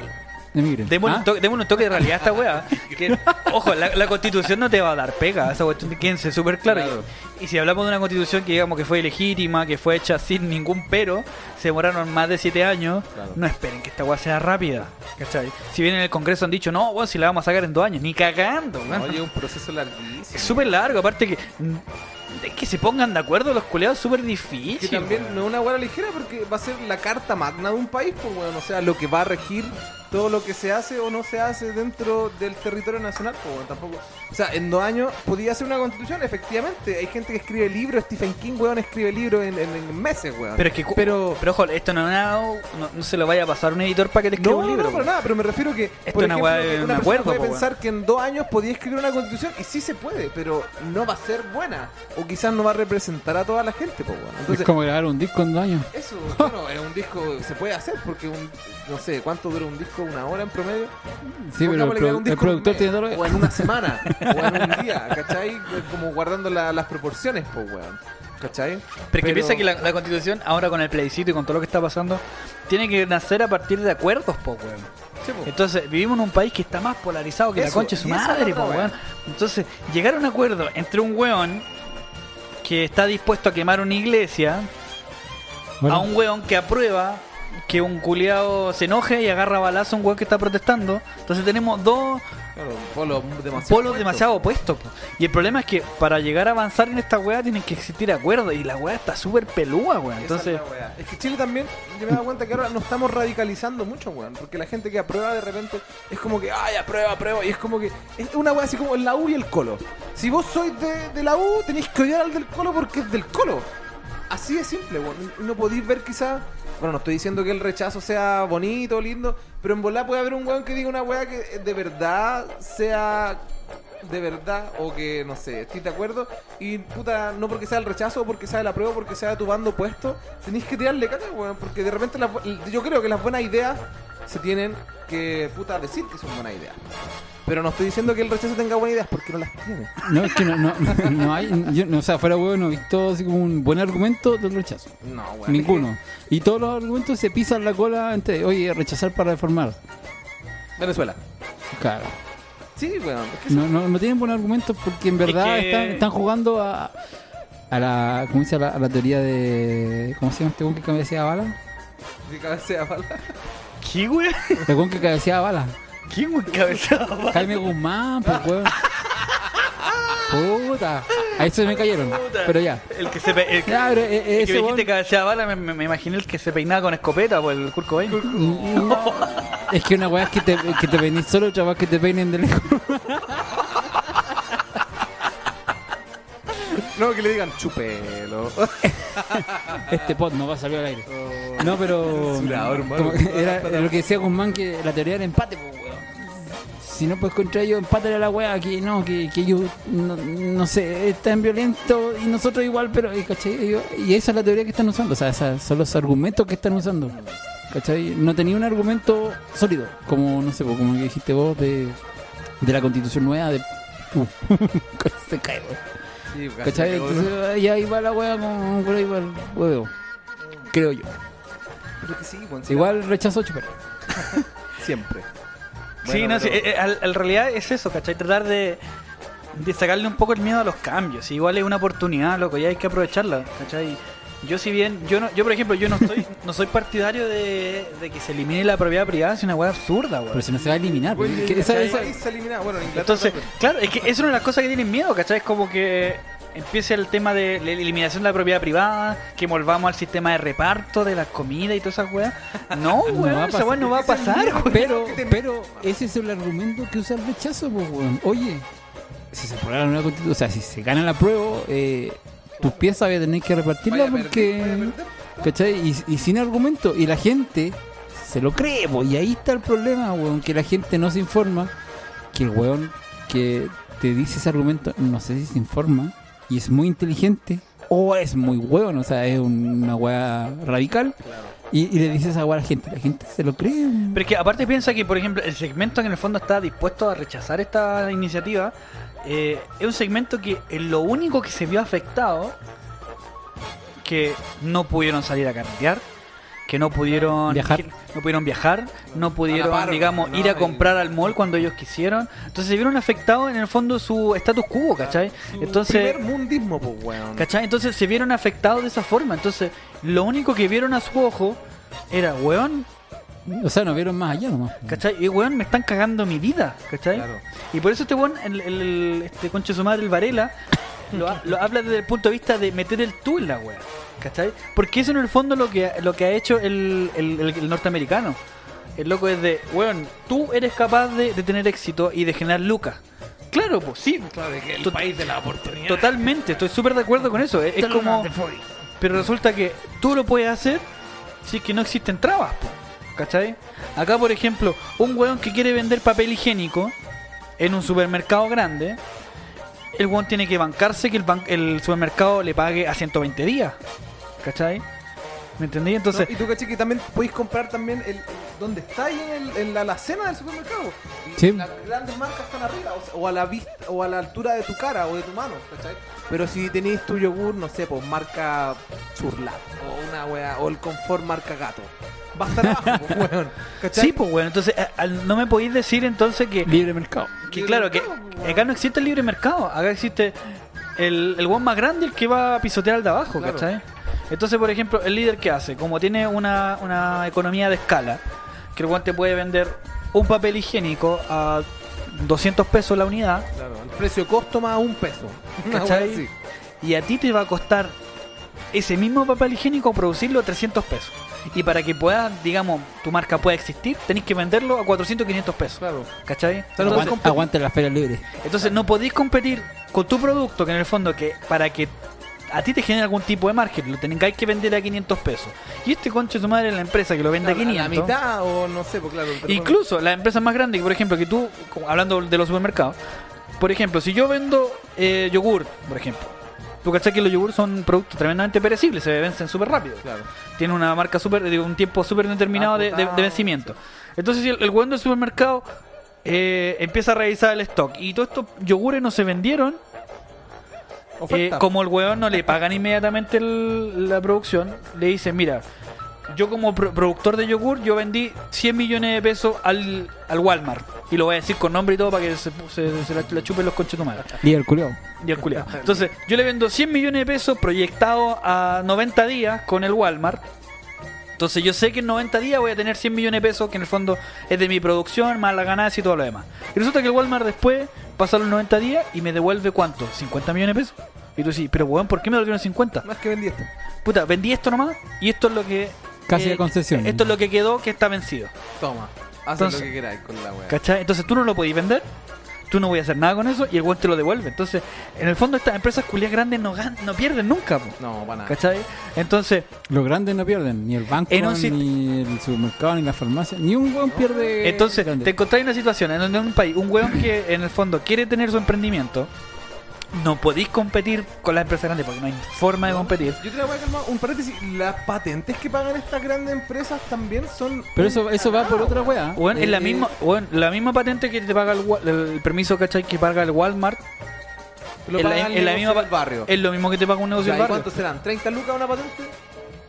Speaker 3: Emigren.
Speaker 1: démosle
Speaker 3: ¿Ah?
Speaker 1: un, toque, démosle un toque de realidad a esta
Speaker 2: [laughs]
Speaker 1: wea. Que, ojo, la, la constitución no te va a dar pega, esa cuestión, quédense súper claro.
Speaker 2: Claro.
Speaker 1: Y si hablamos de una constitución que digamos que fue ilegítima, que fue hecha sin ningún pero, se demoraron más de siete años,
Speaker 2: Claro.
Speaker 1: no esperen que esta wea sea rápida. ¿cachai? Si bien en el Congreso han dicho, no, weón, si la vamos a sacar en dos años, ni cagando, weón.
Speaker 2: Oye, un proceso larguísimo.
Speaker 1: Es súper largo, aparte que. mm, Es que se pongan de acuerdo los culeados es súper difícil.
Speaker 2: Que también
Speaker 1: weón.
Speaker 2: no es una hueá ligera porque va a ser la carta magna de un país, pues, weón. O sea, lo que va a regir todo lo que se hace o no se hace dentro del territorio nacional, pues, weón. Tampoco. O sea, en dos años podía ser una constitución, efectivamente. Hay gente que escribe libros, Stephen King, weón, escribe libros en, en- en meses, weón.
Speaker 1: Pero es que. cu-
Speaker 2: Pero-
Speaker 1: pero ojo, esto no, es nada- no, no se lo vaya a pasar a un editor para que le escriba
Speaker 2: No,
Speaker 1: un
Speaker 2: no,
Speaker 1: libro.
Speaker 2: no, para
Speaker 1: weón.
Speaker 2: nada, pero me refiero que
Speaker 1: es
Speaker 2: por
Speaker 1: una
Speaker 2: ejemplo,
Speaker 1: hueá de
Speaker 2: que
Speaker 1: un
Speaker 2: una persona
Speaker 1: acuerdo,
Speaker 2: puede
Speaker 1: po,
Speaker 2: pensar que en dos años podía escribir una constitución y sí se puede, pero no va a ser buena o quizás no va a representar a toda la gente, pues bueno.
Speaker 3: Es
Speaker 2: Entonces,
Speaker 3: como grabar un disco en dos años.
Speaker 2: Eso, bueno, en un disco se puede hacer porque un, no sé, ¿cuánto dura un disco? ¿Una hora en promedio?
Speaker 3: Sí, pero el,
Speaker 2: Pongámosle que era
Speaker 3: produ-
Speaker 2: un disco en
Speaker 3: el
Speaker 2: un
Speaker 3: productor
Speaker 2: mes,
Speaker 3: tiene todo lo
Speaker 2: O en una
Speaker 3: [laughs]
Speaker 2: semana, o en un día, ¿cachai? Como guardando la- las proporciones, pues, weón. ¿Cachai?
Speaker 1: Pero es que piensa que la, la constitución, ahora con el plebiscito y con todo lo que está pasando, tiene que nacer a partir de acuerdos, po, weón.
Speaker 2: Sí, po.
Speaker 1: Entonces, vivimos en un país que está más polarizado que la
Speaker 2: Oh. Eso,
Speaker 1: concha de su
Speaker 2: y esa es la
Speaker 1: madre,
Speaker 2: otra
Speaker 1: po,
Speaker 2: weá.
Speaker 1: weón. Entonces, llegar a un acuerdo entre un weón que está dispuesto a quemar una iglesia
Speaker 3: Bueno,
Speaker 1: a un weón que aprueba que un culiao se enoje y agarra balazo a un weón que está protestando. Entonces tenemos dos
Speaker 2: Claro, un polo demasiado.
Speaker 1: polos
Speaker 2: opuesto.
Speaker 1: demasiado opuestos. po. Y el problema es que para llegar a avanzar en esta weá tienen que existir acuerdos. Y la weá está súper pelúa, weón.
Speaker 2: Esa es
Speaker 1: Entonces,
Speaker 2: la weá. Es que Chile también, yo me he dado cuenta que ahora nos estamos radicalizando mucho, weón. Porque la gente que aprueba de repente es como que, ay, aprueba, aprueba. Y es como que, es una weá así como la U y el colo. Si vos sois de, de la U, tenéis que odiar al del colo porque es del colo. Así de simple, weón. Y No podéis ver quizá. Bueno, no estoy diciendo que el rechazo sea bonito, lindo, pero en volá puede haber un weón que diga una weá que eh, de verdad sea de verdad o que, no sé, estoy de acuerdo y, puta, no porque sea el rechazo, porque sea la prueba, porque sea tu bando opuesto, tenéis que tirarle caca, weón, porque de repente las bu- yo creo que las buenas ideas se tienen que, puta, decir que son buenas ideas. Pero no estoy diciendo que el rechazo tenga buenas ideas, porque no las tiene.
Speaker 3: No, es que no, no, [laughs] no hay. yo no- o sea, fuera huevo, no he visto así como un buen argumento del rechazo.
Speaker 2: No, weón. es
Speaker 3: Ninguno. Y todos los argumentos se pisan la cola entre, oye, rechazar para reformar.
Speaker 2: que- Venezuela.
Speaker 3: Claro.
Speaker 2: Sí, weón. es que-
Speaker 3: No, no, no tienen buenos argumentos porque en verdad
Speaker 1: que-
Speaker 3: están, están jugando a, a la, ¿cómo dice? A la, a la teoría de, ¿cómo se llama este weón que cabecea bala?
Speaker 2: que cabecea, bala.
Speaker 1: ¿qué weón?
Speaker 3: El weón que cabecea bala.
Speaker 1: ¿Qué weón cabezado? va?
Speaker 3: Jaime Guzmán, pues
Speaker 2: [laughs]
Speaker 3: weón. Puta. Ahí se me cayeron.
Speaker 1: Puta.
Speaker 3: Pero ya.
Speaker 1: El que se pe- el que,
Speaker 3: Ya, pero, eh, eh,
Speaker 1: el que
Speaker 3: ese
Speaker 1: me
Speaker 3: weón-
Speaker 1: dijiste cabeceaba bala, me, me- me imaginé el que se peinaba con escopeta por el Kurt Cobain.
Speaker 3: No. [laughs] Es que una weá es que te, que te peinís solo, otra weá es que te peinen de lejos.
Speaker 1: [laughs]
Speaker 2: No, que le digan [laughs] chupelo.
Speaker 3: Este pod no va a salir al aire. No, pero.
Speaker 2: Censurado, hermano.
Speaker 3: como que [laughs] era, era lo que decía Guzmán, que la teoría del empate, pues, weón. Si no puedes contra ellos, empátale a la weá, que no, que, que ellos, no, no sé, están violentos y nosotros igual, pero, eh, ¿cachai? Ellos- Y esa es la teoría que están usando, o sea, esa- son los argumentos que están usando, ¿cachai? No tenía un argumento sólido, como, no sé, pues, como que dijiste vos, de, de la constitución nueva, de. [laughs] Uh, se cae, weón.
Speaker 2: Sí,
Speaker 3: ¿Cachai? Entonces, ahí- ahí va la wea con por ahí va el huevo. Creo yo.
Speaker 2: Pero que sí, weón, sí,
Speaker 3: Igual rechazo chupar.
Speaker 2: Siempre.
Speaker 1: Sí,
Speaker 2: Bueno,
Speaker 1: no, sí,
Speaker 2: pero-
Speaker 1: eh, eh, al- en realidad es eso, ¿cachai? Tratar de, de sacarle un poco el miedo a los cambios. Igual es una oportunidad, loco, y hay que aprovecharla, ¿cachai? Yo si bien, yo no, yo por ejemplo, yo no estoy, no soy partidario de, de que se elimine la propiedad privada, es una weá absurda, weón.
Speaker 3: Pero si no se va a eliminar.
Speaker 2: Bueno,
Speaker 3: pues,
Speaker 2: en
Speaker 3: que esa-
Speaker 2: cada
Speaker 3: esa-
Speaker 2: país se elimina- Bueno, en Inglaterra pues,
Speaker 1: Entonces,
Speaker 2: también.
Speaker 1: claro, es que es una de las cosas que tienen miedo, ¿cachai? Es como que empiece el tema de la eliminación de la propiedad privada, que volvamos al sistema de reparto de las comidas y todas esas weas. No,
Speaker 3: [laughs] No va a
Speaker 1: weón, esa weá
Speaker 3: pasar.
Speaker 1: no va a
Speaker 2: Ese es el
Speaker 1: pasar,
Speaker 2: miedo. [laughs]
Speaker 1: weón.
Speaker 3: pero,
Speaker 2: que ten-
Speaker 3: pero ese es el argumento que usa el rechazo, pues, weón. Oye, si se aprueba la nueva constitución, o sea, si se gana la prueba, eh, tus piezas voy a tener que repartirla
Speaker 2: Vaya a
Speaker 3: porque.
Speaker 2: perder, vaya a perder.
Speaker 3: ¿Cachai? Y, y sin argumento. Y la gente se lo cree, po. Y ahí está el problema, weón. Que la gente no se informa que el weón que te dice ese argumento, no sé si se informa, y es muy inteligente, o es muy hueón, o sea, es un- una hueá radical, y, y le dices esa hueá a la gente, la gente se lo cree.
Speaker 1: Pero es que aparte piensa que, por ejemplo, el segmento que en el fondo está dispuesto a rechazar esta iniciativa eh, es un segmento que en lo único que se vio afectado que no pudieron salir a carretear, que no pudieron
Speaker 3: Viajar.
Speaker 1: no pudieron viajar, no pudieron,
Speaker 2: par,
Speaker 1: digamos,
Speaker 2: ¿no?
Speaker 1: ir a
Speaker 2: El-
Speaker 1: comprar al mall cuando ellos quisieron. Entonces se vieron afectados en el fondo su status quo, ¿cachai? Entonces
Speaker 2: Primer mundismo, pues, weón.
Speaker 1: ¿Cachai? Entonces se vieron afectados de esa forma. Entonces, lo único que vieron a su ojo era, weón,
Speaker 3: O sea, no vieron más allá nomás.
Speaker 1: ¿cachai? Y weón, me están cagando mi vida, ¿cachai?
Speaker 2: Claro.
Speaker 1: Y por eso este weón, el, el- el- este conche su madre, el Varela, lo, ha- lo habla desde el punto de vista de meter el tú en la weón, ¿cachai? Porque eso en el fondo lo que, lo que ha hecho el, el- el- el norteamericano. El loco es de, weón, tú eres capaz de, de tener éxito y de generar lucas. Claro, pues sí.
Speaker 2: Claro, es que el
Speaker 1: Tot-
Speaker 2: país de la oportunidad.
Speaker 1: Totalmente, estoy súper de acuerdo con eso. Es, es como... Pero resulta que tú lo puedes hacer si es que no existen trabas, po, ¿cachai? Acá, por ejemplo, un weón que quiere vender papel higiénico en un supermercado grande, el weón tiene que bancarse que el, ban- el supermercado le pague a 120 días, ¿cachai? ¿Me entendí?
Speaker 2: No,
Speaker 1: Entonces,
Speaker 2: y tú, caché, que también podéis comprar también el, el- donde está ahí en, el- en la alacena del supermercado. Y
Speaker 3: Sí.
Speaker 2: Las grandes marcas están arriba, o, sea, o a la vista, o a la altura de tu cara o de tu mano, ¿cachai? Pero si tenéis tu yogur, no sé, pues marca Churlat, o una wea, o el confort marca gato. Va a estar abajo, pues, weón. ¿Cachai?
Speaker 1: sí, pues weón, entonces a- al- no me podéis decir entonces que...
Speaker 3: Libre mercado.
Speaker 1: Que claro, que acá no existe el libre mercado, acá existe el, el weón más grande el que va a pisotear al de abajo,
Speaker 2: Claro.
Speaker 1: ¿cachai? Entonces, por ejemplo, el líder que hace, como tiene una, una economía de escala, que el weón te puede vender un papel higiénico a 200 pesos la unidad,
Speaker 2: Claro, el precio costo más un peso. Una wea
Speaker 1: ¿Cachai?
Speaker 2: así.
Speaker 1: y a ti te va a costar ese mismo papel higiénico producirlo a 300 pesos. Y para que pueda, digamos, tu marca pueda existir, tenés que venderlo a 400, 500 pesos,
Speaker 2: Claro.
Speaker 1: ¿cachai?
Speaker 2: Pero
Speaker 3: Aguanta,
Speaker 2: puedes competir.
Speaker 3: aguanta la feria libre.
Speaker 1: Entonces no podéis competir con tu producto, que en el fondo, que para que a ti te genere algún tipo de margen, lo tengáis que vender a 500 pesos. Y este conche de su madre en la empresa que lo vende
Speaker 2: Claro,
Speaker 1: a
Speaker 2: a la
Speaker 1: 500.
Speaker 2: mitad o no sé, pues claro. pero-
Speaker 1: Incluso las empresas más grandes, que por ejemplo, que tú, como hablando de los supermercados, por ejemplo, si yo vendo eh, yogur, por ejemplo, tú cachás que los yogur son productos tremendamente perecibles, se vencen súper rápido
Speaker 2: Claro.
Speaker 1: tiene una marca súper, digo, un tiempo súper determinado de, de- de
Speaker 2: Acotado,
Speaker 1: vencimiento. Entonces, si el, el weón del supermercado eh, empieza a revisar el stock y todos estos yogures no se vendieron, eh,
Speaker 2: Oferta.
Speaker 1: como el weón no le pagan inmediatamente el- la producción, le dicen, mira, yo como pro- productor de yogur, yo vendí 100 millones de pesos al, al Walmart. Y lo voy a decir con nombre y todo para que se, se- se la, la chupen los conchetumares.
Speaker 3: Libre el culiao.
Speaker 1: Y el culiao. Entonces, yo le vendo 100 millones de pesos proyectado a 90 días con el Walmart. Entonces, yo sé que en 90 días voy a tener 100 millones de pesos, que en el fondo es de mi producción, más la ganancia y todo lo demás. Y resulta que el Walmart después pasa los 90 días y me devuelve cuánto? ¿50 millones de pesos? Y tú decís, pero weón, ¿por qué me devolvieron 50?
Speaker 2: Más que vendí esto.
Speaker 1: Puta, vendí esto nomás y esto es lo que.
Speaker 3: Casi de concesión.
Speaker 1: Eh, Esto es lo que quedó que está vencido.
Speaker 2: Toma. Haz lo
Speaker 1: Entonces-
Speaker 2: que queráis con la wea.
Speaker 1: ¿Cachai? Entonces tú no lo podís vender, tú no voy a hacer nada con eso y el weón te lo devuelve. Entonces, en el fondo estas empresas culias grandes no, gan- no pierden nunca, po,
Speaker 2: No, para nada.
Speaker 1: ¿cachai? Entonces,
Speaker 3: Los grandes no pierden, ni el banco,
Speaker 1: En un sit-
Speaker 3: ni el supermercado, ni la farmacia, ni un hueón
Speaker 2: Eh,
Speaker 3: pierde.
Speaker 1: entonces
Speaker 3: grande.
Speaker 1: te encontráis en una situación en donde un país, un weón que en el fondo quiere tener su emprendimiento, no podéis competir con las empresas grandes porque no hay forma de competir.
Speaker 2: Yo te la voy a calmar. Un paréntesis. Las patentes que pagan estas grandes empresas también son.
Speaker 3: Pero eso, eso va por otra weá.
Speaker 1: Weón, es la
Speaker 2: Eh.
Speaker 1: misma, weón, la misma patente que te paga el, Wa- el permiso, ¿cachai? Que paga el Walmart,
Speaker 2: Lo
Speaker 1: en la-
Speaker 2: pagan
Speaker 1: en
Speaker 2: el
Speaker 1: la
Speaker 2: negocio
Speaker 1: misma
Speaker 2: del
Speaker 1: pa-
Speaker 2: barrio.
Speaker 1: es lo mismo que te paga un
Speaker 2: O
Speaker 1: negocio
Speaker 2: sea,
Speaker 1: del
Speaker 2: ¿y
Speaker 1: barrio.
Speaker 2: ¿Cuánto serán? ¿30 lucas una patente?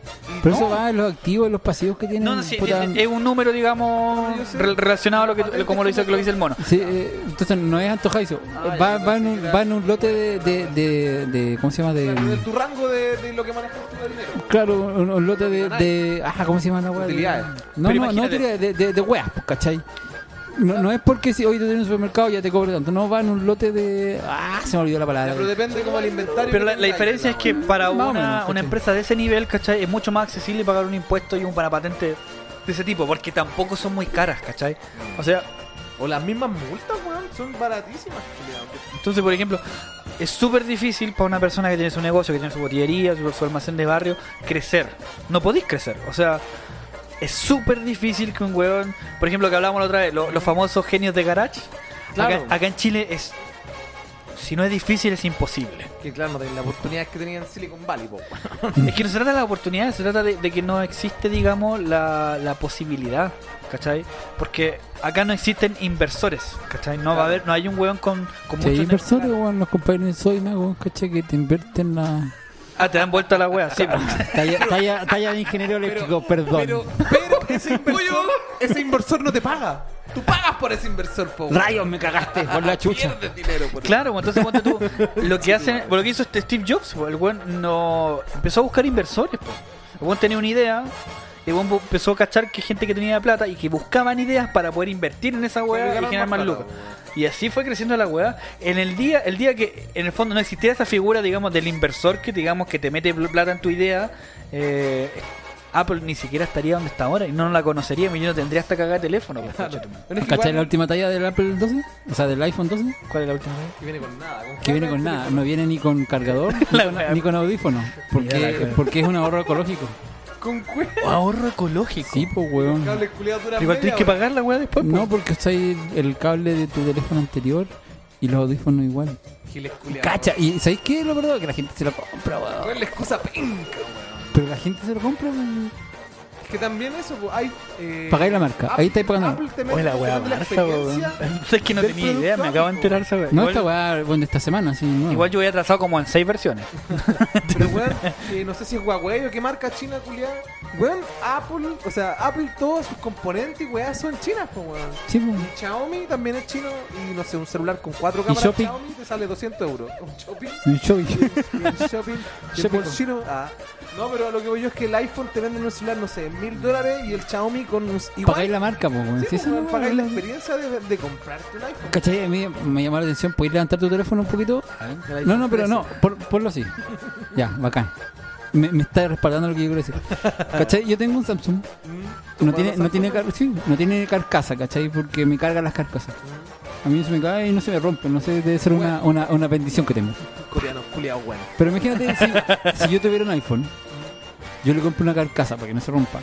Speaker 2: Y
Speaker 3: eh, Pero
Speaker 2: no,
Speaker 3: eso va en los activos, en los pasivos que tienen.
Speaker 1: No, no, sí, eh,
Speaker 3: puta,
Speaker 1: es- es un número, digamos,
Speaker 2: Yo sé.
Speaker 1: re- relacionado a lo que
Speaker 2: Patente
Speaker 1: como lo dice,
Speaker 2: Ah, este como
Speaker 1: lo dice el mono.
Speaker 3: sí, eh, entonces no es antojadizo. Eh,
Speaker 2: Ah,
Speaker 3: va,
Speaker 2: ya,
Speaker 3: va, en
Speaker 2: pensé
Speaker 3: un,
Speaker 2: que era-
Speaker 3: va en un lote de, de, de, de- ¿Cómo se llama? De,
Speaker 2: claro, de tu rango de, de lo que manejas tú de dinero.
Speaker 3: claro, un, un lote de, de. Ah, ¿cómo se llama la weá?
Speaker 2: Utilidades.
Speaker 3: No,
Speaker 1: Pero
Speaker 3: no, no,
Speaker 1: imagínate.
Speaker 3: utilidades, de, de, de weas, pues, ¿cachai? No, no es porque si hoy te tienes un supermercado ya te cobro tanto. No, va en un lote de. Ah, se me olvidó la palabra.
Speaker 2: Pero depende como el inventario.
Speaker 1: Pero
Speaker 2: que
Speaker 1: la, la
Speaker 2: tengáis,
Speaker 1: diferencia es que
Speaker 2: wea.
Speaker 1: para
Speaker 3: Más o menos,
Speaker 1: una,
Speaker 3: ¿cachai?
Speaker 1: una empresa de ese nivel, ¿cachai? Es mucho más accesible pagar un impuesto y un para patente de ese tipo, porque tampoco son muy caras, ¿cachai? O sea,
Speaker 2: O las mismas multas, weón. Son baratísimas. culiao.
Speaker 1: entonces, por ejemplo, es súper difícil para una persona que tiene su negocio, que tiene su botillería, su, su almacén de barrio, crecer. No podéis crecer, o sea... Es súper difícil que un huevón, por ejemplo, que hablábamos la otra vez, lo- los famosos genios de garage.
Speaker 2: Claro.
Speaker 1: Acá, acá en Chile es Si no es difícil, es imposible.
Speaker 2: Que claro, no tenían la oportunidad que tenían en Silicon Valley, po.
Speaker 1: Es que no se trata de la oportunidad, se trata de, de que no existe, digamos, la, la posibilidad, ¿cachai? Porque acá no existen inversores, ¿cachai? No va a haber, no hay un weón con, con
Speaker 3: Si hay
Speaker 1: mucho
Speaker 3: inversores, weón, los compañeros de Soina, weón, caché que te
Speaker 1: [laughs]
Speaker 3: invierten la.
Speaker 1: Ah, te dan vuelta la wea,
Speaker 3: [laughs]
Speaker 1: sí. pues.
Speaker 3: Talla, talla, talla de ingeniero eléctrico, perdón.
Speaker 2: Pero, pero [laughs] ese inversor, ese inversor no te paga. Tú pagas por ese inversor, po.
Speaker 3: Rayos, me cagaste por la chucha.
Speaker 2: Pierdes dinero por
Speaker 1: Claro, pues, entonces ponte tú. Lo que hacen, lo que hizo este Steve Jobs, pues, el weón no empezó a buscar inversores, pues. El weón tenía una idea, el weón bu- empezó a cachar que gente que tenía plata y que buscaban ideas para poder invertir en esa
Speaker 2: Para
Speaker 1: weá y
Speaker 2: ganar
Speaker 1: generar
Speaker 2: más
Speaker 1: más
Speaker 2: plata,
Speaker 1: lucas. Y así fue creciendo la weá. En el día, el día que en el fondo no existía esa figura, digamos, del inversor que digamos que te mete pl- plata en tu idea, eh, Apple ni siquiera estaría donde está ahora y no la conocería, y yo no tendría hasta cagar teléfono. pues,
Speaker 2: Claro.
Speaker 1: conchetumare.
Speaker 2: Pero es que
Speaker 3: ¿Cachai
Speaker 2: igual
Speaker 3: la última talla del Apple 12? O sea, del iPhone 12?
Speaker 1: ¿Cuál es la última vez?
Speaker 2: Que viene con nada. con
Speaker 3: Que viene
Speaker 2: carga
Speaker 3: con
Speaker 2: de
Speaker 3: nada,
Speaker 2: teléfono.
Speaker 3: no viene ni con
Speaker 1: [laughs]
Speaker 3: cargador, ni
Speaker 1: La
Speaker 3: con-
Speaker 1: wea.
Speaker 3: ni con audífono.
Speaker 1: Mira la
Speaker 3: Porque,
Speaker 1: wea.
Speaker 3: porque es un ahorro ecológico.
Speaker 2: Con cuerda.
Speaker 1: Ahorro ecológico.
Speaker 3: Sí, pues, weón.
Speaker 2: Cables culiados duran
Speaker 1: Igual
Speaker 2: media
Speaker 1: tienes que
Speaker 2: hora.
Speaker 1: pagar la weá después. pues.
Speaker 3: No, porque está ahí el cable de tu teléfono anterior y los audífonos igual.
Speaker 2: Giles culiados.
Speaker 3: Cacha, ¿y sabéis qué es lo verdad? Que la gente se lo compra, weón.
Speaker 2: Weón, la excusa penca, weón.
Speaker 3: Pero la gente se lo compra, weón.
Speaker 2: Es que también eso, po. Hay. Eh,
Speaker 3: Pagáis la marca, ahí estáis pagando.
Speaker 2: Apple te mete-
Speaker 1: Oye, la
Speaker 2: te
Speaker 1: weá
Speaker 2: mete la
Speaker 1: barza, weón.
Speaker 2: experiencia.
Speaker 1: [laughs] Es que no
Speaker 2: del
Speaker 1: tenía idea, me
Speaker 2: producto,
Speaker 1: acabo de
Speaker 2: po.
Speaker 1: enterar esa weá.
Speaker 3: No, esta
Speaker 1: igual,
Speaker 3: weá, bueno, esta semana, sí. No.
Speaker 1: igual yo voy atrasado como en seis [laughs] versiones.
Speaker 2: Pero weón, que no sé si es Huawei o qué marca china culiada. Weón, Apple, o sea, Apple todos sus componentes y weá son chinas, pues weón.
Speaker 3: Sí, pues.
Speaker 2: Y Xiaomi también es chino y no sé, un celular con cuatro
Speaker 3: ¿Y
Speaker 2: cámaras
Speaker 3: Shopee?
Speaker 2: Xiaomi te sale 200 euros. Un shopping.
Speaker 3: [laughs] El show.
Speaker 2: y el shopping y el
Speaker 3: Shopping.
Speaker 2: bolsino, ah. No, pero a lo que voy yo es que el iPhone te venden un celular, no sé, mil dólares y el Xiaomi con un.
Speaker 3: Pagáis la marca, po, weón.
Speaker 2: Sí,
Speaker 3: Sí,
Speaker 2: pues,
Speaker 3: esa
Speaker 2: weón,
Speaker 3: weá,
Speaker 2: pagáis la
Speaker 3: weón.
Speaker 2: experiencia de, de comprarte un iPhone.
Speaker 3: ¿Cachai? A mí me llamó la atención. ¿Podéis levantar tu teléfono un poquito? No, no, pero no. Por, ponlo así. Ya, bacán. Me, me está respaldando lo que yo quiero decir. ¿Cachai? Yo tengo un Samsung.
Speaker 2: ¿Tú
Speaker 3: No
Speaker 2: pagas
Speaker 3: tiene,
Speaker 2: los
Speaker 3: no, tiene
Speaker 2: Samsung?
Speaker 3: car- sí, no tiene carcasa, ¿cachai? Porque me cargan las carcasas. A mí se me cae y no se me rompe. No sé, debe ser una, una, una bendición que tengo.
Speaker 2: Coreanos, culiados, bueno.
Speaker 3: Pero imagínate si, si yo tuviera un iPhone, yo le compro una carcasa para que no se rompa.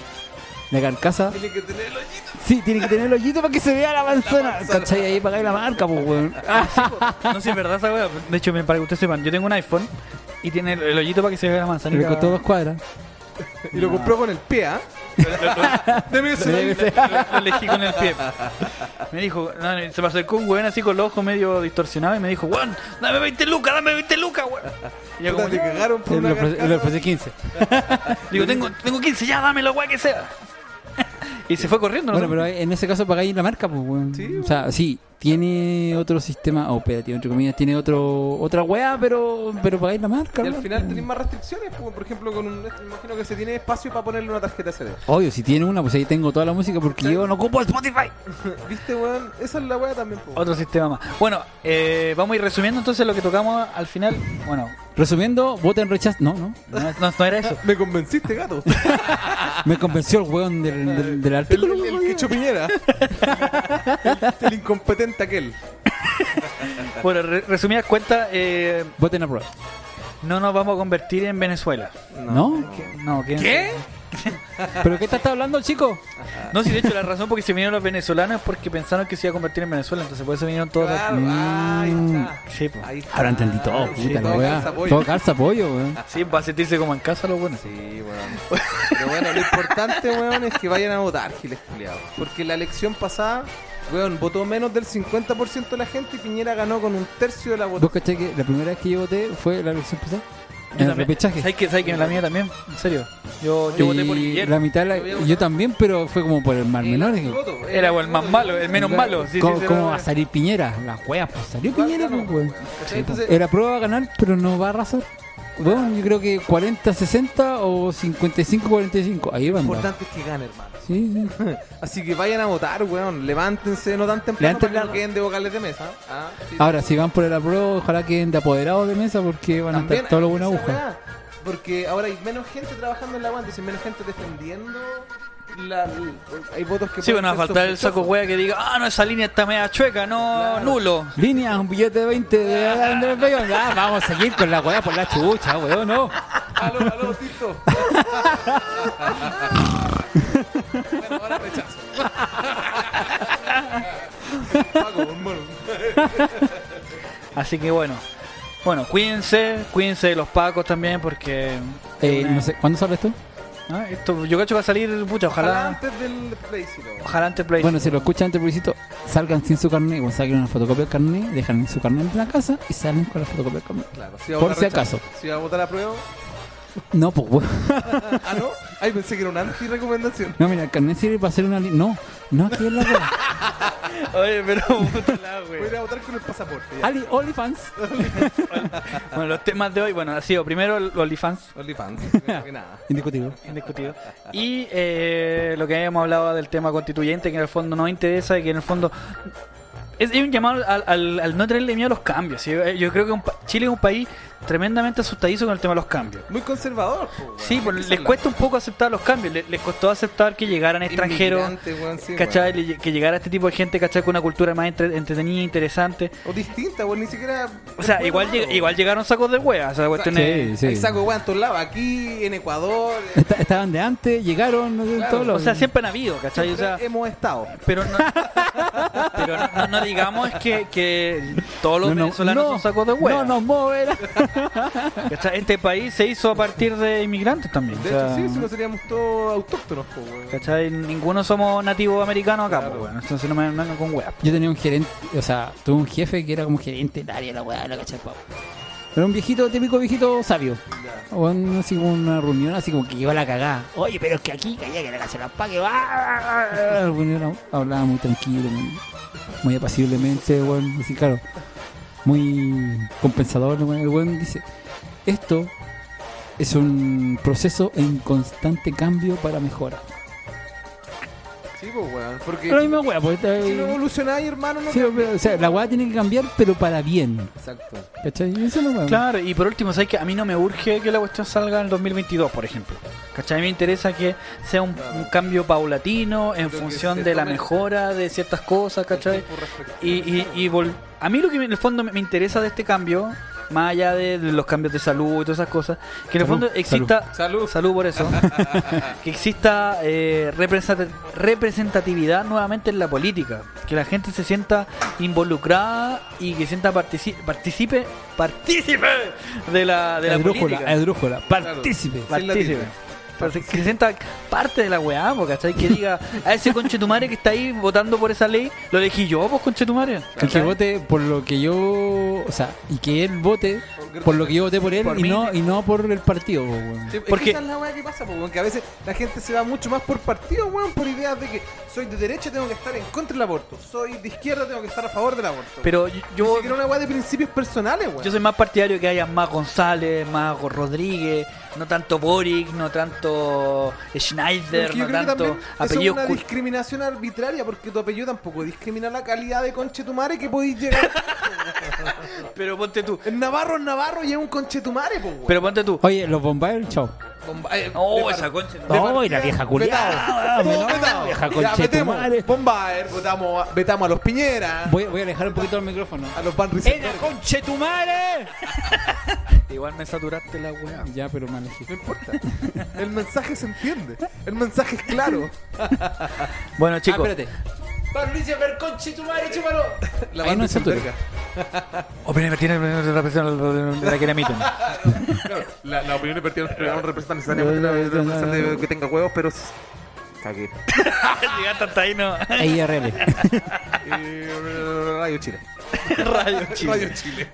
Speaker 3: La carcasa,
Speaker 2: Tiene que tener el hoyito.
Speaker 3: sí, tiene que tener el hoyito para que se vea la manzana.
Speaker 2: manzana.
Speaker 3: ¿Cachai? Ahí pagáis la marca, pues, weón. Ah,
Speaker 1: No sé, es verdad esa weá. De hecho, me- para que ustedes sepan, yo tengo un iPhone y tiene el, el hoyito para que se vea la
Speaker 3: me
Speaker 1: manzanita.
Speaker 3: costó dos cuadras.
Speaker 2: Y lo compró con el pie,
Speaker 3: [laughs]
Speaker 2: ¿ah? Deme ese
Speaker 3: Deme
Speaker 2: hoyito.
Speaker 3: ese.
Speaker 1: Lo lo elegí con el pie. Me dijo, no, no, se me acercó un weón así con los ojos medio distorsionados y me dijo, weón, dame 20 lucas, dame 20 lucas, weón. Y yo como,
Speaker 2: Puta, Te cagaron por
Speaker 3: Le
Speaker 2: una
Speaker 3: ofrecí-
Speaker 2: carcasa.
Speaker 3: le ofrecí 15.
Speaker 1: digo, tengo, tengo 15, ya dame lo weá que sea. [laughs] Y se fue corriendo, ¿no?
Speaker 3: Bueno, pero en ese caso pagáis la marca, pues, weón.
Speaker 2: Sí,
Speaker 3: o sea, sí, tiene otro sistema operativo, entre comillas, tiene otro otra weá, pero, pero pagáis la marca.
Speaker 2: Y al
Speaker 3: ¿no?
Speaker 2: final tenéis más restricciones, como por ejemplo con un, me imagino que se tiene espacio para ponerle una tarjeta SD.
Speaker 3: Obvio, si tiene una, pues ahí tengo toda la música porque
Speaker 2: Sí.
Speaker 3: yo no ocupo Spotify.
Speaker 2: ¿Viste, weón? Esa es la weá también, po.
Speaker 1: Otro sistema más. Bueno, eh, vamos a ir resumiendo entonces lo que tocamos al final. Bueno,
Speaker 3: Resumiendo, voten rechazo. No, no.
Speaker 1: no, no- no era eso.
Speaker 2: Me
Speaker 1: [laughs]
Speaker 2: convenciste, gato.
Speaker 3: Me convenció el weón del, del, del
Speaker 2: El,
Speaker 3: artículo.
Speaker 2: el, el
Speaker 1: [laughs]
Speaker 2: que chupiñera. el, el incompetente aquel.
Speaker 1: Bueno, re- resumidas cuentas, eh,
Speaker 3: Voten a prueba.
Speaker 1: no nos vamos a convertir en Venezuela.
Speaker 3: ¿No?
Speaker 1: No, ¿qué?
Speaker 3: ¿Pero qué te está hablando, chico?
Speaker 1: No, si de hecho la razón por que se vinieron los venezolanos es porque pensaron que se iba a convertir en Venezuela, entonces por eso vinieron todos. aquí.
Speaker 2: Claro, ahí está.
Speaker 1: Sí, po.
Speaker 2: Ahí está.
Speaker 3: Ahora entendí todo,
Speaker 2: Sí,
Speaker 3: puta la
Speaker 2: todo
Speaker 3: weá.
Speaker 2: calza pollo.
Speaker 3: Todo calza pollo, weón.
Speaker 1: Sí, para sentirse como en casa los buenos.
Speaker 2: Sí, weón. Pero bueno, lo importante, weón, es que vayan a votar, giles culiados. Porque la elección pasada, weón, votó menos del 50% de la gente y Piñera ganó con un tercio de la
Speaker 3: Vos
Speaker 2: votación.
Speaker 3: caché que la primera vez que yo voté fue la elección pasada.
Speaker 1: Yo
Speaker 3: En el
Speaker 1: también.
Speaker 3: repechaje.
Speaker 1: ¿Sabes que, sabes que la mía también? En serio. Yo, yo voté por
Speaker 3: Y
Speaker 1: Guillermo.
Speaker 3: la mitad la-
Speaker 2: Yo voy a votar.
Speaker 3: yo también pero fue como por el mar menor
Speaker 2: El
Speaker 3: digo.
Speaker 2: voto,
Speaker 1: Era el más malo, el menos malo. Sí, sí,
Speaker 3: ¿Cómo,
Speaker 1: sí,
Speaker 3: cómo
Speaker 1: era-
Speaker 3: va a salir Piñera? La wea, pues salió
Speaker 2: Igual
Speaker 3: Piñera,
Speaker 2: ganó,
Speaker 3: pues, weón.
Speaker 2: ¿cachai?
Speaker 3: Sí, pues.
Speaker 2: Entonces-
Speaker 3: Era prueba a ganar, pero no va a arrasar. Weón, yo creo que 40-60 o 55-45. Ahí
Speaker 2: Lo
Speaker 3: van. a andar.
Speaker 2: importante es que gane, hermano.
Speaker 3: Sí, sí.
Speaker 2: Así que vayan a votar, weón. Levántense, no tan temprano,
Speaker 3: Levanten
Speaker 2: porque
Speaker 3: la-
Speaker 2: no queden de vocales de mesa. Ah, sí.
Speaker 3: Ahora, si van por el apruebo, ojalá queden de apoderados de mesa porque van a
Speaker 2: También
Speaker 3: estar todos los una
Speaker 2: esa
Speaker 3: aguja.
Speaker 2: weá, Porque ahora hay menos gente trabajando en la guante, menos gente defendiendo. la- l- hay votos que
Speaker 1: Sí,
Speaker 2: pueden
Speaker 1: bueno, va a
Speaker 2: ser
Speaker 1: faltar el saco
Speaker 2: sospechosos.
Speaker 1: wea que diga, ah, no, esa línea está media chueca, no,
Speaker 2: Claro.
Speaker 1: nulo.
Speaker 3: Línea, un billete de 20 de Andrés Bello. Ya, vamos a seguir con la weá por la chucha, weón, no.
Speaker 2: Aló, aló, Tito.
Speaker 1: [laughs]
Speaker 2: bueno, ahora rechazo. Paco, hermano.
Speaker 1: Así que bueno. Bueno, cuídense, cuídense de los pacos también porque...
Speaker 3: Eh,
Speaker 1: es una-
Speaker 3: no sé, ¿Cuándo sale esto?
Speaker 1: ¿no? Esto, yo cacho que va a salir, pucha,
Speaker 2: Ojalá
Speaker 1: ojalá...
Speaker 2: antes del plebiscito. weón.
Speaker 1: Ojalá antes Play.
Speaker 3: Bueno, si lo escuchan antes, publicito, salgan sin su carnet, o saquen una fotocopia del carnet, dejan su carnet en la casa y salen con la fotocopia del carnet.
Speaker 2: Claro, si va a
Speaker 3: Por
Speaker 2: votar
Speaker 3: si
Speaker 2: rechazo.
Speaker 3: acaso.
Speaker 2: Si va a votar a prueba.
Speaker 3: No, pues, weón.
Speaker 2: Ah, no. Ay, pensé que era una anti-recomendación.
Speaker 3: No, mira, el carnet sirve para hacer una. li- No, no, aquí es
Speaker 1: [laughs]
Speaker 3: la weá.
Speaker 1: Oye, pero puta la wea.
Speaker 2: Voy
Speaker 3: [laughs]
Speaker 2: a ir a votar con el pasaporte.
Speaker 1: Ah.
Speaker 2: ya.
Speaker 3: Ali, OnlyFans.
Speaker 1: Bueno, los temas de hoy, bueno, ha sido primero el OnlyFans,
Speaker 2: OnlyFans. primero que nada.
Speaker 3: Indiscutible.
Speaker 1: indiscutido. Y eh, lo que habíamos hablado del tema constituyente, que en el fondo no interesa y que en el fondo. Es, es un llamado al, al- al no tenerle miedo a los cambios. ¿sí? Eh, Yo creo que un pa- Chile es un país tremendamente asustadizo con el tema de los cambios.
Speaker 2: Muy conservador. po, weón.
Speaker 1: Sí,
Speaker 2: Hay que
Speaker 1: pues les
Speaker 2: serlo.
Speaker 1: cuesta un poco aceptar los cambios. le- Les, costó aceptar que llegaran extranjeros,
Speaker 2: Inmigrante, weón, sí,
Speaker 1: ¿cachai? Le- Que llegara este tipo de gente, ¿cachai? Con una cultura más entre- entretenida, interesante.
Speaker 2: weón. O distinta, weón. Ni siquiera.
Speaker 1: O sea,
Speaker 2: Bueno,
Speaker 1: igual, lleg-
Speaker 2: weón.
Speaker 1: igual llegaron sacos de hueá. O sea, la cuestión es-
Speaker 3: Sí, sí.
Speaker 2: Hay saco de weón en todos lados. Aquí, en Ecuador. eh,
Speaker 3: Esta- estaban de antes, llegaron, no sé,
Speaker 2: Claro.
Speaker 3: todos los.
Speaker 1: O sea, siempre han habido, ¿cachai? O
Speaker 2: siempre
Speaker 1: sea,
Speaker 2: eh, hemos estado.
Speaker 1: pero no, pero no, no- no digamos que, que todos los venezolanos son sacos de huevo.
Speaker 3: No nos mueve la-
Speaker 1: ¿Cachai? Este país se hizo a partir de inmigrantes también.
Speaker 2: De
Speaker 1: o sea,
Speaker 2: hecho, sí, si no seríamos todos autóctonos, po, weón.
Speaker 1: ¿Cachai? Ninguno somos nativos americanos acá,
Speaker 2: Claro.
Speaker 1: pues, bueno, entonces no me vengan con hueá.
Speaker 3: Yo tenía un gerente, o sea, tuve un jefe que era como gerente del área, la weá, la cachapa. Era un viejito, típico viejito sabio.
Speaker 2: Ya.
Speaker 3: Bueno, así como una reunión, así como que iba a la cagada. Oye, pero es que aquí, calla, que la casa la pague,
Speaker 2: [laughs]
Speaker 3: va. Bueno, era- hablaba muy tranquilo, muy, muy apaciblemente, bueno, así claro, muy compensador, bueno, el buen dice, esto es un proceso en constante cambio para mejora.
Speaker 2: Sí, po, weón. Porque
Speaker 3: Pero la misma weá, pues,
Speaker 2: si no
Speaker 3: eh,
Speaker 2: evolucionáis, hermano, no
Speaker 3: sí,
Speaker 2: te-
Speaker 3: pero, o sea, la weá tiene que cambiar, pero para bien.
Speaker 2: Exacto.
Speaker 3: ¿Cachai? Eso es la weá.
Speaker 1: Claro, y por último, ¿sabes que A mí no me urge que la cuestión salga en el 2022, por ejemplo. ¿Cachai? Me interesa que sea un,
Speaker 2: Claro.
Speaker 1: un cambio paulatino en
Speaker 2: Pero que
Speaker 1: función
Speaker 2: se
Speaker 1: de la
Speaker 2: tome-
Speaker 1: mejora de ciertas cosas, ¿cachai?
Speaker 2: El tiempo respectivo.
Speaker 1: Y, y, y vol- a mí lo que me- en el fondo me me interesa de este cambio, más allá de los cambios de salud y todas esas cosas, que en el
Speaker 3: Salud,
Speaker 1: fondo exista
Speaker 2: Salud.
Speaker 1: salud por eso, que exista eh, represent- representatividad nuevamente en la política, que la gente se sienta involucrada y que sienta partici- participe partícipe de la de la
Speaker 3: Esdrújula,
Speaker 1: política.
Speaker 3: esdrújula, partícipe.
Speaker 2: Claro.
Speaker 1: Partícipe.
Speaker 2: Sin
Speaker 1: Parti- Que se sienta parte de la weá, po, ¿cachai? Que diga, a ese conchetumare que está ahí votando por esa ley, lo elegí yo, pues conchetumare.
Speaker 3: El que
Speaker 1: ¿Cachai?
Speaker 3: vote por lo que yo, o sea, y que él vote por lo que yo voté por
Speaker 1: [laughs]
Speaker 3: él
Speaker 1: Por
Speaker 3: y
Speaker 1: mí.
Speaker 3: no y no por el partido. po, weón.
Speaker 2: Sí, es que
Speaker 1: Porque-
Speaker 2: esa es la weá que pasa, po, weón, que a veces la gente se va mucho más por partido, weón, por ideas de que soy de derecha, tengo que estar en contra del aborto, soy de izquierda, tengo que estar a favor del aborto.
Speaker 1: Pero yo-
Speaker 2: Ni
Speaker 1: yo,
Speaker 2: siquiera una weá de principios personales, weón.
Speaker 1: Yo soy más partidario que haya más González, más Rodríguez, no tanto Boric, no tanto Schneider,
Speaker 2: Porque yo
Speaker 1: no
Speaker 2: creo que
Speaker 1: tanto
Speaker 2: también eso es
Speaker 1: apellidos
Speaker 2: una
Speaker 1: cul-
Speaker 2: discriminación arbitraria porque tu apellido tampoco discrimina la calidad de conchetumare que podéis llegar.
Speaker 1: [laughs] Pero ponte tú,
Speaker 2: el Navarro es Navarro y es un conchetumare, po, weón.
Speaker 1: pero ponte tú.
Speaker 3: Oye, los bomberos, chao.
Speaker 2: Bomba- eh, de
Speaker 1: Oh,
Speaker 2: par-
Speaker 1: esa concha.
Speaker 3: No. Ay, la vieja culiada,
Speaker 2: culiada.
Speaker 3: weón,
Speaker 2: Todo
Speaker 3: no,
Speaker 2: vetado.
Speaker 3: vieja
Speaker 2: Ya, vetemos.
Speaker 3: conchetumare.
Speaker 2: Bombaer, vetamos a, vetamos a los Piñera,
Speaker 3: Voy, voy a alejar un poquito el micrófono.
Speaker 2: a los Van
Speaker 3: ¡Era
Speaker 2: Riesenberg.
Speaker 3: conche tu madre!
Speaker 1: [laughs] Igual me saturaste la
Speaker 2: [laughs]
Speaker 1: weá.
Speaker 3: Ya, pero me alejé.
Speaker 2: No importa. El mensaje se entiende. El mensaje es claro.
Speaker 1: Bueno,
Speaker 3: Ah,
Speaker 1: chicos.
Speaker 3: espérate.
Speaker 2: Van Riesenberg, conche tu madre, chúpalo. [laughs] La
Speaker 3: Ahí
Speaker 2: Van
Speaker 3: no es
Speaker 2: Riesenberg.
Speaker 3: satura.
Speaker 1: Opinión tiene la persona de la que le emiten.
Speaker 2: Claro, la, la opinión de partido no representa necesariamente la la representa de que tenga huevos, pero. s- Cagué.
Speaker 1: Llegaste hasta ahí, [laughs] no.
Speaker 3: ARL.
Speaker 2: Eh, Radio Chile.
Speaker 1: Radio
Speaker 2: Radio
Speaker 1: Chile.
Speaker 2: Chile.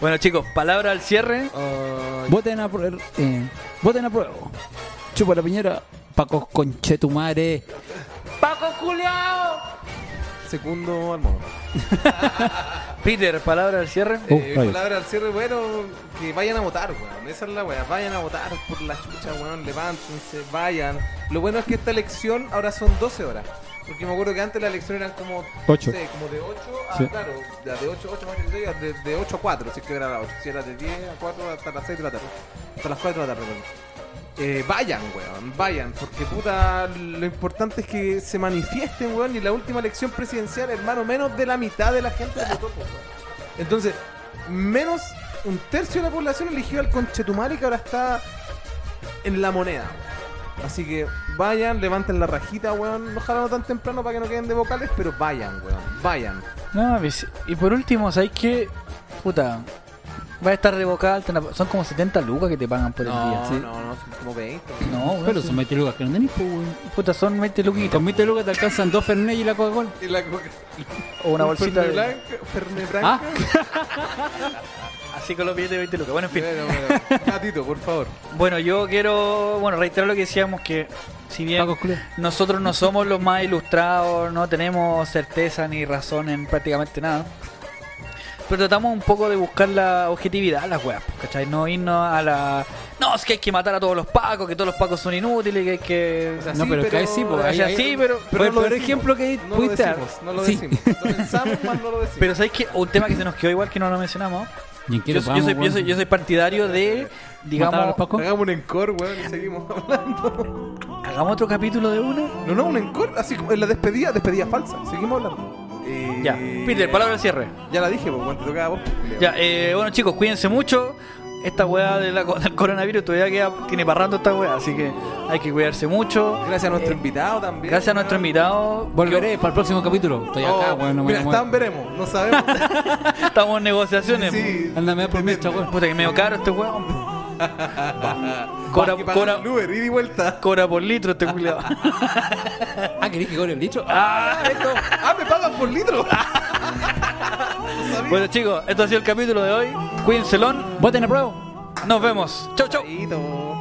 Speaker 1: Bueno, chicos, palabra al cierre.
Speaker 2: Ay,
Speaker 3: Voten a prueba. Eh, voten a prueba. Chupa la piñera. Paco conche tu madre.
Speaker 1: ¡Paco Juliao!
Speaker 2: segundo al modo.
Speaker 1: Peter, palabra al cierre.
Speaker 3: Uh,
Speaker 2: Eh,
Speaker 3: rayos.
Speaker 2: palabra al cierre, bueno, que vayan a votar, weón. Esa es la weá. Vayan a votar por la chucha, weón. Levántense, vayan. Lo bueno es que esta elección ahora son 12 horas. Porque me acuerdo que antes la elección eran como.
Speaker 3: Ocho.
Speaker 2: no sé, como de 8 a.
Speaker 3: Sí.
Speaker 2: Claro, ya de 8, 8 más 36, de, de 8 a 4, si es que era la 8. Si era de 10 a 4 hasta las 6 de la tarde. Hasta las 4 de la tarde, perdón. Eh, vayan, weón, vayan, porque puta, lo importante es que se manifiesten, weón, y la última elección presidencial, hermano, menos de la mitad de la gente votó, po, weón. Entonces, menos un tercio de la población eligió al conchetumare que ahora está en la moneda, weón. Así que vayan, levanten la rajita, weón, ojalá no tan temprano para que no queden de vocales, pero vayan, weón, vayan.
Speaker 1: No, pues, y por último, ¿sabéis qué? puta, va a estar revocada. altern- Son como 70 lucas que te pagan por el día.
Speaker 3: sí.
Speaker 2: no, no, son como 20.
Speaker 1: No, weón,
Speaker 3: Pero
Speaker 1: sí.
Speaker 3: son 20 lucas que no tenés, pues, weón.
Speaker 1: puta, son 20 luquitas.
Speaker 3: Con 20 lucas te alcanzan dos Fernet y la Coca-Cola.
Speaker 2: Y la coca.
Speaker 1: O una bolsita
Speaker 2: Fernet
Speaker 1: de...
Speaker 2: blanca, Fernet blanca.
Speaker 3: Ah,
Speaker 1: Así con los billetes de 20 lucas. Bueno, en
Speaker 3: Eh.
Speaker 1: fin.
Speaker 2: Bueno, bueno. Gatito, por [laughs] favor.
Speaker 1: Bueno, yo quiero bueno reiterar lo que decíamos que si bien
Speaker 3: Paco Escuela.
Speaker 1: nosotros no somos los más ilustrados, no tenemos certeza ni razón en prácticamente nada. Pero tratamos un poco de buscar la objetividad a las weas, pues, ¿cachai? No irnos a la... No, es que hay que matar a todos los pacos, que todos los pacos son inútiles, que hay que...
Speaker 2: O sea,
Speaker 3: No, pero es que ahí sí, pues,
Speaker 1: o
Speaker 3: ahí-
Speaker 1: sea,
Speaker 3: ahí-
Speaker 1: sí, pero...
Speaker 3: Fue el peor ejemplo que
Speaker 2: no lo
Speaker 3: pudiste dar.
Speaker 2: decimos, no lo
Speaker 3: Sí.
Speaker 2: decimos. Lo pensamos, más no lo decimos.
Speaker 1: Pero ¿sabéis que un tema que se nos quedó igual que no lo mencionamos?
Speaker 3: ¿Y en qué
Speaker 1: Yo,
Speaker 3: nos
Speaker 1: yo
Speaker 3: vamos,
Speaker 1: soy, yo
Speaker 3: weón?
Speaker 1: soy- yo soy partidario de,
Speaker 3: ¿Matar a los
Speaker 1: digamos...
Speaker 3: Paco?
Speaker 2: Hagamos un encore, weón, y seguimos hablando.
Speaker 1: Hagamos otro capítulo de una.
Speaker 2: No, no, un encore, así como en la despedida, despedida falsa. Seguimos hablando. Eh,
Speaker 1: Ya, Peter, palabra de cierre.
Speaker 2: Ya la dije, pues, cuando te tocaba a vos. Leo.
Speaker 1: Ya, eh, bueno chicos, cuídense mucho. Esta weá de la- del coronavirus todavía queda, tiene parrando esta weá, así que hay que cuidarse mucho.
Speaker 2: Gracias a nuestro
Speaker 1: Eh,
Speaker 2: invitado también.
Speaker 1: Gracias a nuestro
Speaker 2: weón.
Speaker 1: invitado.
Speaker 2: [laughs]
Speaker 3: Volveré para el próximo capítulo. Estoy acá,
Speaker 2: Oh,
Speaker 3: weón. No me
Speaker 2: mira,
Speaker 3: voy a mover.
Speaker 2: están veremos,
Speaker 1: [laughs]
Speaker 2: no sabemos.
Speaker 1: Yo- estamos en negociaciones.
Speaker 2: sí.
Speaker 3: Ándame a por mi
Speaker 1: [laughs]
Speaker 3: weón.
Speaker 1: Puta que medio caro este
Speaker 2: [laughs]
Speaker 1: weón.
Speaker 2: Cora,
Speaker 1: cobra, cobra,
Speaker 2: el Uber, ida y vuelta.
Speaker 1: cobra por litro este culiado.
Speaker 3: Ah, ¿querés que cobre el dicho?
Speaker 2: [laughs] Ah, esto- ah, me pagan por
Speaker 1: [laughs]
Speaker 2: litro. [laughs] No sabía.
Speaker 1: bueno chicos, esto ha sido el capítulo de hoy. Cuídense,
Speaker 3: Voten a prueba.
Speaker 1: nos vemos. Chau, chau.
Speaker 2: Chaito.